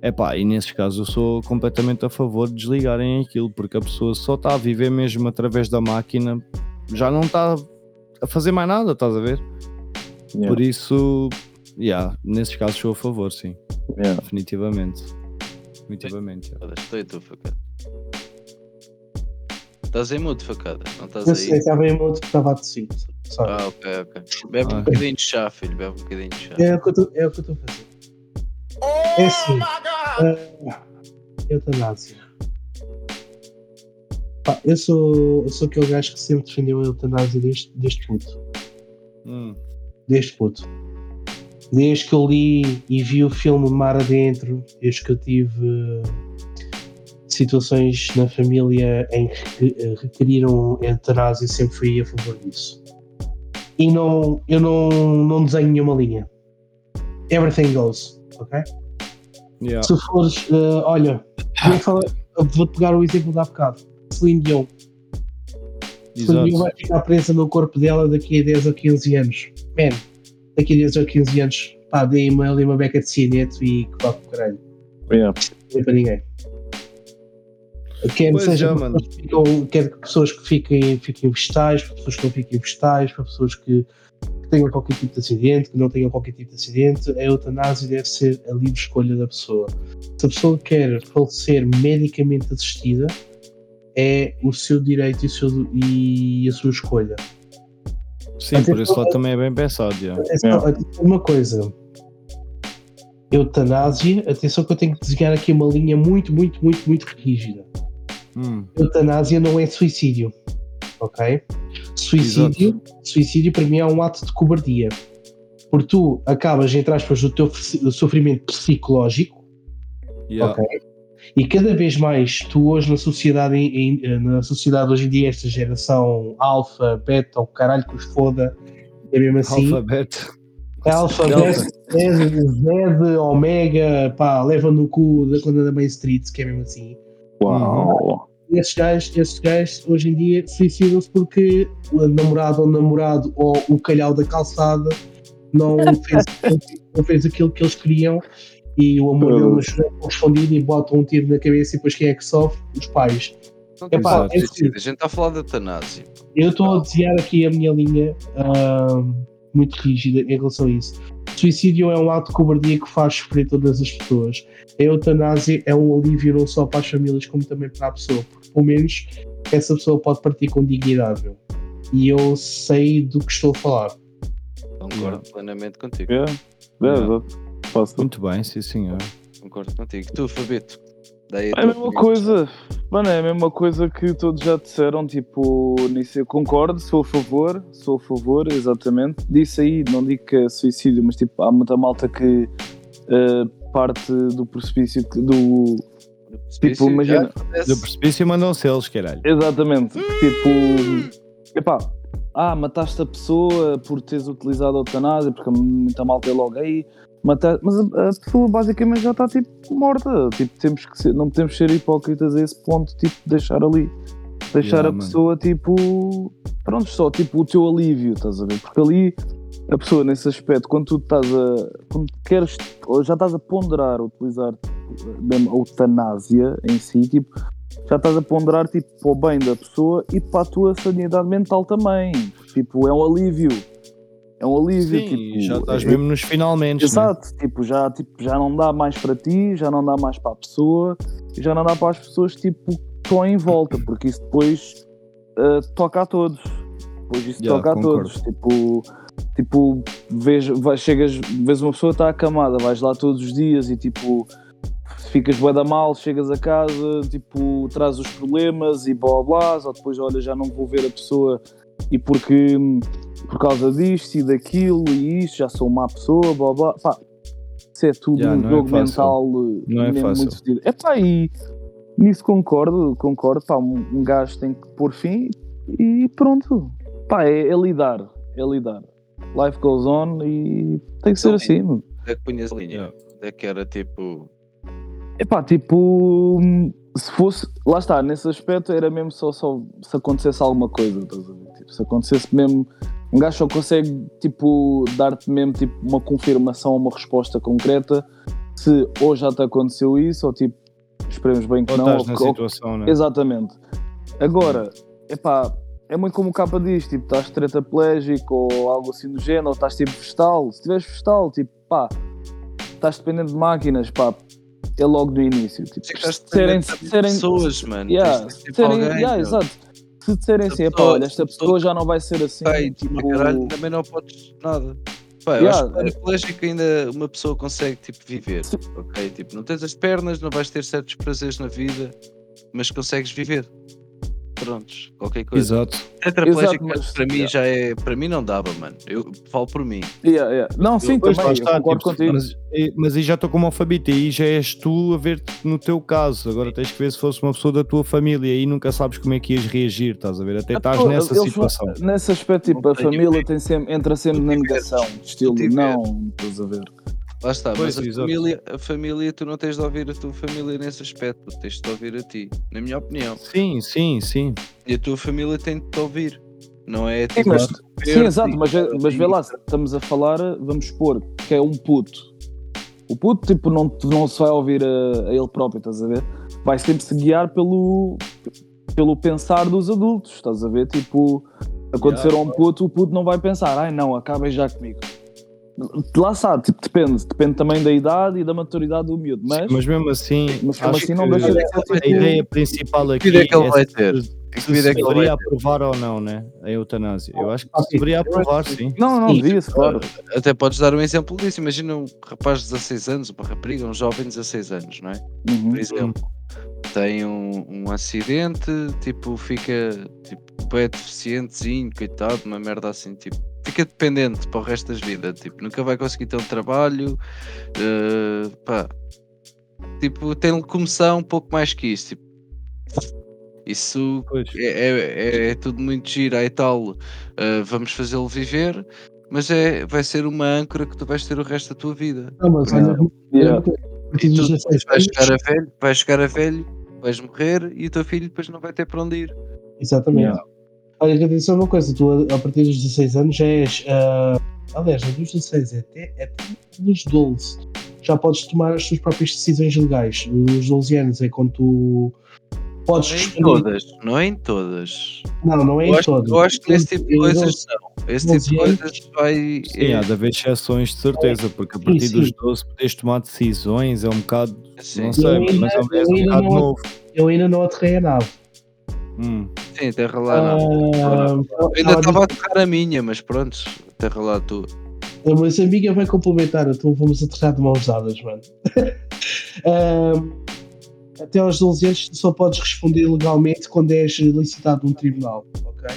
S1: é pá, e nesses casos eu sou completamente a favor de desligarem aquilo, porque a pessoa só está a viver mesmo através da máquina, já não está a fazer mais nada, estás a ver?
S4: Yeah,
S1: Por isso, yeah, nesses casos sou a favor, sim,
S4: yeah.
S1: definitivamente. Definitivamente. yeah.
S3: Facadas, Estou aí tu, facada. Estás em mudo, facadas, não estás
S2: Não
S3: aí?
S2: sei, estava em outro estava a tossir. sabe?
S3: Ah, ok, ok. Bebe
S1: Ah.
S3: um bocadinho de chá, filho. Bebe um bocadinho de chá.
S2: É o que eu estou é o que eu estou a fazer. É assim. ah, eutanásia. Pá, eu sou, eu sou aquele gajo que sempre defendeu a eutanásia desde, desde puto.
S1: Hum.
S2: Desde puto. Desde que eu li e vi o filme Mar Adentro, desde que eu tive ah, situações na família em que ah, requeriram a eutanásia, sempre fui a favor disso. E não, eu não, não desenho nenhuma linha. Everything goes, ok?
S1: Yeah.
S2: se fores, eh, olha, vou, falar- vou pegar o exemplo da bocado. Celine Dion. Celine Dion
S1: Exato.
S2: vai ficar presa no corpo dela daqui a 10 ou 15 anos. Man, daqui a 10 ou 15 anos, pá, dei-me ali uma beca de cianeto e que vá para o caralho.
S4: Yeah.
S2: Não é para ninguém. Quer,
S1: Pois
S2: seja
S1: é,
S2: para
S1: mano.
S2: pessoas que ficam- quer que pessoas que fiquem, fiquem vegetais, para pessoas que não fiquem vegetais, para pessoas que, que tenham qualquer tipo de acidente, que não tenham qualquer tipo de acidente, a eutanásia deve ser a livre escolha da pessoa. Se a pessoa quer falecer medicamente assistida, é o seu direito e, o seu- e a sua escolha.
S1: Sim, por esse lado também é bem pensado. Yeah.
S2: É só-
S4: Yeah.
S2: atenção, uma coisa. Eutanásia, atenção que eu tenho que desenhar aqui uma linha muito, muito, muito, muito rígida.
S1: Hum.
S2: eutanásia não é suicídio, ok? Suicídio, suicídio para mim é um ato de cobardia. Porque tu acabas, entre aspas, o teu f- sofrimento psicológico
S1: Yeah.
S2: Ok. e cada vez mais tu hoje na sociedade, em- em- na sociedade hoje em dia, esta geração alfa, beta, o caralho que os foda, é mesmo assim. é
S1: Alfabeto.
S2: Alfa,
S1: Delta.
S2: beta, Z, Omega, pá, leva no cu da quando da Main Street, que é mesmo assim.
S4: Uau!
S2: esses gajos, esses gajos hoje em dia suicidam-se porque o namorado ou namorado ou o calhau da calçada não fez, não fez aquilo que eles queriam e o amor dele não foi correspondido e botam um tiro na cabeça e depois quem é que sofre? Os pais.
S3: Não tem
S2: Epá,
S3: nada
S2: é
S3: a dizer.
S2: assim,
S3: A gente está a falar da Tanásio.
S2: eu estou a desenhar aqui a minha linha ahm, muito rígida em relação a isso. Suicídio é um ato de cobardia que faz sofrer todas as pessoas. A eutanásia é um alívio não só para as famílias, como também para a pessoa, porque pelo menos essa pessoa pode partir com dignidade. meu. E eu sei do que estou a falar.
S3: Concordo plenamente contigo.
S4: Yeah. Yeah, Posso.
S1: Muito bem, sim senhor.
S3: Concordo contigo. Tu, Fabito. Daí
S4: É a mesma coisa, mano, é a mesma coisa que todos já disseram, tipo, nisso eu concordo, sou a favor, sou a favor, exatamente. Disse aí, não digo que é suicídio, mas tipo, há muita malta que eh, parte do precipício que- do. Tipo, imagina.
S1: Do precipício mandam-se eles, caralho.
S4: Exatamente, tipo, epá, ah, mataste a pessoa por teres utilizado a eutanásia, porque muita malta é logo aí, mata... mas a, a pessoa basicamente já está tipo morta, tipo, temos que ser- não podemos ser hipócritas a esse ponto, tipo, deixar ali, deixar
S1: Yeah,
S4: a
S1: mano.
S4: pessoa tipo, pronto, só tipo o teu alívio, estás a ver, porque ali a pessoa nesse aspecto, quando tu estás a, quando queres, ou já estás a ponderar, utilizar tipo, mesmo a eutanásia em si, tipo, já estás a ponderar tipo, para o bem da pessoa e para a tua sanidade mental também. Tipo, é um alívio. É um alívio.
S1: Sim,
S4: tipo,
S1: já estás
S4: é-
S1: mesmo nos finalmente.
S4: Exato, tipo já, tipo, já não dá mais para ti, já não dá mais para a pessoa, e já não dá para as pessoas tipo, que estão em volta, porque isso depois ah, toca a todos. Depois isso
S1: Yeah,
S4: toca
S1: concordo.
S4: a todos. Tipo, tipo vês, vai- chegas, vês uma pessoa que está acamada, vais lá todos os dias e tipo. Ficas bué da mal, chegas a casa, tipo, traz os problemas e blá blá, ou depois, olha, já não vou ver a pessoa e porque hum, por causa disto e daquilo e isto, já sou uma má pessoa, blá blá. Pá, isso é tudo
S1: Yeah,
S4: um
S1: não é
S4: jogo
S1: fácil.
S4: mental eh,
S1: Não é
S4: mesmo
S1: fácil.
S4: muito fedido. É pá, e nisso concordo, concordo, pá, um, um gajo tem que pôr fim e pronto. Pá, é, é lidar, é lidar. Life goes on e tem que ser
S3: Sim.
S4: assim, mano.
S3: Onde é que punhas a linha?
S1: Yeah.
S3: Onde é que era tipo.
S4: Epá, tipo, hum, se fosse, lá está, nesse aspecto era mesmo só, só se acontecesse alguma coisa, estás a ver? Tipo, se acontecesse mesmo, um gajo só consegue, tipo, dar-te mesmo, tipo, uma confirmação, uma resposta concreta, se ou já te aconteceu isso, ou tipo, esperemos bem que
S1: É, Ou
S4: não,
S1: estás
S4: ou
S1: na
S4: que- ou-
S1: situação,
S3: é?
S1: né?
S4: Exatamente. Agora, epá, é muito como o capa diz, tipo, estás tetraplégico ou algo assim do género, ou estás tipo vegetal. Se tiveres vegetal, tipo, pá, estás dependendo de máquinas, pá, é logo do início. Tipo,
S3: Sei que estás
S4: se disserem-
S3: dependente de
S4: se disserem-
S3: pessoas, mano.
S4: Yeah,
S3: Tens de
S4: se
S3: ter tipo,
S4: disserem-
S3: alguém,
S4: yeah,
S3: meu.
S4: exato. Se disserem
S3: Esta
S4: assim, epá,
S3: pessoa-
S4: olha, esta
S3: esta
S4: pessoa já não vai ser assim,
S3: Pai,
S4: tipo,
S3: mas caralho, também não podes nada. Pá, eu
S4: Yeah.
S3: acho que
S1: é.
S3: paraplégico ainda uma pessoa consegue tipo, viver, ok? Tipo, não tens as pernas, não vais ter certos prazeres na vida, mas consegues viver. Prontos, qualquer coisa.
S1: Exato.
S3: Tetraplégico
S4: Exato, mas-
S3: para mim já é. Para mim não dava, mano. Eu falo por mim.
S4: yeah, yeah. não, sim,
S1: Pois, lá
S4: também,
S1: está,
S4: Então eu concordo contigo.
S1: tipo, Mas, e- mas aí já estou como alfabito, aí já és tu a ver-te no teu caso. Agora tens que ver se fosse uma pessoa da tua família aí nunca sabes como é que ias reagir, estás a ver? Até estás
S4: Ah, Pô,
S1: nessa
S4: eles-
S1: situação.
S4: Nesse aspecto, tipo,
S3: Não
S4: a
S3: tenho
S4: família
S3: bem.
S4: tem sempre, entra sempre na
S3: Multiverso.
S4: negação, de estilo,
S3: Multiverso.
S4: não, estás a ver.
S3: Lá está,
S1: Pois,
S3: mas a
S1: exato.
S3: família, a família, tu não tens de ouvir a tua família nesse aspecto, tu tens de ouvir a ti, na minha opinião.
S1: Sim, sim, sim.
S3: E a tua família tem de te ouvir. Não é
S4: Sim,
S3: tipo.
S4: mas-
S3: ver-te
S4: Sim, exato,
S3: e-
S4: mas, mas vê lá, estamos a falar, vamos supor, que é um puto. O puto, tipo, não, não se vai ouvir a, a ele próprio, estás a ver? Vai sempre se guiar pelo, pelo pensar dos adultos, estás a ver? Tipo, acontecer a um puto, o puto não vai pensar, ai não, acabem já comigo. Lá está, tipo, depende, depende também da idade e da maturidade do miúdo, mas,
S1: Mas mesmo assim,
S4: mas como
S1: acho
S4: assim não
S1: que
S4: deixa de um
S1: a ideia principal aqui
S3: vida é que ele vai
S1: se-
S3: ter?
S1: se
S3: Que vida é que ele vai
S1: deveria
S3: ter?
S1: aprovar ou não, né? A eutanásia. Eu acho que
S2: Ah,
S1: se deveria aprovar, sim.
S4: Não, não,
S2: Sim,
S4: devia-se, claro.
S3: Até podes dar um exemplo disso. Imagina um rapaz de 16 anos, uma rapariga, um jovem de 16 anos, não é?
S4: Uhum.
S3: Por exemplo. tem um, um acidente, tipo, fica tipo, é deficientezinho, coitado, uma merda assim, tipo, fica dependente para o resto das vidas, tipo, nunca vai conseguir ter um trabalho, eh, pá, tipo, tem locomoção um pouco mais que isso, tipo, isso
S1: Pois.
S3: é, é- é- é tudo muito giro, aí tal, eh, vamos fazê-lo viver, mas é, vai ser uma âncora que tu vais ter o resto da tua vida.
S2: Não, mas olha,
S4: Yeah.
S2: a partir
S3: E
S2: dos
S3: tu
S2: 16
S3: depois vais
S2: anos-
S3: chegar a velho, vais chegar a velho, vais morrer e o teu filho depois não vai ter para onde ir.
S2: Exatamente. Olha, quero dizer só uma coisa, tu a, a partir dos 16 anos já és. ah, aliás, não dos 16 até, até dos 12. Já podes tomar as tuas próprias decisões legais. Os 12 anos é quando tu podes
S3: Não é em
S2: responder.
S3: todas, não é em todas.
S2: Não, não é
S3: Eu
S2: em
S3: acho,
S2: todo.
S3: eu acho que esse tipo de
S2: Eu
S3: coisas não. Esse tipo de
S2: Mas-
S3: coisas vai. é,
S1: Sim,
S4: É.
S1: há de haver exceções de certeza, porque a
S2: Sim,
S1: partir
S2: sim.
S1: dos 12 podes tomar decisões, é um bocado,
S3: é assim.
S1: não sei,
S2: ainda-
S1: mas é um- é
S2: eu
S1: um
S2: ainda
S1: bocado
S2: não-
S1: novo.
S2: Eu ainda não aterrei a nave.
S1: Hum.
S3: Sim, terra lá não.
S2: Ah,
S3: Eu ainda estava a tocar a minha, mas pronto, terra lá tu.
S2: A Moçambique vai é complementar, então vamos aterrar de mãos dadas, mano. Ahm, até aos 12 anos tu só podes responder legalmente quando és licitado num tribunal, ok?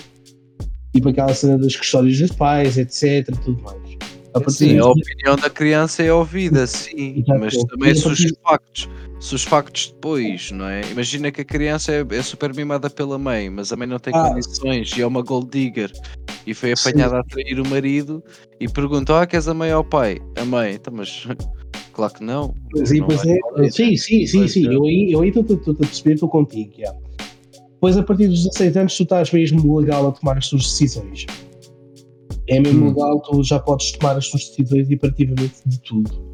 S2: Tipo aquela cena das custódias dos pais, etc. Tudo mais. A partir
S3: Sim, a
S2: disso-
S3: opinião da criança é ouvida, sim,
S2: Exato.
S3: mas também
S2: E a
S3: se os
S2: partir-
S3: factos, se os factos depois, não é? Imagina que a criança é, é super mimada pela mãe, mas a mãe não tem
S2: Ah.
S3: condições e é uma gold digger e foi
S2: Sim.
S3: apanhada a trair o marido e pergunta: Ah, queres a mãe ou o pai? A mãe, então, mas claro que não.
S2: Pois é,
S3: não
S2: pois
S3: vai
S2: é.
S3: falar isso."
S2: Sim, sim, sim,
S3: Pois
S2: sim.
S3: é.
S2: Eu aí eu aí estou estou- estou a perceber, estou contigo. já. Pois a partir dos 16 anos tu estás mesmo legal a tomar as tuas decisões. É
S3: Hum.
S2: mesmo legal, tu já podes tomar as tuas decisões e praticamente de tudo.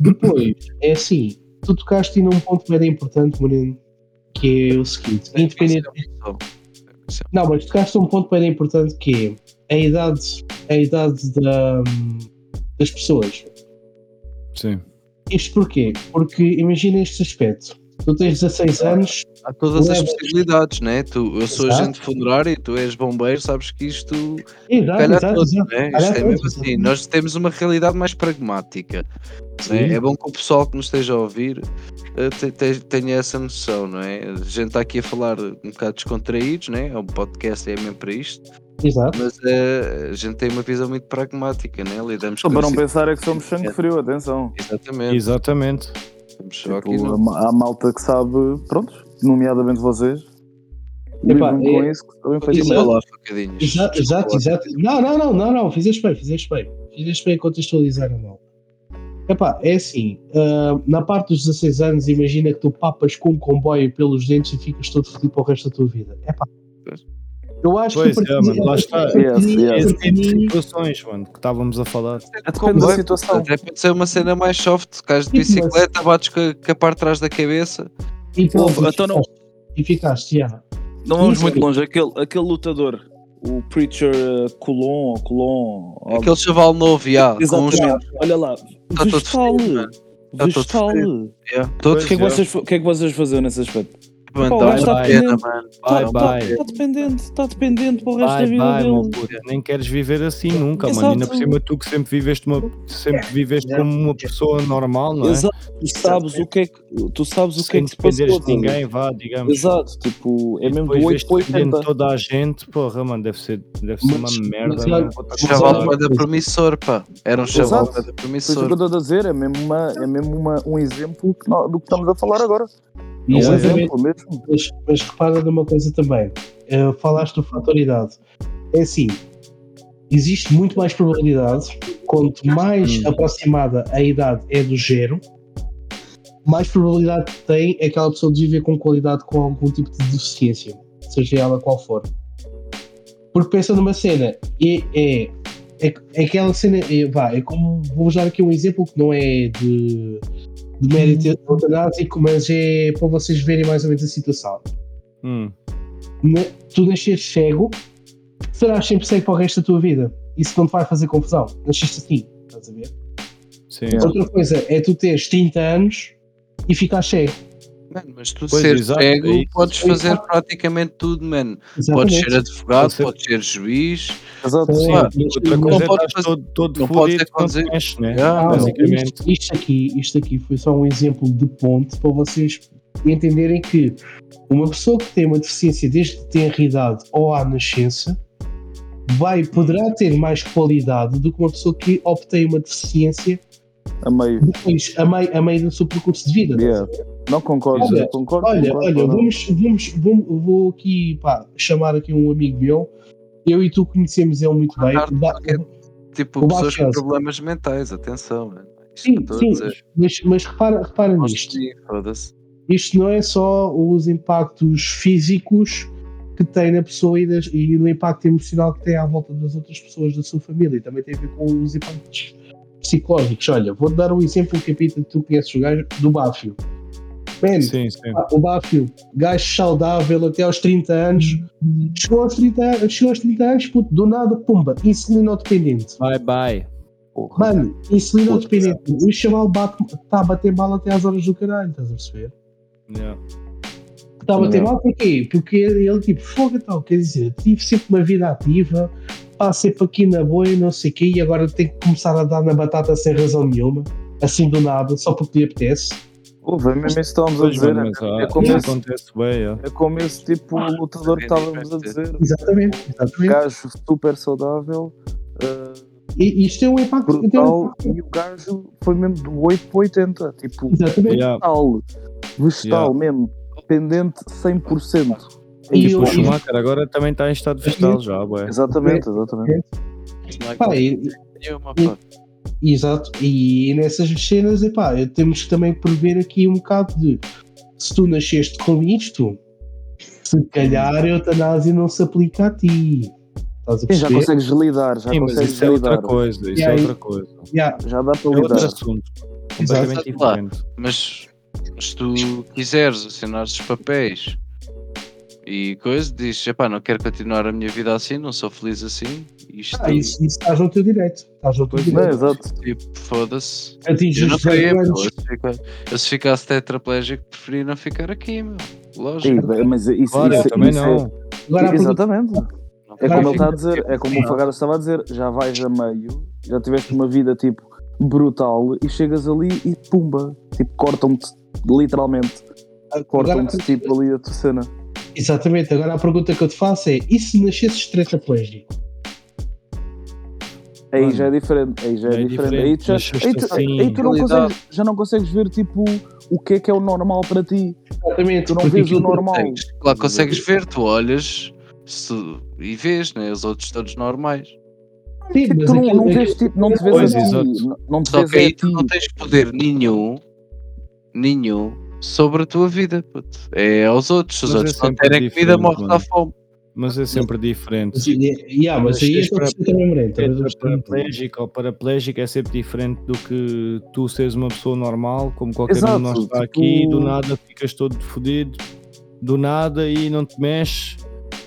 S2: Depois, é assim, tu tocaste em um ponto bem importante, Moreno, que é o seguinte, independente. Não, mas tocaste um ponto bem importante que é a idade, a idade da- das pessoas.
S1: Sim.
S2: Isto porquê? Porque imagina este aspecto. Tu tens 16 anos,
S3: Há todas as
S2: Leva.
S3: possibilidades, né? Tu, eu sou
S2: é, Exato.
S3: agente funerário e tu és bombeiro, sabes que isto
S2: idade,
S3: calhar
S2: idade,
S3: todos,
S2: idade.
S3: né?
S2: Tá, Calhar
S3: Isto é
S2: todos,
S3: mesmo assim.
S2: exatamente.
S3: Nós temos uma realidade mais pragmática. né?
S2: Sim.
S3: É bom que o pessoal que nos esteja a ouvir eh, te- te- tenha essa noção, não é? A gente está aqui a falar um bocado descontraídos, né? É um podcast, é mesmo para isto.
S2: Exato.
S3: Mas eh, a gente tem uma visão muito pragmática, né? Lidamos
S4: Só para não
S3: isso.
S4: pensar é que somos sangue frio, atenção.
S3: Exatamente.
S1: Exatamente.
S3: Estamos só aqui
S4: um Tipo,
S3: no-
S4: a ma- há malta que sabe, pronto, nomeadamente vocês.
S2: Epá,
S4: Lidam com
S2: é-
S4: isso que estão
S3: Continua
S4: enfeitiçados.
S3: lá, facadinhos.
S2: Exato, exato, exato. Não, não, não, não, não. Fizeste bem, fizeste bem. Fizeste bem a contextualizar a mal. Epá, é assim, ah, na parte dos 16 anos, imagina que tu papas com um comboio pelos dentes e ficas todo fodido para o resto da tua vida. Epá.
S3: Pois.
S2: Eu acho
S1: Pois
S2: que. a
S1: é,
S2: partir-
S1: mano, lá está.
S4: Yes,
S2: é
S4: yes.
S1: Esse tipo de situações, mano, que estávamos a falar.
S3: É
S4: Depende da situação.
S3: Até pode ser uma cena mais soft, cais de
S2: Tipo, é mas-
S3: bicicleta, bates com a, com a parte de trás da cabeça.
S2: E pronto,
S4: Ouve,
S2: e
S4: então não-
S2: ficaste- E ficaste, já.
S4: Não vamos
S2: Isso.
S4: muito longe. Aquele, aquele lutador, o Preacher eh, Colon, ou Colon. ou-
S3: Aquele chaval novo, já, com um uns
S4: Exatamente. Olha lá.
S3: Tá todo
S4: Vestal.
S3: fedido, mano. Tá todo
S4: Vestal.
S3: fedido. já, todos
S4: O que, é que
S1: É.
S4: vocês, fa- o que é que vocês faziam nesse aspecto?
S3: Mano,
S4: Pô,
S3: dá
S4: o
S3: uma
S4: gajo tá
S3: pena,
S4: dependente.
S3: mano.
S1: Bye,
S3: Dá uma
S1: bye.
S4: Está dependente, está dependente para o resto da
S1: Bye,
S4: vida
S1: bye,
S4: dele.
S1: meu puto. Nem queres viver assim nunca, mano.
S4: Exato. É.
S1: Ainda por cima tu que sempre viveste, uma, sempre viveste como uma pessoa normal, não é?
S4: Exato, tu sabes o que é que tu sabes o que é
S1: Sem
S4: que se passou.
S1: dependeres de
S4: estás a ver?
S1: ninguém, vá, digamos.
S4: Exato, tipo, é mesmo
S1: Depois
S4: do 8
S1: veste
S4: para 80.
S1: dependendo de toda a gente, porra, mano, deve ser, deve ser
S2: Mas-
S1: uma merda.
S2: mas
S1: não
S2: olha,
S1: vou estar a
S3: Um
S2: mas
S3: chaval
S1: falar.
S2: olha-
S3: bué da promissor, pá. Era um chaval
S4: Exato.
S3: bué da
S4: Foi isso que eu
S3: promissor.
S4: estou a dizer, é mesmo, uma, é mesmo uma- um exemplo que nó- do que estamos a falar agora. É um
S2: Exatamente.
S4: exemplo mesmo.
S2: Mas, mas repara numa coisa também. Eh, falaste do fator idade. É assim, existe muito mais probabilidade, quanto mais aproximada a idade é do gero, mais probabilidade tem aquela pessoa de viver com qualidade com algum tipo de deficiência, seja ela qual for. Porque pensa numa cena, e é, é, é aquela cena, é, vá, é como, vou usar aqui um exemplo que não é de, de mérito eutanásico, mas é para vocês verem mais ou menos a situação
S1: Hum,
S2: na- Né? tu nasceres cego, serás sempre cego para o resto da tua vida. Isso não te vai fazer confusão. Nasceste assim, estás a ver?
S1: sim.
S2: Outra coisa é tu teres 30 anos e ficar cego.
S3: Mano, mas tu
S1: Pois,
S3: seres
S1: exato,
S3: cego,
S1: é isso.
S3: podes fazer praticamente tudo, mano. Podes ser assim, advogado,
S1: Pode ser-
S3: podes ser juiz.
S4: Exato.
S2: Sim,
S3: Ah,
S2: mas-
S1: Outra
S2: mas-
S1: coisa é
S3: pode
S1: estás
S3: fazer-
S1: todo, todo
S3: não pode
S1: fodido
S3: ser
S1: quando
S3: consigo.
S1: mexes, né?
S3: Já,
S2: Ah,
S1: basicamente.
S2: isto, isto aqui, isto aqui foi só um exemplo de ponto para vocês e entenderem que uma pessoa que tem uma deficiência desde que tem a idade ou à nascença vai, poderá ter mais qualidade do que uma pessoa que obtém uma deficiência
S4: A meio.
S2: depois, a meio, a meio do seu percurso de vida.
S4: Yeah. Não concordo,
S1: é.
S2: Olha,
S4: concordo.
S2: Olha,
S4: concordo,
S2: olha,
S4: não.
S2: vamos, vamos, vamos- vou aqui pá, chamar aqui um amigo meu. Eu e tu conhecemos ele muito bem.
S3: Leonardo
S2: Ba-
S3: Marquette. Tipo,
S2: O
S3: pessoas com
S2: Vasquez.
S3: problemas mentais, atenção, mano. Isto
S2: Sim,
S3: que eu estou a
S2: sim,
S3: dizer.
S2: Mas, mas repara, repara nisto.
S3: Positivo, foda-se.
S2: Isto não é só os impactos físicos que tem na pessoa e, das- e no impacto emocional que tem à volta das outras pessoas da sua família. Também tem a ver com os impactos psicológicos. Olha, vou-te dar um exemplo, um capítulo que tu conheces o gajo, do Báfio. Man,
S1: Sim, sim.
S2: Ah, O Báfio, gajo saudável até aos 30 anos, chegou aos 30, anos- chegou aos 30 anos, puto, do nada, pumba, insulino dependente.
S1: Bye bye.
S4: Porra.
S2: Mano, insulino dependente. O chaval bate- tá a bater bala até às horas do caralho, estás a perceber?
S1: Yeah.
S2: Está a bater
S4: Não.
S2: bala porquê? Porque ele, tipo, fogo e tal, quer dizer, tive sempre uma vida ativa, pá, sempre aqui na boia, não sei o quê, e agora tenho que começar a dar na batata sem razão nenhuma, assim do nada, só porque lhe apetece.
S4: Porra, é mesmo isso que estávamos a
S1: Pois,
S4: dizer.
S1: mano, mas, ah,
S4: é como
S1: isso
S4: esse-
S1: acontece bem, yeah.
S4: É como esse tipo
S3: Ah,
S4: lutador que estávamos a
S3: também
S4: dizer.
S2: Exatamente,
S4: Um
S2: exatamente.
S4: gajo super saudável, eh,
S2: E isto tem um impacto. tem um
S1: Então,
S4: brutal,
S2: impacto-
S4: e o gajo foi mesmo do 8 para 80. Tipo,
S2: Exatamente.
S1: Yeah.
S4: vegetal. Vegetal mesmo. Dependente 100%.
S2: E
S1: Tipo,
S2: eu-
S1: o Schumacher agora também está em estado vegetal já, bué.
S4: Exatamente, exatamente.
S3: Não é
S2: Pá,
S3: que
S2: e-
S3: nenhuma, pá.
S2: exato. E nessas cenas, epá, temos que também prever aqui um bocado de se tu nasceste com isto, se calhar a eutanásia não se aplica a ti. Estás a
S4: Sim, já
S2: perceber?
S4: consegues lidar, já
S1: É. Sim, mas
S4: consegues
S1: isso é
S4: lidar.
S1: outra coisa, isso
S2: E
S1: é
S2: aí-
S1: outra coisa.
S2: Já,
S4: Já dá para
S1: É outro
S4: lidar.
S1: assunto,
S2: exato.
S1: completamente
S3: Exato.
S1: diferente.
S3: Mas se tu quiseres assinar os papéis e coisa, dizes, epá, não quero continuar a minha vida assim, não sou feliz assim, isto
S2: Ah, isso, isso estás no teu direito. Estás no teu
S1: Pois
S4: Não,
S2: direito.
S4: exato.
S3: tipo, foda-se.
S2: Atinges
S3: Eu não
S2: os 18
S3: queria, meu.
S2: anos.
S3: Se fica- Eu se ficasse tetraplégico, preferia não ficar aqui, meu.
S4: Sim,
S3: Lógico.
S4: mas isso,
S1: Claro,
S4: isso,
S1: eu também
S4: isso
S1: não.
S2: Agora a
S4: É, exatamente.
S3: Não
S4: É como ele está
S3: ficar
S4: a dizer, é como o Fagaro estava a dizer, já vais a meio, já tiveste uma vida tipo brutal e chegas ali e pumba, tipo cortam-te literalmente,
S2: pergunta- agora-
S4: cortam-te tipo ali a tua cena.
S2: Exatamente. Agora a pergunta que eu te faço é: e se nascesses tetraplégico?
S4: Aí
S1: Mano,
S4: já é diferente, aí já é,
S1: é
S4: diferente.
S1: diferente,
S4: Aí tu já,
S1: nasceste
S4: aí tu-
S1: assim.
S4: aí tu não
S3: Realidade.
S4: consegues, já não consegues ver tipo o que é que é o normal para ti.
S2: Exatamente.
S4: Tu não
S2: porque
S4: vês o
S2: aquilo- é
S4: normal.
S3: Consegues, claro, consegues ver, tu olhas se- e vês, né? Os outros todos normais.
S2: Sim,
S4: Tipo,
S2: mas
S4: tu não,
S2: aquilo- é-
S4: não te vês
S2: aquilo-
S4: tipo, não te
S1: Pois,
S4: vês a ti,
S1: exato.
S4: não- não te
S3: Só
S4: vês
S3: que aí
S4: a
S3: tu não
S4: ti.
S3: tens poder nenhum, nenhum, sobre a tua vida, puto. É aos outros. Se os
S1: Mas é
S3: outros não
S1: sempre
S3: terem comida,
S1: diferente,
S3: morrem da
S1: mano.
S3: fome.
S1: Mas é sempre diferente.
S2: Mas, yeah, mas aí é outra questão também, Moreno, também é outra questão muito-
S1: Tetraplégico ou paraplégico é sempre diferente do que tu seres uma pessoa normal, como qualquer um
S4: Exato,
S1: de nós está
S4: tipo-
S1: aqui, do nada ficas todo fodido, do nada e não te mexes,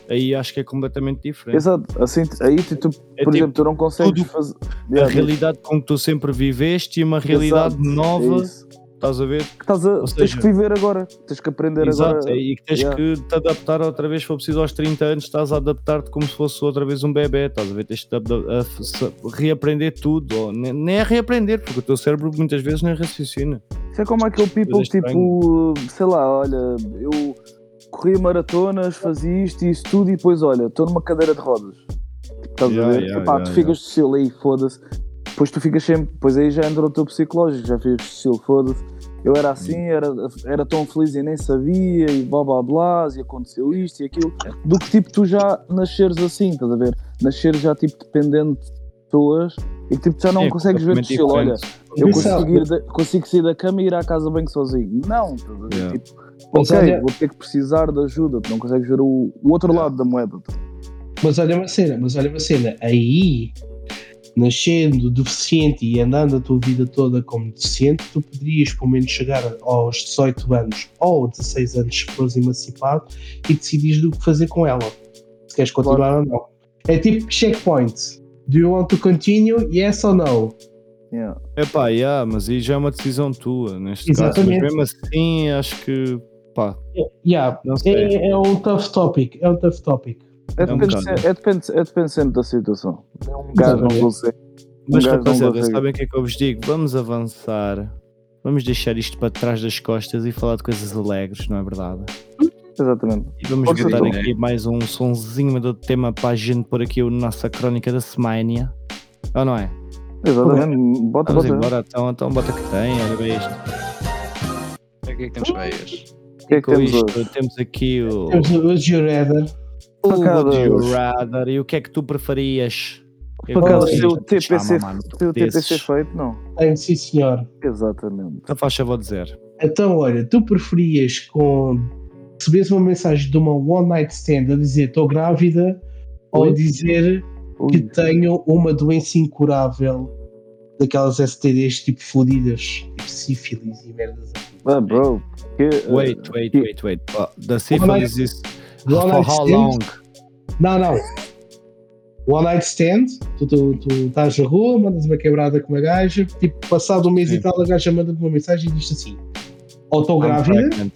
S1: aí acho que é completamente diferente.
S4: Exato, assim, aí tu, tu, por
S1: É tipo
S4: exemplo, tu não consegues
S1: tudo-
S4: fazer.
S1: a realidade com que tu sempre viveste e uma realidade
S4: Exato,
S1: nova,
S4: é isso.
S1: estás a ver?
S4: que estás a,
S1: Ou
S4: tens
S1: seja-
S4: que viver agora, tens que aprender
S1: Exato, é
S4: agora.
S1: e que tens
S4: yeah.
S1: que te adaptar outra vez, se for preciso aos 30 anos, estás a adaptar-te como se fosse outra vez um bebê, estás a ver? Tens de a- a- se- reaprender tudo, ou ne- nem é reaprender, porque o teu cérebro muitas vezes nem raciocina.
S4: Isso é como aquele people
S1: Coisas
S4: tipo, sei lá, olha, eu corri maratonas, fazia isto e isso tudo e depois, olha, estou numa cadeira de rodas. Estás
S1: Yeah,
S4: a ver?
S1: yeah,
S4: Epá, tu
S1: yeah,
S4: ficas social aí, foda-se. Depois tu ficas sempre, depois aí já entra o teu psicológico, já ficas social, foda-se. Eu era
S1: Hum.
S4: assim, era, era tão feliz e nem sabia, e blá blá blá, e aconteceu isto e aquilo. Do que tipo tu já nasceres assim, estás a ver? Nasceres já tipo dependente de pessoas e que tipo tu já não
S1: É
S4: consegues ver
S1: completamente
S4: social, olha.
S1: diferente.
S4: Eu
S2: Exato.
S4: consigo, ir da- consigo sair da cama e ir à casa do banho sozinho. Não, estás a ver?
S1: Yeah.
S4: Tipo,
S2: Mas
S4: ok,
S2: olha-
S4: vou ter que precisar de ajuda. Tu não consegues ver o, o outro lado da moeda.
S2: Mas olha uma cena, mas olha uma cena, aí nascendo deficiente e andando a tua vida toda como deficiente, tu poderias pelo menos chegar aos 18 anos ou 16 anos se fores emancipado e decidires do que fazer com ela, se queres continuar ou não. É tipo checkpoint. Do you want to continue? Yes or no?
S4: Yeah.
S1: Epá, yeah, mas aí já é uma decisão tua, neste
S2: Exatamente.
S1: caso. Mas mesmo assim, acho que, pá,
S2: Yeah.
S1: não sei.
S2: É, é um tough topic, é um tough topic.
S4: É,
S1: um
S4: depende,
S1: bocado.
S4: se- é, depende, é depende sempre da situação. Um gajo não
S1: Exatamente.
S4: consegue. Um
S1: Mas
S4: gajo não
S1: rapaziada,
S4: consegue.
S1: sabem o que é que eu vos digo? Vamos avançar Vamos deixar isto para trás das costas e falar de coisas alegres, não é verdade?
S4: Exatamente.
S1: E vamos
S4: Força,
S1: botar
S3: Tom.
S1: aqui mais um sonzinho do tema para a gente pôr aqui a nossa crónica da semana. Ou não é?
S4: Exatamente. Bota,
S1: Vamos
S4: bota.
S1: embora então, então bota que tem, olha bem isto.
S3: O que é que temos para hoje?
S4: O que é que
S1: Com
S4: temos
S1: isto
S4: hoje?
S1: temos aqui o,
S2: Temos o Georether.
S1: o
S4: facadas.
S1: Would You Rather e o que é que tu preferias? O que é que
S4: Facadas,
S1: vocês
S4: tem o
S1: acham,
S4: TPC
S1: mano,
S4: Tem o TPC
S1: desses?
S4: feito? Não.
S2: Tenho, sim, senhor.
S4: Exatamente.
S1: Então faz favor de dizer.
S4: eh,
S2: Então, olha, tu preferias com recebesse uma mensagem de uma one night stand a dizer estou grávida ou
S4: Ui.
S2: dizer que
S4: Ui.
S2: tenho uma doença incurável daquelas STDs tipo fodidas, tipo sífilis e merdas.
S4: Ah, bro. Que, uh,
S1: Wait, wait,
S4: que-
S1: wait, wait. Oh, The syphilis is
S2: One
S1: for
S2: night
S1: how
S2: stand?
S1: long?
S2: Não, não. One night stand, tu, tu, tu estás na rua, mandas uma quebrada com uma gaja, tipo, passado um mês
S1: Sim.
S2: e tal, a gaja manda-te uma mensagem e diz assim: ou estou
S1: I'm
S2: grávida,
S1: pregnant.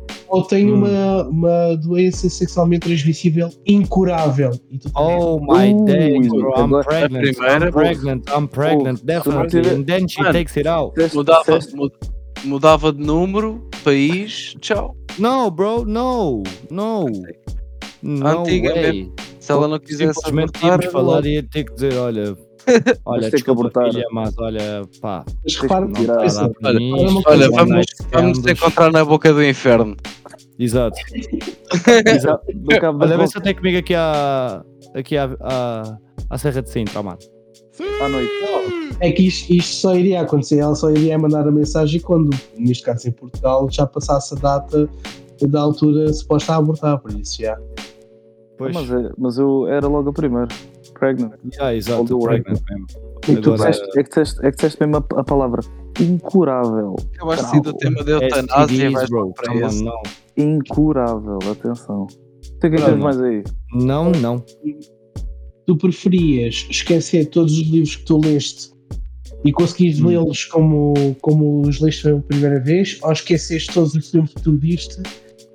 S4: ok.
S2: ou tenho
S1: Hum.
S2: uma, uma doença sexualmente transmissível incurável. E tu
S1: Oh my
S4: Ooh,
S1: days, bro. I'm
S4: agora-
S1: pregnant.
S3: primeira,
S1: I'm
S3: bro.
S1: pregnant. I'm pregnant.
S4: tu não
S1: Definitely.
S4: tive-
S1: And then she
S3: Mano.
S1: takes it out.
S4: Disseste-
S3: Mudava,
S4: disseste-
S3: mu- mudava de número, país, tchau.
S1: No, bro. No. No. No way.
S3: Antigamente, Se ela não quisesse
S1: Simplesmente
S3: abortar,
S1: íamos falar e ia ter que dizer, olha... Olha,
S4: Mas tem que
S1: desculpa,
S4: abortar.
S1: filha, mas olha, pá,
S2: Mas
S4: repara-
S2: repara,
S1: não está a dar para
S3: Olha,
S1: mim.
S2: olha uma
S1: isto
S2: coisa,
S1: é
S3: Olha,
S1: um
S3: vamos,
S1: night
S3: vamos
S1: stand.
S3: nos encontrar na boca do inferno.
S1: Exato.
S4: Exato. Do cabo da
S1: Olha, vê se
S4: Costa,
S1: eu tenho comigo aqui à... Aqui à... à- À Serra de Sintra, mano.
S4: à noite.
S2: é que isto, isto só iria acontecer, ela só iria mandar a mensagem quando, neste caso em Portugal, já passasse a data da altura suposta a abortar, por isso já.
S1: Pois,
S4: Mas, é- mas eu era logo a primeira. Pregnant.
S1: yeah,
S4: All the
S1: exato, tá
S4: way.
S1: pregnant mesmo.
S4: E tu
S1: Agora-
S4: disseste, é, que disseste, é que disseste mesmo a, a palavra incurável.
S3: Acabaste de ir do
S4: Não,
S3: tema da
S1: assim, É
S3: eutanásia,
S1: STDs,
S3: vais
S1: bro.
S3: para
S1: Come on,
S3: esse.
S1: não.
S4: Incurável, atenção. O que é que tens
S1: Pronto.
S4: mais aí?
S1: Não, não.
S2: Tu preferias esquecer todos os livros que tu leste e conseguires
S1: Hum.
S2: lê-los como, como os leste pela primeira vez, ou esqueceste todos os filmes que tu viste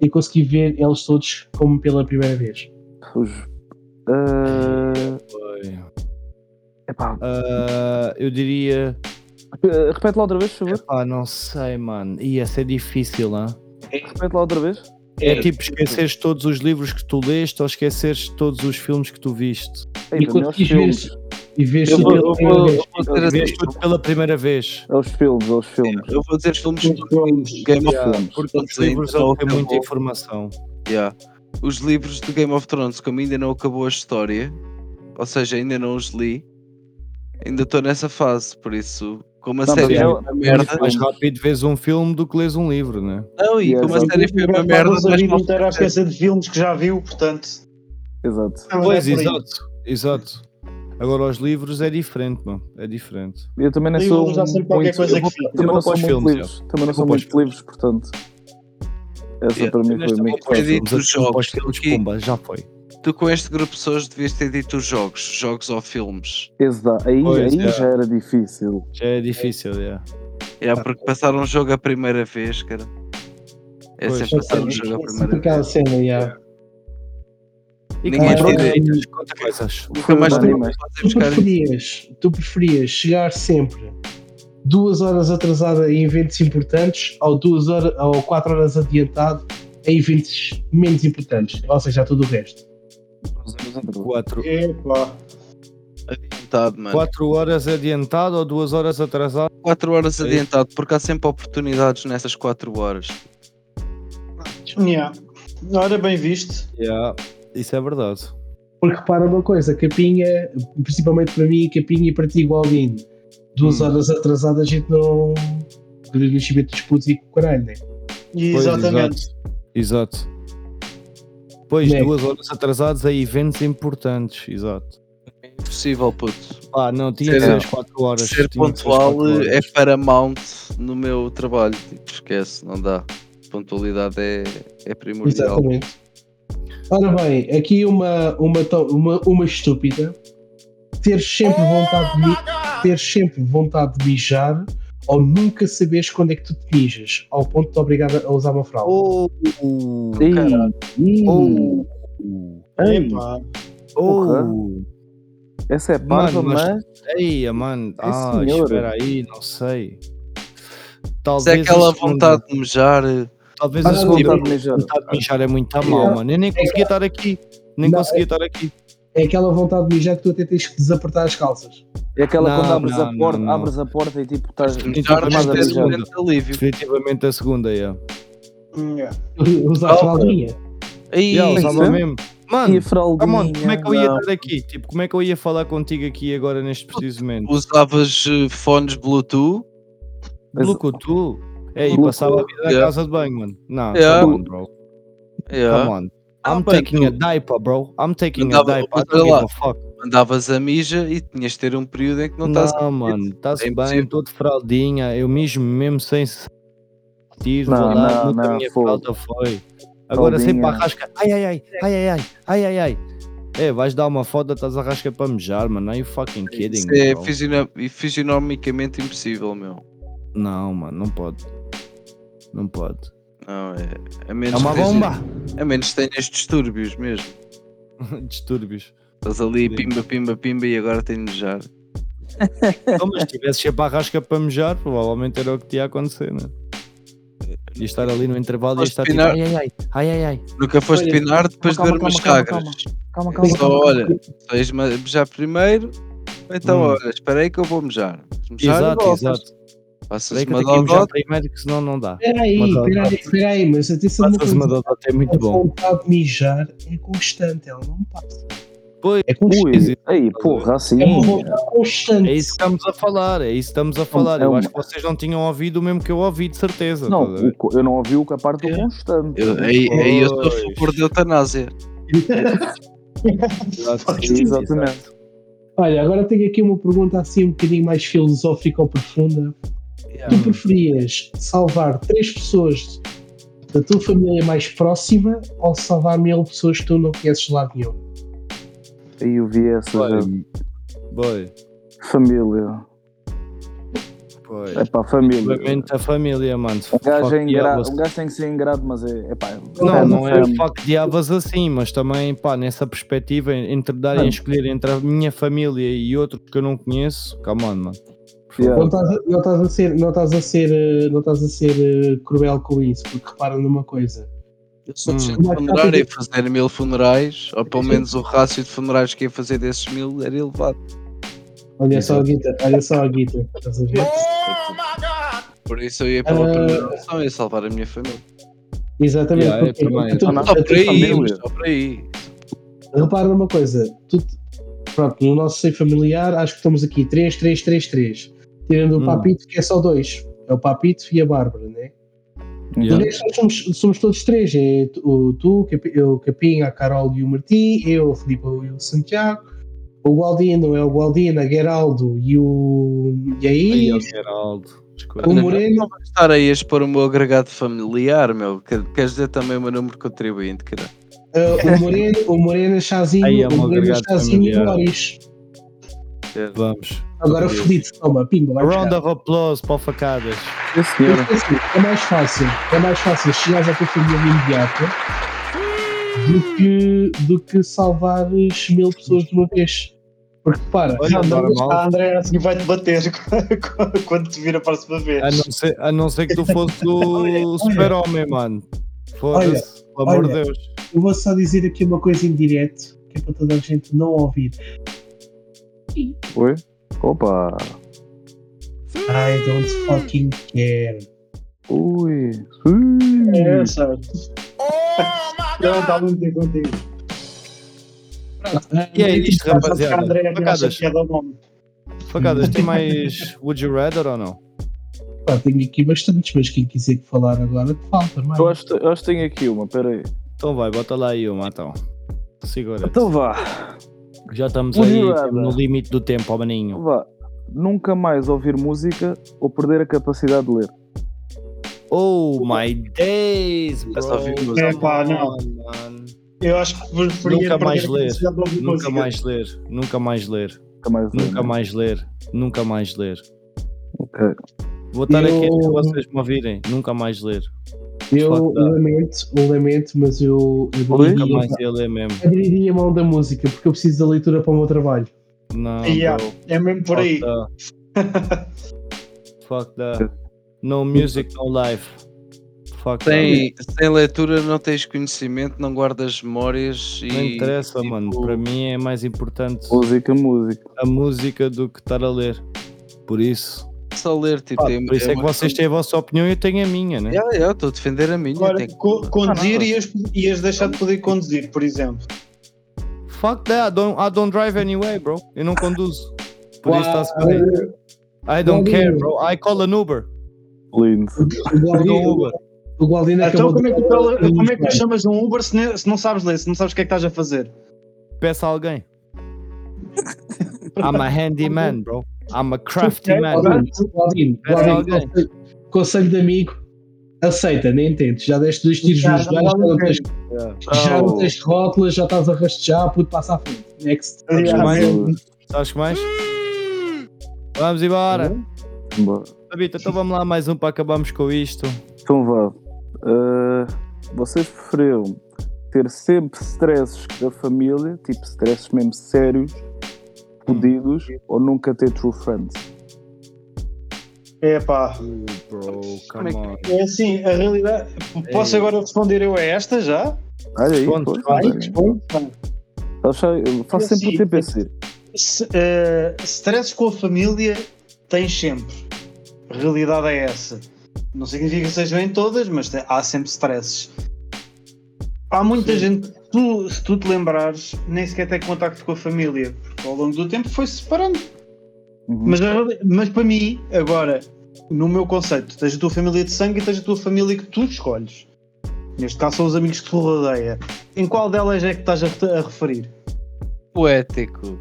S2: e conseguir ver eles todos como pela primeira vez?
S4: Os. Uh, epá,
S1: Ah, eu diria.
S4: eh, repete lá outra vez, por favor.
S1: Epá, não sei, mano. E essa é difícil, hã?
S4: Repete lá outra vez.
S1: É, tipo esqueceres todos os livros que tu leste ou esqueceres todos os filmes que tu viste.
S4: Ei, para mim é os
S2: conseguiste ver-
S4: filmes.
S2: E vês
S3: Eu
S2: tudo
S3: vou,
S2: pela
S3: eu
S2: primeira
S3: vou,
S2: vez?
S3: eu vou dizer
S1: Vês
S3: assim,
S1: tudo pela primeira vez.
S4: É os filmes, é os filmes.
S3: eu vou dizer filmes do
S2: Filmes.
S3: Game of
S1: Yeah,
S3: Thrones.
S1: porque os
S3: Todos ainda
S1: livros
S3: não
S1: é
S3: acabou.
S1: muita informação.
S3: Yeah. Os livros de Game of Thrones, como ainda não acabou a história, ou seja, ainda não os li, ainda estou nessa fase, por isso, como a
S4: Não, mas
S3: série
S4: é-
S3: foi uma merda,
S1: Mais rápido vês um filme do que lês um livro, né?
S3: não, e
S4: Yeah,
S3: como a
S4: exato.
S3: série foi É uma merda,
S7: a
S3: nós
S7: vida
S3: vamos-
S7: inteira à cabeça de filmes que já viu, portanto.
S4: Exato.
S7: não é
S1: Pois,
S7: por aí.
S1: exato. Exato. Agora, aos livros é diferente, mano. É diferente.
S4: Eu também não
S7: Eu
S4: sou. um
S7: vou usar sempre
S4: muito-
S7: qualquer coisa
S4: eu vou-
S7: que fique.
S4: Também
S1: Eu
S4: não
S1: vou
S4: sou
S1: para os
S4: muito
S1: filmes,
S4: livros. Também não sou
S1: Eu vou para os
S4: muito livros, portanto. Essa
S3: Yeah.
S4: para mim
S1: Nesta
S4: foi
S1: vou
S4: muito
S1: para os
S3: fácil.
S1: filmes, assim, vou para os
S3: Jogos.
S1: filmes,
S3: Aqui.
S1: pumba, já foi.
S3: tu com este grupo de pessoas devias ter dito os jogos, jogos ou filmes.
S4: Exato. Aí,
S1: Pois,
S4: aí
S1: yeah.
S4: já era difícil.
S1: Já é difícil, é.
S3: Yeah, porque passar um jogo a primeira vez, cara. É
S1: Pois.
S3: sempre passar um
S2: É
S3: jogo a
S2: sempre
S3: primeira
S2: aquela
S3: vez.
S2: cena, yeah.
S1: E
S3: Ninguém
S1: é que mais
S3: tem
S1: trocas,
S2: direito.
S1: quantas coisas.
S3: Nunca mais
S4: Foi
S3: tu
S4: bem,
S3: vais
S2: tu
S3: buscar
S2: preferias, tu preferias chegar sempre duas horas atrasada em eventos importantes ou duas horas ou quatro horas adiantado em eventos menos importantes, ou seja, tudo o resto.
S1: Quatro.
S7: Epá.
S3: adiantado, mano.
S1: Quatro horas adiantado ou duas horas atrasado?
S3: 4 horas
S1: Sim.
S3: adiantado, porque há sempre oportunidades nessas 4 horas.
S7: Yeah. Ora, bem visto.
S1: Yeah, isso é verdade.
S2: Porque repara uma coisa, capinha, principalmente para mim, capinha e para ti igualzinho.
S3: Hum.
S2: Duas horas atrasada a gente não. Do nascimento dos putos e com o caralho, né?
S7: E
S1: Pois,
S7: exatamente.
S1: Exato. Pois,
S2: Bem.
S1: duas horas atrasadas a eventos importantes, exato.
S3: É impossível, puto.
S1: Pá, não, tinha que
S3: Ser-
S1: ser as quatro horas.
S3: Ser
S1: tinha que as
S3: pontual
S1: quatro
S3: é
S1: horas.
S3: paramount no meu trabalho. Tipo, esquece, não dá. Pontualidade é, é primordial.
S2: Exatamente. Ora bem, aqui uma, uma, to- uma, uma estúpida. Ter sempre vontade
S1: Oh,
S2: de mi- ter sempre vontade de mijar ou nunca saberes quando é que tu te mijas, ao ponto de te obrigar a usar uma fralda.
S1: Oh, oh,
S4: Ei,
S3: Caralho.
S4: ei,
S1: oh,
S4: ei,
S7: Epá.
S1: oh.
S4: Essa é parva,
S1: Mano,
S4: mas
S1: mas- Ei, mano, ah,
S4: senhor.
S1: espera aí, não sei.
S3: Se é
S1: talvez.
S3: aquela
S1: a segunda-
S3: vontade de mejar. eh,
S1: Talvez
S2: Ah,
S1: a
S2: não,
S1: segunda
S4: Vontade
S1: vontade
S4: de mijar.
S1: de mijar é muito a mal,
S2: Yeah.
S1: mano. Eu nem conseguia estar aqui. Nem
S2: Não,
S1: conseguia estar aqui.
S2: É aquela vontade de mijar que tu até tens que desapertar as calças.
S4: É aquela
S1: Não,
S4: quando abres
S1: não,
S4: a porta,
S1: não, não.
S4: abres a porta e tipo estás
S3: Mejar,
S1: então,
S3: mas
S1: mais
S4: a
S1: a
S3: tens um
S1: mijar.
S4: mijar.
S3: momento de alívio.
S1: Definitivamente a segunda, yeah.
S7: Yeah.
S2: Usar a
S3: Oh.
S2: fraldinha.
S3: Aí,
S1: Yeah,
S4: isso
S1: usava
S4: é?
S1: mesmo.
S4: E
S1: Mano,
S4: a fraldinha.
S1: come on, como é que eu ia
S4: não.
S1: estar aqui? Tipo, como é que eu ia falar contigo aqui agora neste preciso momento?
S3: usavas eh, fones Bluetooth.
S4: Mas-
S1: Bluetooth? É, e
S4: Bluetooth,
S1: passava a vida na
S3: yeah.
S1: casa de banho, mano. Não,
S3: Yeah.
S1: come on, bro. Come
S3: Yeah.
S1: on.
S3: Ah,
S1: I'm
S3: pá,
S1: taking a diaper, bro. I'm taking a
S3: Mandava-
S1: diaper. I
S3: mas
S1: don't
S3: olha lá.
S1: give a fuck.
S3: Mandavas a mija e tinhas de ter um período em que não
S1: Não,
S3: estás.
S1: mano, está-se
S3: É
S1: bem,
S3: impossível.
S1: estou de fraldinha, eu mesmo mesmo sem sentir, vou
S4: Não,
S1: lá,
S4: não,
S1: muito a
S4: não,
S1: minha
S4: fogo.
S1: falta foi. Agora sempre
S4: Fraldinha.
S1: arrasca, ai ai ai, ai ai ai, ai ai ai. É, vais dar uma foda, estás a rasca para mejar, mano, are you fucking kidding?
S3: Isso é
S1: bro?
S3: fisiona- fisionomicamente impossível, meu.
S1: Não, mano, não pode. Não pode.
S3: Não, é, a
S1: É
S3: menos
S1: uma
S3: que tenhas-
S1: bomba!
S3: a menos que tenhas distúrbios mesmo.
S1: Distúrbios.
S3: Estás ali,
S1: Sim.
S3: pimba, pimba, pimba, e agora tenho de mejar.
S1: Então, mas se tivesse sempre a rasca para mejar, provavelmente era o que te ia acontecer, né? E estar ali no intervalo e
S3: Mas
S1: estar tipo,
S3: pinar-
S1: ai ai ai, ai ai ai.
S3: Nunca foste
S2: Olha,
S3: pinar, depois de
S4: calma,
S3: ver umas
S4: calma, calma,
S3: chagras.
S4: Calma,
S3: É
S4: calma,
S3: Só
S4: calma.
S3: olha, só és ma- mejar primeiro, ou então
S1: Hum.
S3: olha, espera aí que eu vou mejar. mejar
S1: Exato,
S3: voltas.
S1: exato.
S3: Passas
S1: Peraí que eu
S3: uma
S1: tenho que mijar
S3: dodota,
S1: primeiro que senão não dá.
S2: Espera aí,
S1: Mas, ó,
S2: espera aí, espera aí, mas atenção uma
S1: Passas uma
S2: coisa.
S1: dodota é
S2: A
S1: muito bom.
S2: vontade de mijar é constante, ela não passa.
S1: Pois,
S2: é constante.
S4: Ui, aí, porra, assim.
S2: É
S1: Hum.
S2: uma vontade constante.
S1: É isso que estamos a falar, é isso que estamos a falar.
S4: é
S1: Eu
S4: uma-
S1: acho que vocês não tinham ouvido o mesmo que eu ouvi, de certeza.
S4: Não,
S1: estás tá a ver?
S4: o co- eu não ouvi o que a parte do
S3: É.
S4: constante.
S3: eu- aí, aí eu sou a
S1: Pois.
S3: favor de eutanásia.
S4: Exatamente.
S2: Olha, agora tenho aqui uma pergunta assim um bocadinho mais filosófica ou profunda. Tu preferias salvar três pessoas da tua família mais próxima ou salvar mil pessoas que tu não conheces de lado nenhum?
S4: Aí eu vi essa
S1: Olha,
S4: gente.
S1: Boy,
S4: família.
S1: boy.
S4: É pá, família.
S1: Obviamente a família, mano.
S4: Um gajo, é
S1: Fuck
S4: ingra...
S1: diabos.
S4: um gajo tem que ser ingrato, mas é, é pá.
S1: Não, não é
S4: fam-
S1: fuck diabas assim, mas também, pá, nessa perspectiva, entre darem a
S4: Mano.
S1: escolher entre a minha família e outros que eu não conheço, come on, mano.
S4: Yeah.
S2: Não estás a- não estás a ser, não estás a ser, eh, não estás a ser eh, cruel com isso, porque repara numa coisa.
S3: Eu sou de
S1: Hum.
S3: gente funerária e fazer mil funerais, ou pelo menos o rácio de funerais que ia fazer desses mil era elevado.
S2: Olha só a guita, olha só a guita, estás a ver?
S3: Por isso eu ia pela
S2: Ah.
S3: primeira opção, ia salvar a minha família.
S7: Então,
S3: Ah,
S2: Exatamente.
S1: Yeah,
S2: porque é
S1: eu também,
S2: a tua-
S7: é
S4: eu
S3: Só
S2: a tua
S3: é por aí,
S2: família-
S3: mas só por aí.
S2: Repara numa coisa, tu- pronto, no nosso seio familiar acho que estamos aqui 3, 3, 3, 3. Tirando o
S1: Hum.
S2: Papito, que é só dois. É o Papito e a Bárbara, né?
S1: Yeah.
S2: Do resto, nós somos, somos todos três. É tu- o, tu, o Capi- o Capim, a Carol e o Martim, eu, o Filipe e o Santiago. O Gualdino é o Gualdino, a Geraldo e o. E aí?
S1: Aí, ó, Geraldo.
S2: O
S1: desculpa.
S3: Ana,
S2: Moreno-
S3: Não vais estar aí a expor o meu agregado familiar, meu. Que- Queres dizer também o meu número de contribuinte, cara?
S2: eh, o Moreno, o Moreno Chazinho,
S1: Aí é
S2: o
S1: um
S2: Moreno
S1: agregado
S2: Chazinho e o
S1: familiar.
S2: Boris.
S1: Vamos.
S2: Agora o Felipe, toma, pimba, vai buscar.
S1: Round of applause para o facadas.
S4: Sim, senhora.
S2: Porque, assim, é mais fácil, é mais fácil chegares à tua família imediata do que, do que salvares mil pessoas de uma vez. Porque para,
S1: Olha, normal.
S7: A André é assim a seguir vai-te bater quando te vir a próxima vez.
S1: A não ser, a não ser que tu fosse o super-homem, mano. Foda-se, pelo amor de
S2: olha.
S1: Deus.
S2: eu vou só dizer aqui uma coisa em direto que é para toda a gente não ouvir.
S4: Oi? Opa!
S2: I don't fucking care.
S4: Ui! Ui.
S7: É, sabe?
S3: Oh,
S7: Eu não estava muito contigo.
S1: E é isto,
S7: Só porque a
S1: rapaziada.
S7: André é que acha
S1: Facadas,
S7: piada ao nome.
S1: facadas, tem mais Would You Rather ou não?
S2: Pá, tenho aqui bastantes, mas quem quiser que falar agora, que é? fala também.
S4: Eu acho, eu acho que tenho aqui uma, peraí.
S1: Então vai, bota lá aí uma então. Segura.
S4: Então vá,
S1: Já estamos
S4: Would
S1: aí tipo,
S4: you rather?
S1: no limite do tempo, ó maninho.
S4: vá. Nunca mais ouvir música ou perder a capacidade de ler.
S1: Oh my days, bro.
S3: Mas só vi música.
S7: É pá, não.
S1: Mano.
S7: Eu acho que preferia
S1: Nunca
S7: perder
S1: mais
S7: a
S1: ler.
S7: capacidade de ouvir
S1: Nunca
S7: música.
S1: mais ler, nunca mais ler,
S4: Nunca mais ler.
S1: nunca
S4: né?
S1: mais ler, nunca mais ler.
S4: Ok.
S1: Vou estar aqui
S2: Eu-
S1: até vocês me ouvirem, nunca mais ler.
S2: Eu
S1: Fuck that.
S2: lamento, eu lamento, mas eu
S1: Nunca
S2: abriria,
S1: mais ia ler mesmo.
S2: abriria mão da música porque eu preciso da leitura para o meu trabalho.
S1: Não,
S7: Yeah,
S1: bro.
S7: É mesmo por aí.
S3: É.
S1: Fuck that. Fuck that. No music, no life. Fuck
S3: Sem, sem leitura não tens conhecimento, não guardas memórias e.
S1: Não interessa,
S3: tipo,
S1: mano. Para mim é mais importante
S4: Música, música.
S1: a música do que estar a ler. Por isso.
S3: Só ler, tipo,
S7: Ah,
S1: Pá, por isso é que
S3: uma
S1: vocês têm a vossa opinião e eu tenho a minha, né?
S3: Yeah, yeah, estou a defender a minha.
S7: Agora,
S3: tem que-
S7: co- conduzir
S3: Ah, não.
S7: ias, ias deixar de poder conduzir, por exemplo.
S1: Fuck that, I don't, I don't drive anyway, bro. Eu não conduzo. Por isso está-se bem. I don't care, bro. I call an Uber.
S4: Lindo.
S2: O
S1: Call
S2: Gualdino-
S1: an Uber.
S2: O Gualdino
S7: Então
S2: acabou
S7: como é que,
S2: de-
S7: tu- como é que tu chamas um Uber se, ne- se não sabes ler, se não sabes o que é que estás a fazer?
S1: Peça a alguém. I'm a handyman, bro. I'm a crafty man.
S2: Gualdino, Gualdino,
S1: Peça a
S2: Gualdino,
S1: alguém.
S2: conselho- Conselho de amigo, aceita, nem tentes. Já deste dois tiros
S7: Já,
S2: nos
S7: já
S2: dois, já não
S7: vale a
S2: tens, já não tens rótulas, já estás a rastejar, puto, passa à frente. Next.
S1: mais? Sabes que mais? Vamos embora.
S4: Hum? Bom,
S1: Fabito, então vamos lá mais um para acabarmos com isto.
S4: Então vá. Ah, vocês preferiam ter sempre stresses da família, tipo stresses mesmo sérios, fodidos, ou nunca ter true friends?
S7: É pá,
S1: Bro,
S3: come on.
S7: é assim, a realidade. Posso
S1: É.
S7: agora responder eu a esta já?
S4: Olha aí,
S1: Responde,
S4: pois,
S1: responde.
S4: olha aí. Eu sei- eu Faço
S7: Eu
S4: sempre o
S7: sim.
S4: TPC.
S7: Se, eh, stresses com a família tens sempre. A realidade é essa. Não significa que sejam em todas, mas te- há sempre stresses. Há muita gente, tu- se tu te lembrares, nem sequer tem contacto com a família, porque ao longo do tempo foi-se separando.
S4: Uhum.
S7: Mas, a reali- mas para mim, agora, no meu conceito, tens a tua família de sangue e tens a tua família que tu escolhes. Neste caso são os amigos que te rodeia. Em qual delas é que estás a, rete- a referir?
S3: Poético.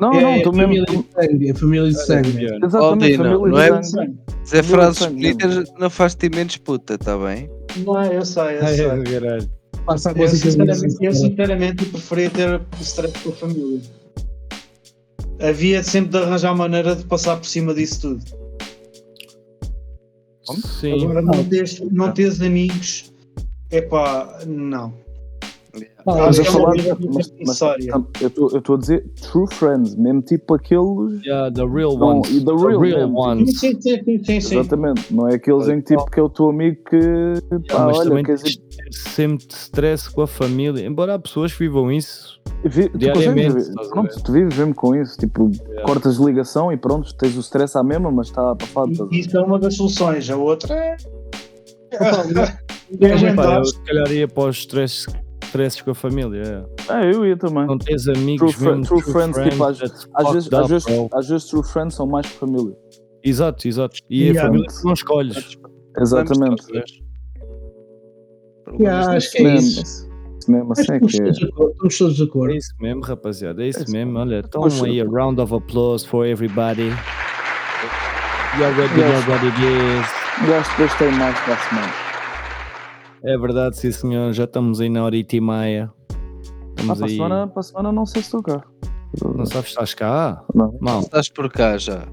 S4: Não,
S2: É
S4: não,
S2: a
S4: estou
S2: família
S4: mesmo.
S2: de sangue, a família de sangue.
S4: Exatamente,
S3: Aldina,
S4: família
S3: não
S4: de
S3: é-
S4: sangue.
S3: Dizer
S4: Não,
S3: frases
S4: não sei,
S3: bonitas não faz te menos puta, tá bem?
S7: Não, é? eu sei,
S1: É,
S7: eu sei.
S2: Passa a
S7: Eu
S2: coisa
S7: sinceramente, eu
S2: que
S7: sinceramente preferia ter stress com a família. Havia sempre de arranjar maneira de passar por cima disso tudo.
S1: Sim.
S7: Agora, não teres, não teres amigos, epá, não.
S2: Pá,
S4: Mas
S7: Acho
S4: eu
S7: que é
S4: falar-
S7: uma vida
S4: mas- mas-
S7: necessária.
S4: eu tô- eu estou a dizer true friends, mesmo tipo aqueles.
S1: Yeah, the real
S4: Não,
S1: ones.
S4: e the real mesmo.
S7: Sim,
S1: ones.
S7: sim, sim, sim, sim, sim.
S4: Exatamente, não é aqueles em que tipo que é o teu amigo é que.
S1: Yeah,
S4: pá,
S1: Ah, mas
S4: olha,
S1: também
S4: quer
S1: tens
S4: dizer,
S1: de ter sempre de stress com a família. Embora há pessoas que vivam isso.
S4: vi- tipo, tu
S1: diariamente,
S4: consegues
S1: estás
S4: viver,
S1: a
S4: pronto, tu vives mesmo com isso, tipo, cortas ligação e pronto, tens o stress à mesma, mas está
S7: E-
S4: abafado. estás a ver?
S7: Isso é uma das soluções. A outra é.
S1: Mas, pá,
S7: é
S1: eu
S7: aguentar.
S1: se calhar ia para os stress, stresses com a família. yeah.
S4: Ah, eu ia também.
S1: Não tens
S4: True
S1: amigos
S4: fri-
S1: mesmo,
S4: true friends, tipo, às-
S1: that's
S4: Às
S1: fucked
S4: vezes,
S1: up,
S4: às, vezes,
S1: bro.
S4: às vezes true friends são mais que família.
S1: Exato, exato. E
S7: Yeah.
S1: a família que não escolhes.
S4: Exatamente.
S3: Problemas
S2: Yeah,
S3: de-
S2: acho que é isso.
S4: Isso mesmo assim é
S2: Estamos
S4: que é.
S2: todos de acordo, estamos todos de acordo.
S1: É isso mesmo, rapaziada. É isso
S4: Yes.
S1: mesmo. Olha,
S4: Puxa.
S1: toma aí a round of applause for everybody. You already
S4: Yes.
S1: know what it is.
S4: Gosto, gostei mais para a semana.
S1: É verdade, sim senhor. Já estamos aí na horita e meia.
S4: Ah,
S1: Estamos
S4: para, a
S1: aí.
S4: semana, para a semana não sei se estou cá.
S1: Não sabes se estás cá?
S4: Não.
S1: Mal,
S3: Estás por cá já.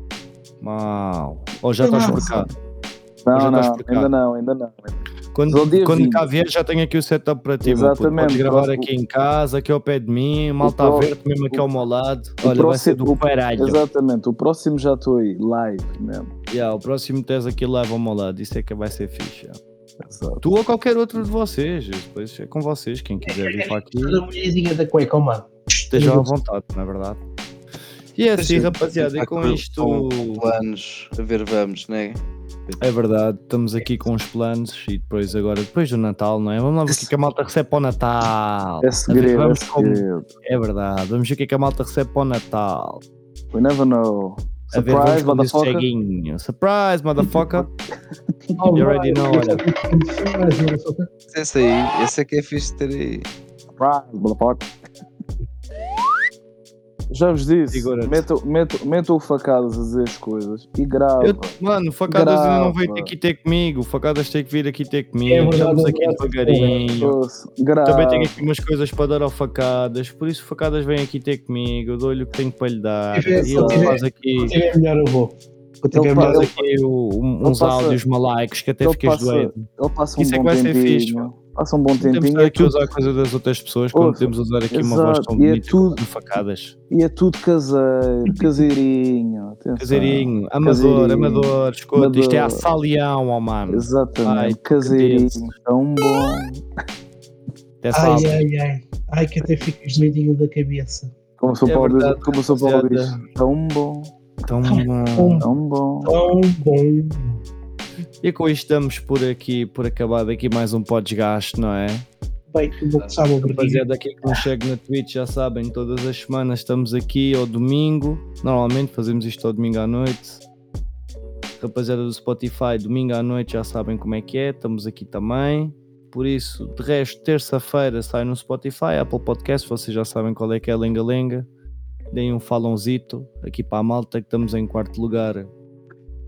S1: mal. Ou já estás por cá. Hoje
S4: Não,
S1: eu
S4: não,
S1: estou a
S4: ainda não, ainda não. Mas ao
S1: Quando,
S4: dia
S1: quando
S4: 20.
S1: cá vier, já tenho aqui o setup para ti. meu puto.
S4: Exatamente.
S1: Podes gravar
S4: O-
S1: aqui em casa, aqui ao pé de mim. Malta a
S4: pró-
S1: verde, mesmo aqui
S4: o-
S1: ao meu lado.
S4: o
S1: Olha, vai ser
S4: próximo-
S1: do caralho.
S4: Exatamente, o próximo já estou aí, live mesmo.
S1: Yeah, o próximo tens aqui leva ao meu lado. Isso é que vai ser fixe. yeah.
S4: Exato.
S1: Tu ou qualquer outro de vocês. Depois é com vocês. Quem quiser vir para aqui,
S2: Toda mulherzinha da cueca, ó, mano.
S1: estejam à vontade, na verdade. E é assim,
S2: tá
S1: rapaziada. E com
S2: um
S1: isto.
S3: Planos, a ver, vamos, né?
S1: É verdade, estamos aqui com os planos e depois agora, depois do Natal, não é? Vamos lá ver o que, é que a malta recebe para o Natal.
S4: É segredo, é
S1: Vamos como-
S4: segredo.
S1: É verdade, vamos ver o que é que a malta recebe para o Natal.
S4: We never know.
S1: A ver,
S4: Surprise,
S1: vamos com esse
S4: motherfucker.
S1: ceguinho. Surprise, motherfucker. You already know, olha.
S2: é
S3: Esse aí, esse é que é fixe de ter aí.
S4: Surprise, motherfucker. Já vos disse,
S1: Ignorante.
S4: metam, metam, metam facadas a dizer as coisas e grava.
S1: Eu- mano, o Facadas ainda não veio
S4: Grava.
S1: ter que ter comigo. O Facadas tem que vir aqui ter comigo.
S2: É verdade,
S1: Estamos
S2: é
S1: aqui
S2: verdade.
S1: devagarinho.
S4: Doce, Grava.
S1: Também tenho aqui umas coisas para dar ao Facadas, por isso o Facadas vem aqui ter comigo. Eu dou-lhe o que tenho para lhe dar.
S2: Se tivesse-
S1: E ele
S2: se
S1: faz aqui.
S2: Se tiver melhor, eu vou. Quando tiver
S4: Ele
S2: melhor,
S4: faz-
S1: Faz aqui o- um-
S4: Ele
S1: uns
S4: passa-
S1: áudios malaicos que até
S4: ele
S1: ficas
S4: passa-
S1: doido.
S4: Ele passa um
S1: Isso é
S4: bom
S1: que vai ser
S4: tempinho.
S1: fixe,
S4: Passa um bom
S1: Temos de
S4: tempinho.
S1: estar
S4: E é,
S1: aqui a
S4: tudo,
S1: usar coisa das outras pessoas quando
S4: Ouça.
S1: temos a usar aqui uma
S4: Exato.
S1: voz tão
S4: E é
S1: bonita
S4: tudo-
S1: de facadas.
S4: e é tudo caseiro, caseirinho. atenção.
S1: Caseirinho, amador,
S4: Caseirinho.
S1: amador, escuta,
S4: Amador.
S1: isto é a salião, ó mano. Ai,
S4: Exatamente,
S1: que
S4: caseirinho.
S1: delícia.
S4: Tão bom.
S1: É
S2: Ai,
S1: sal.
S2: ai, ai. Ai, que até fico doidinho da cabeça.
S4: Começou
S1: É
S4: para ouvir,
S1: verdade,
S4: começou para ouvir. Tão bom,
S1: é Tão bom.
S2: Tão,
S4: tão bom.
S2: tão bom.
S1: E com isto estamos por aqui, por acabar daqui mais um podcast, não é?
S2: Bem, que bom que sabe o Berguinho.
S1: Rapaziada, aqui é que nos segue na Twitch, já sabem, todas as semanas estamos aqui ao domingo. Normalmente fazemos isto ao domingo à noite. Rapaziada do Spotify, domingo à noite já sabem como é que é, estamos aqui também. Por isso, de resto, terça-feira sai no Spotify, Apple Podcast, vocês já sabem qual é que é a lenga-lenga. Deem um falãozito aqui para a malta, que estamos em quarto lugar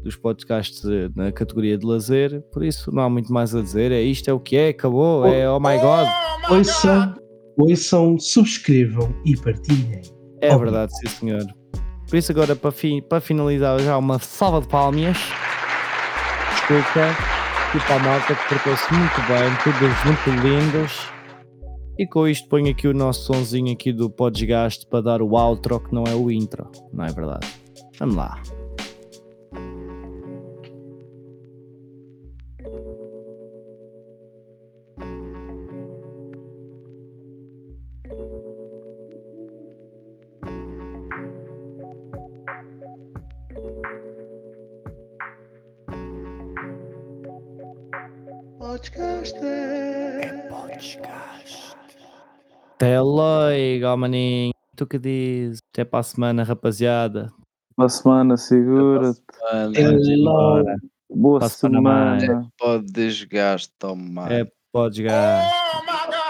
S1: dos podcasts eh, na categoria de lazer. Por isso, não há muito mais a dizer. É isto, é o que é, acabou, é oh my god.
S2: Ouçam, ouçam, subscrevam e partilhem.
S1: É
S2: Óbvio.
S1: verdade, sim senhor. Por isso agora para, fi- para finalizar já uma salva de palminhas. Desculpa. E para a malta que portou-se muito bem, todos muito lindos. E com isto ponho aqui o nosso sonzinho aqui do podesgaste para dar o outro que não é o intro, não é verdade? Vamos lá. Até logo, ó maninho. Tu que dizes? Até para a semana, rapaziada.
S4: Uma semana segura.
S3: Mano,
S2: Hello.
S4: Boa
S1: Para a semana
S4: semana.
S1: mais.
S3: pode desgaste, toma.
S1: É. Podesgaste.
S9: Oh my God.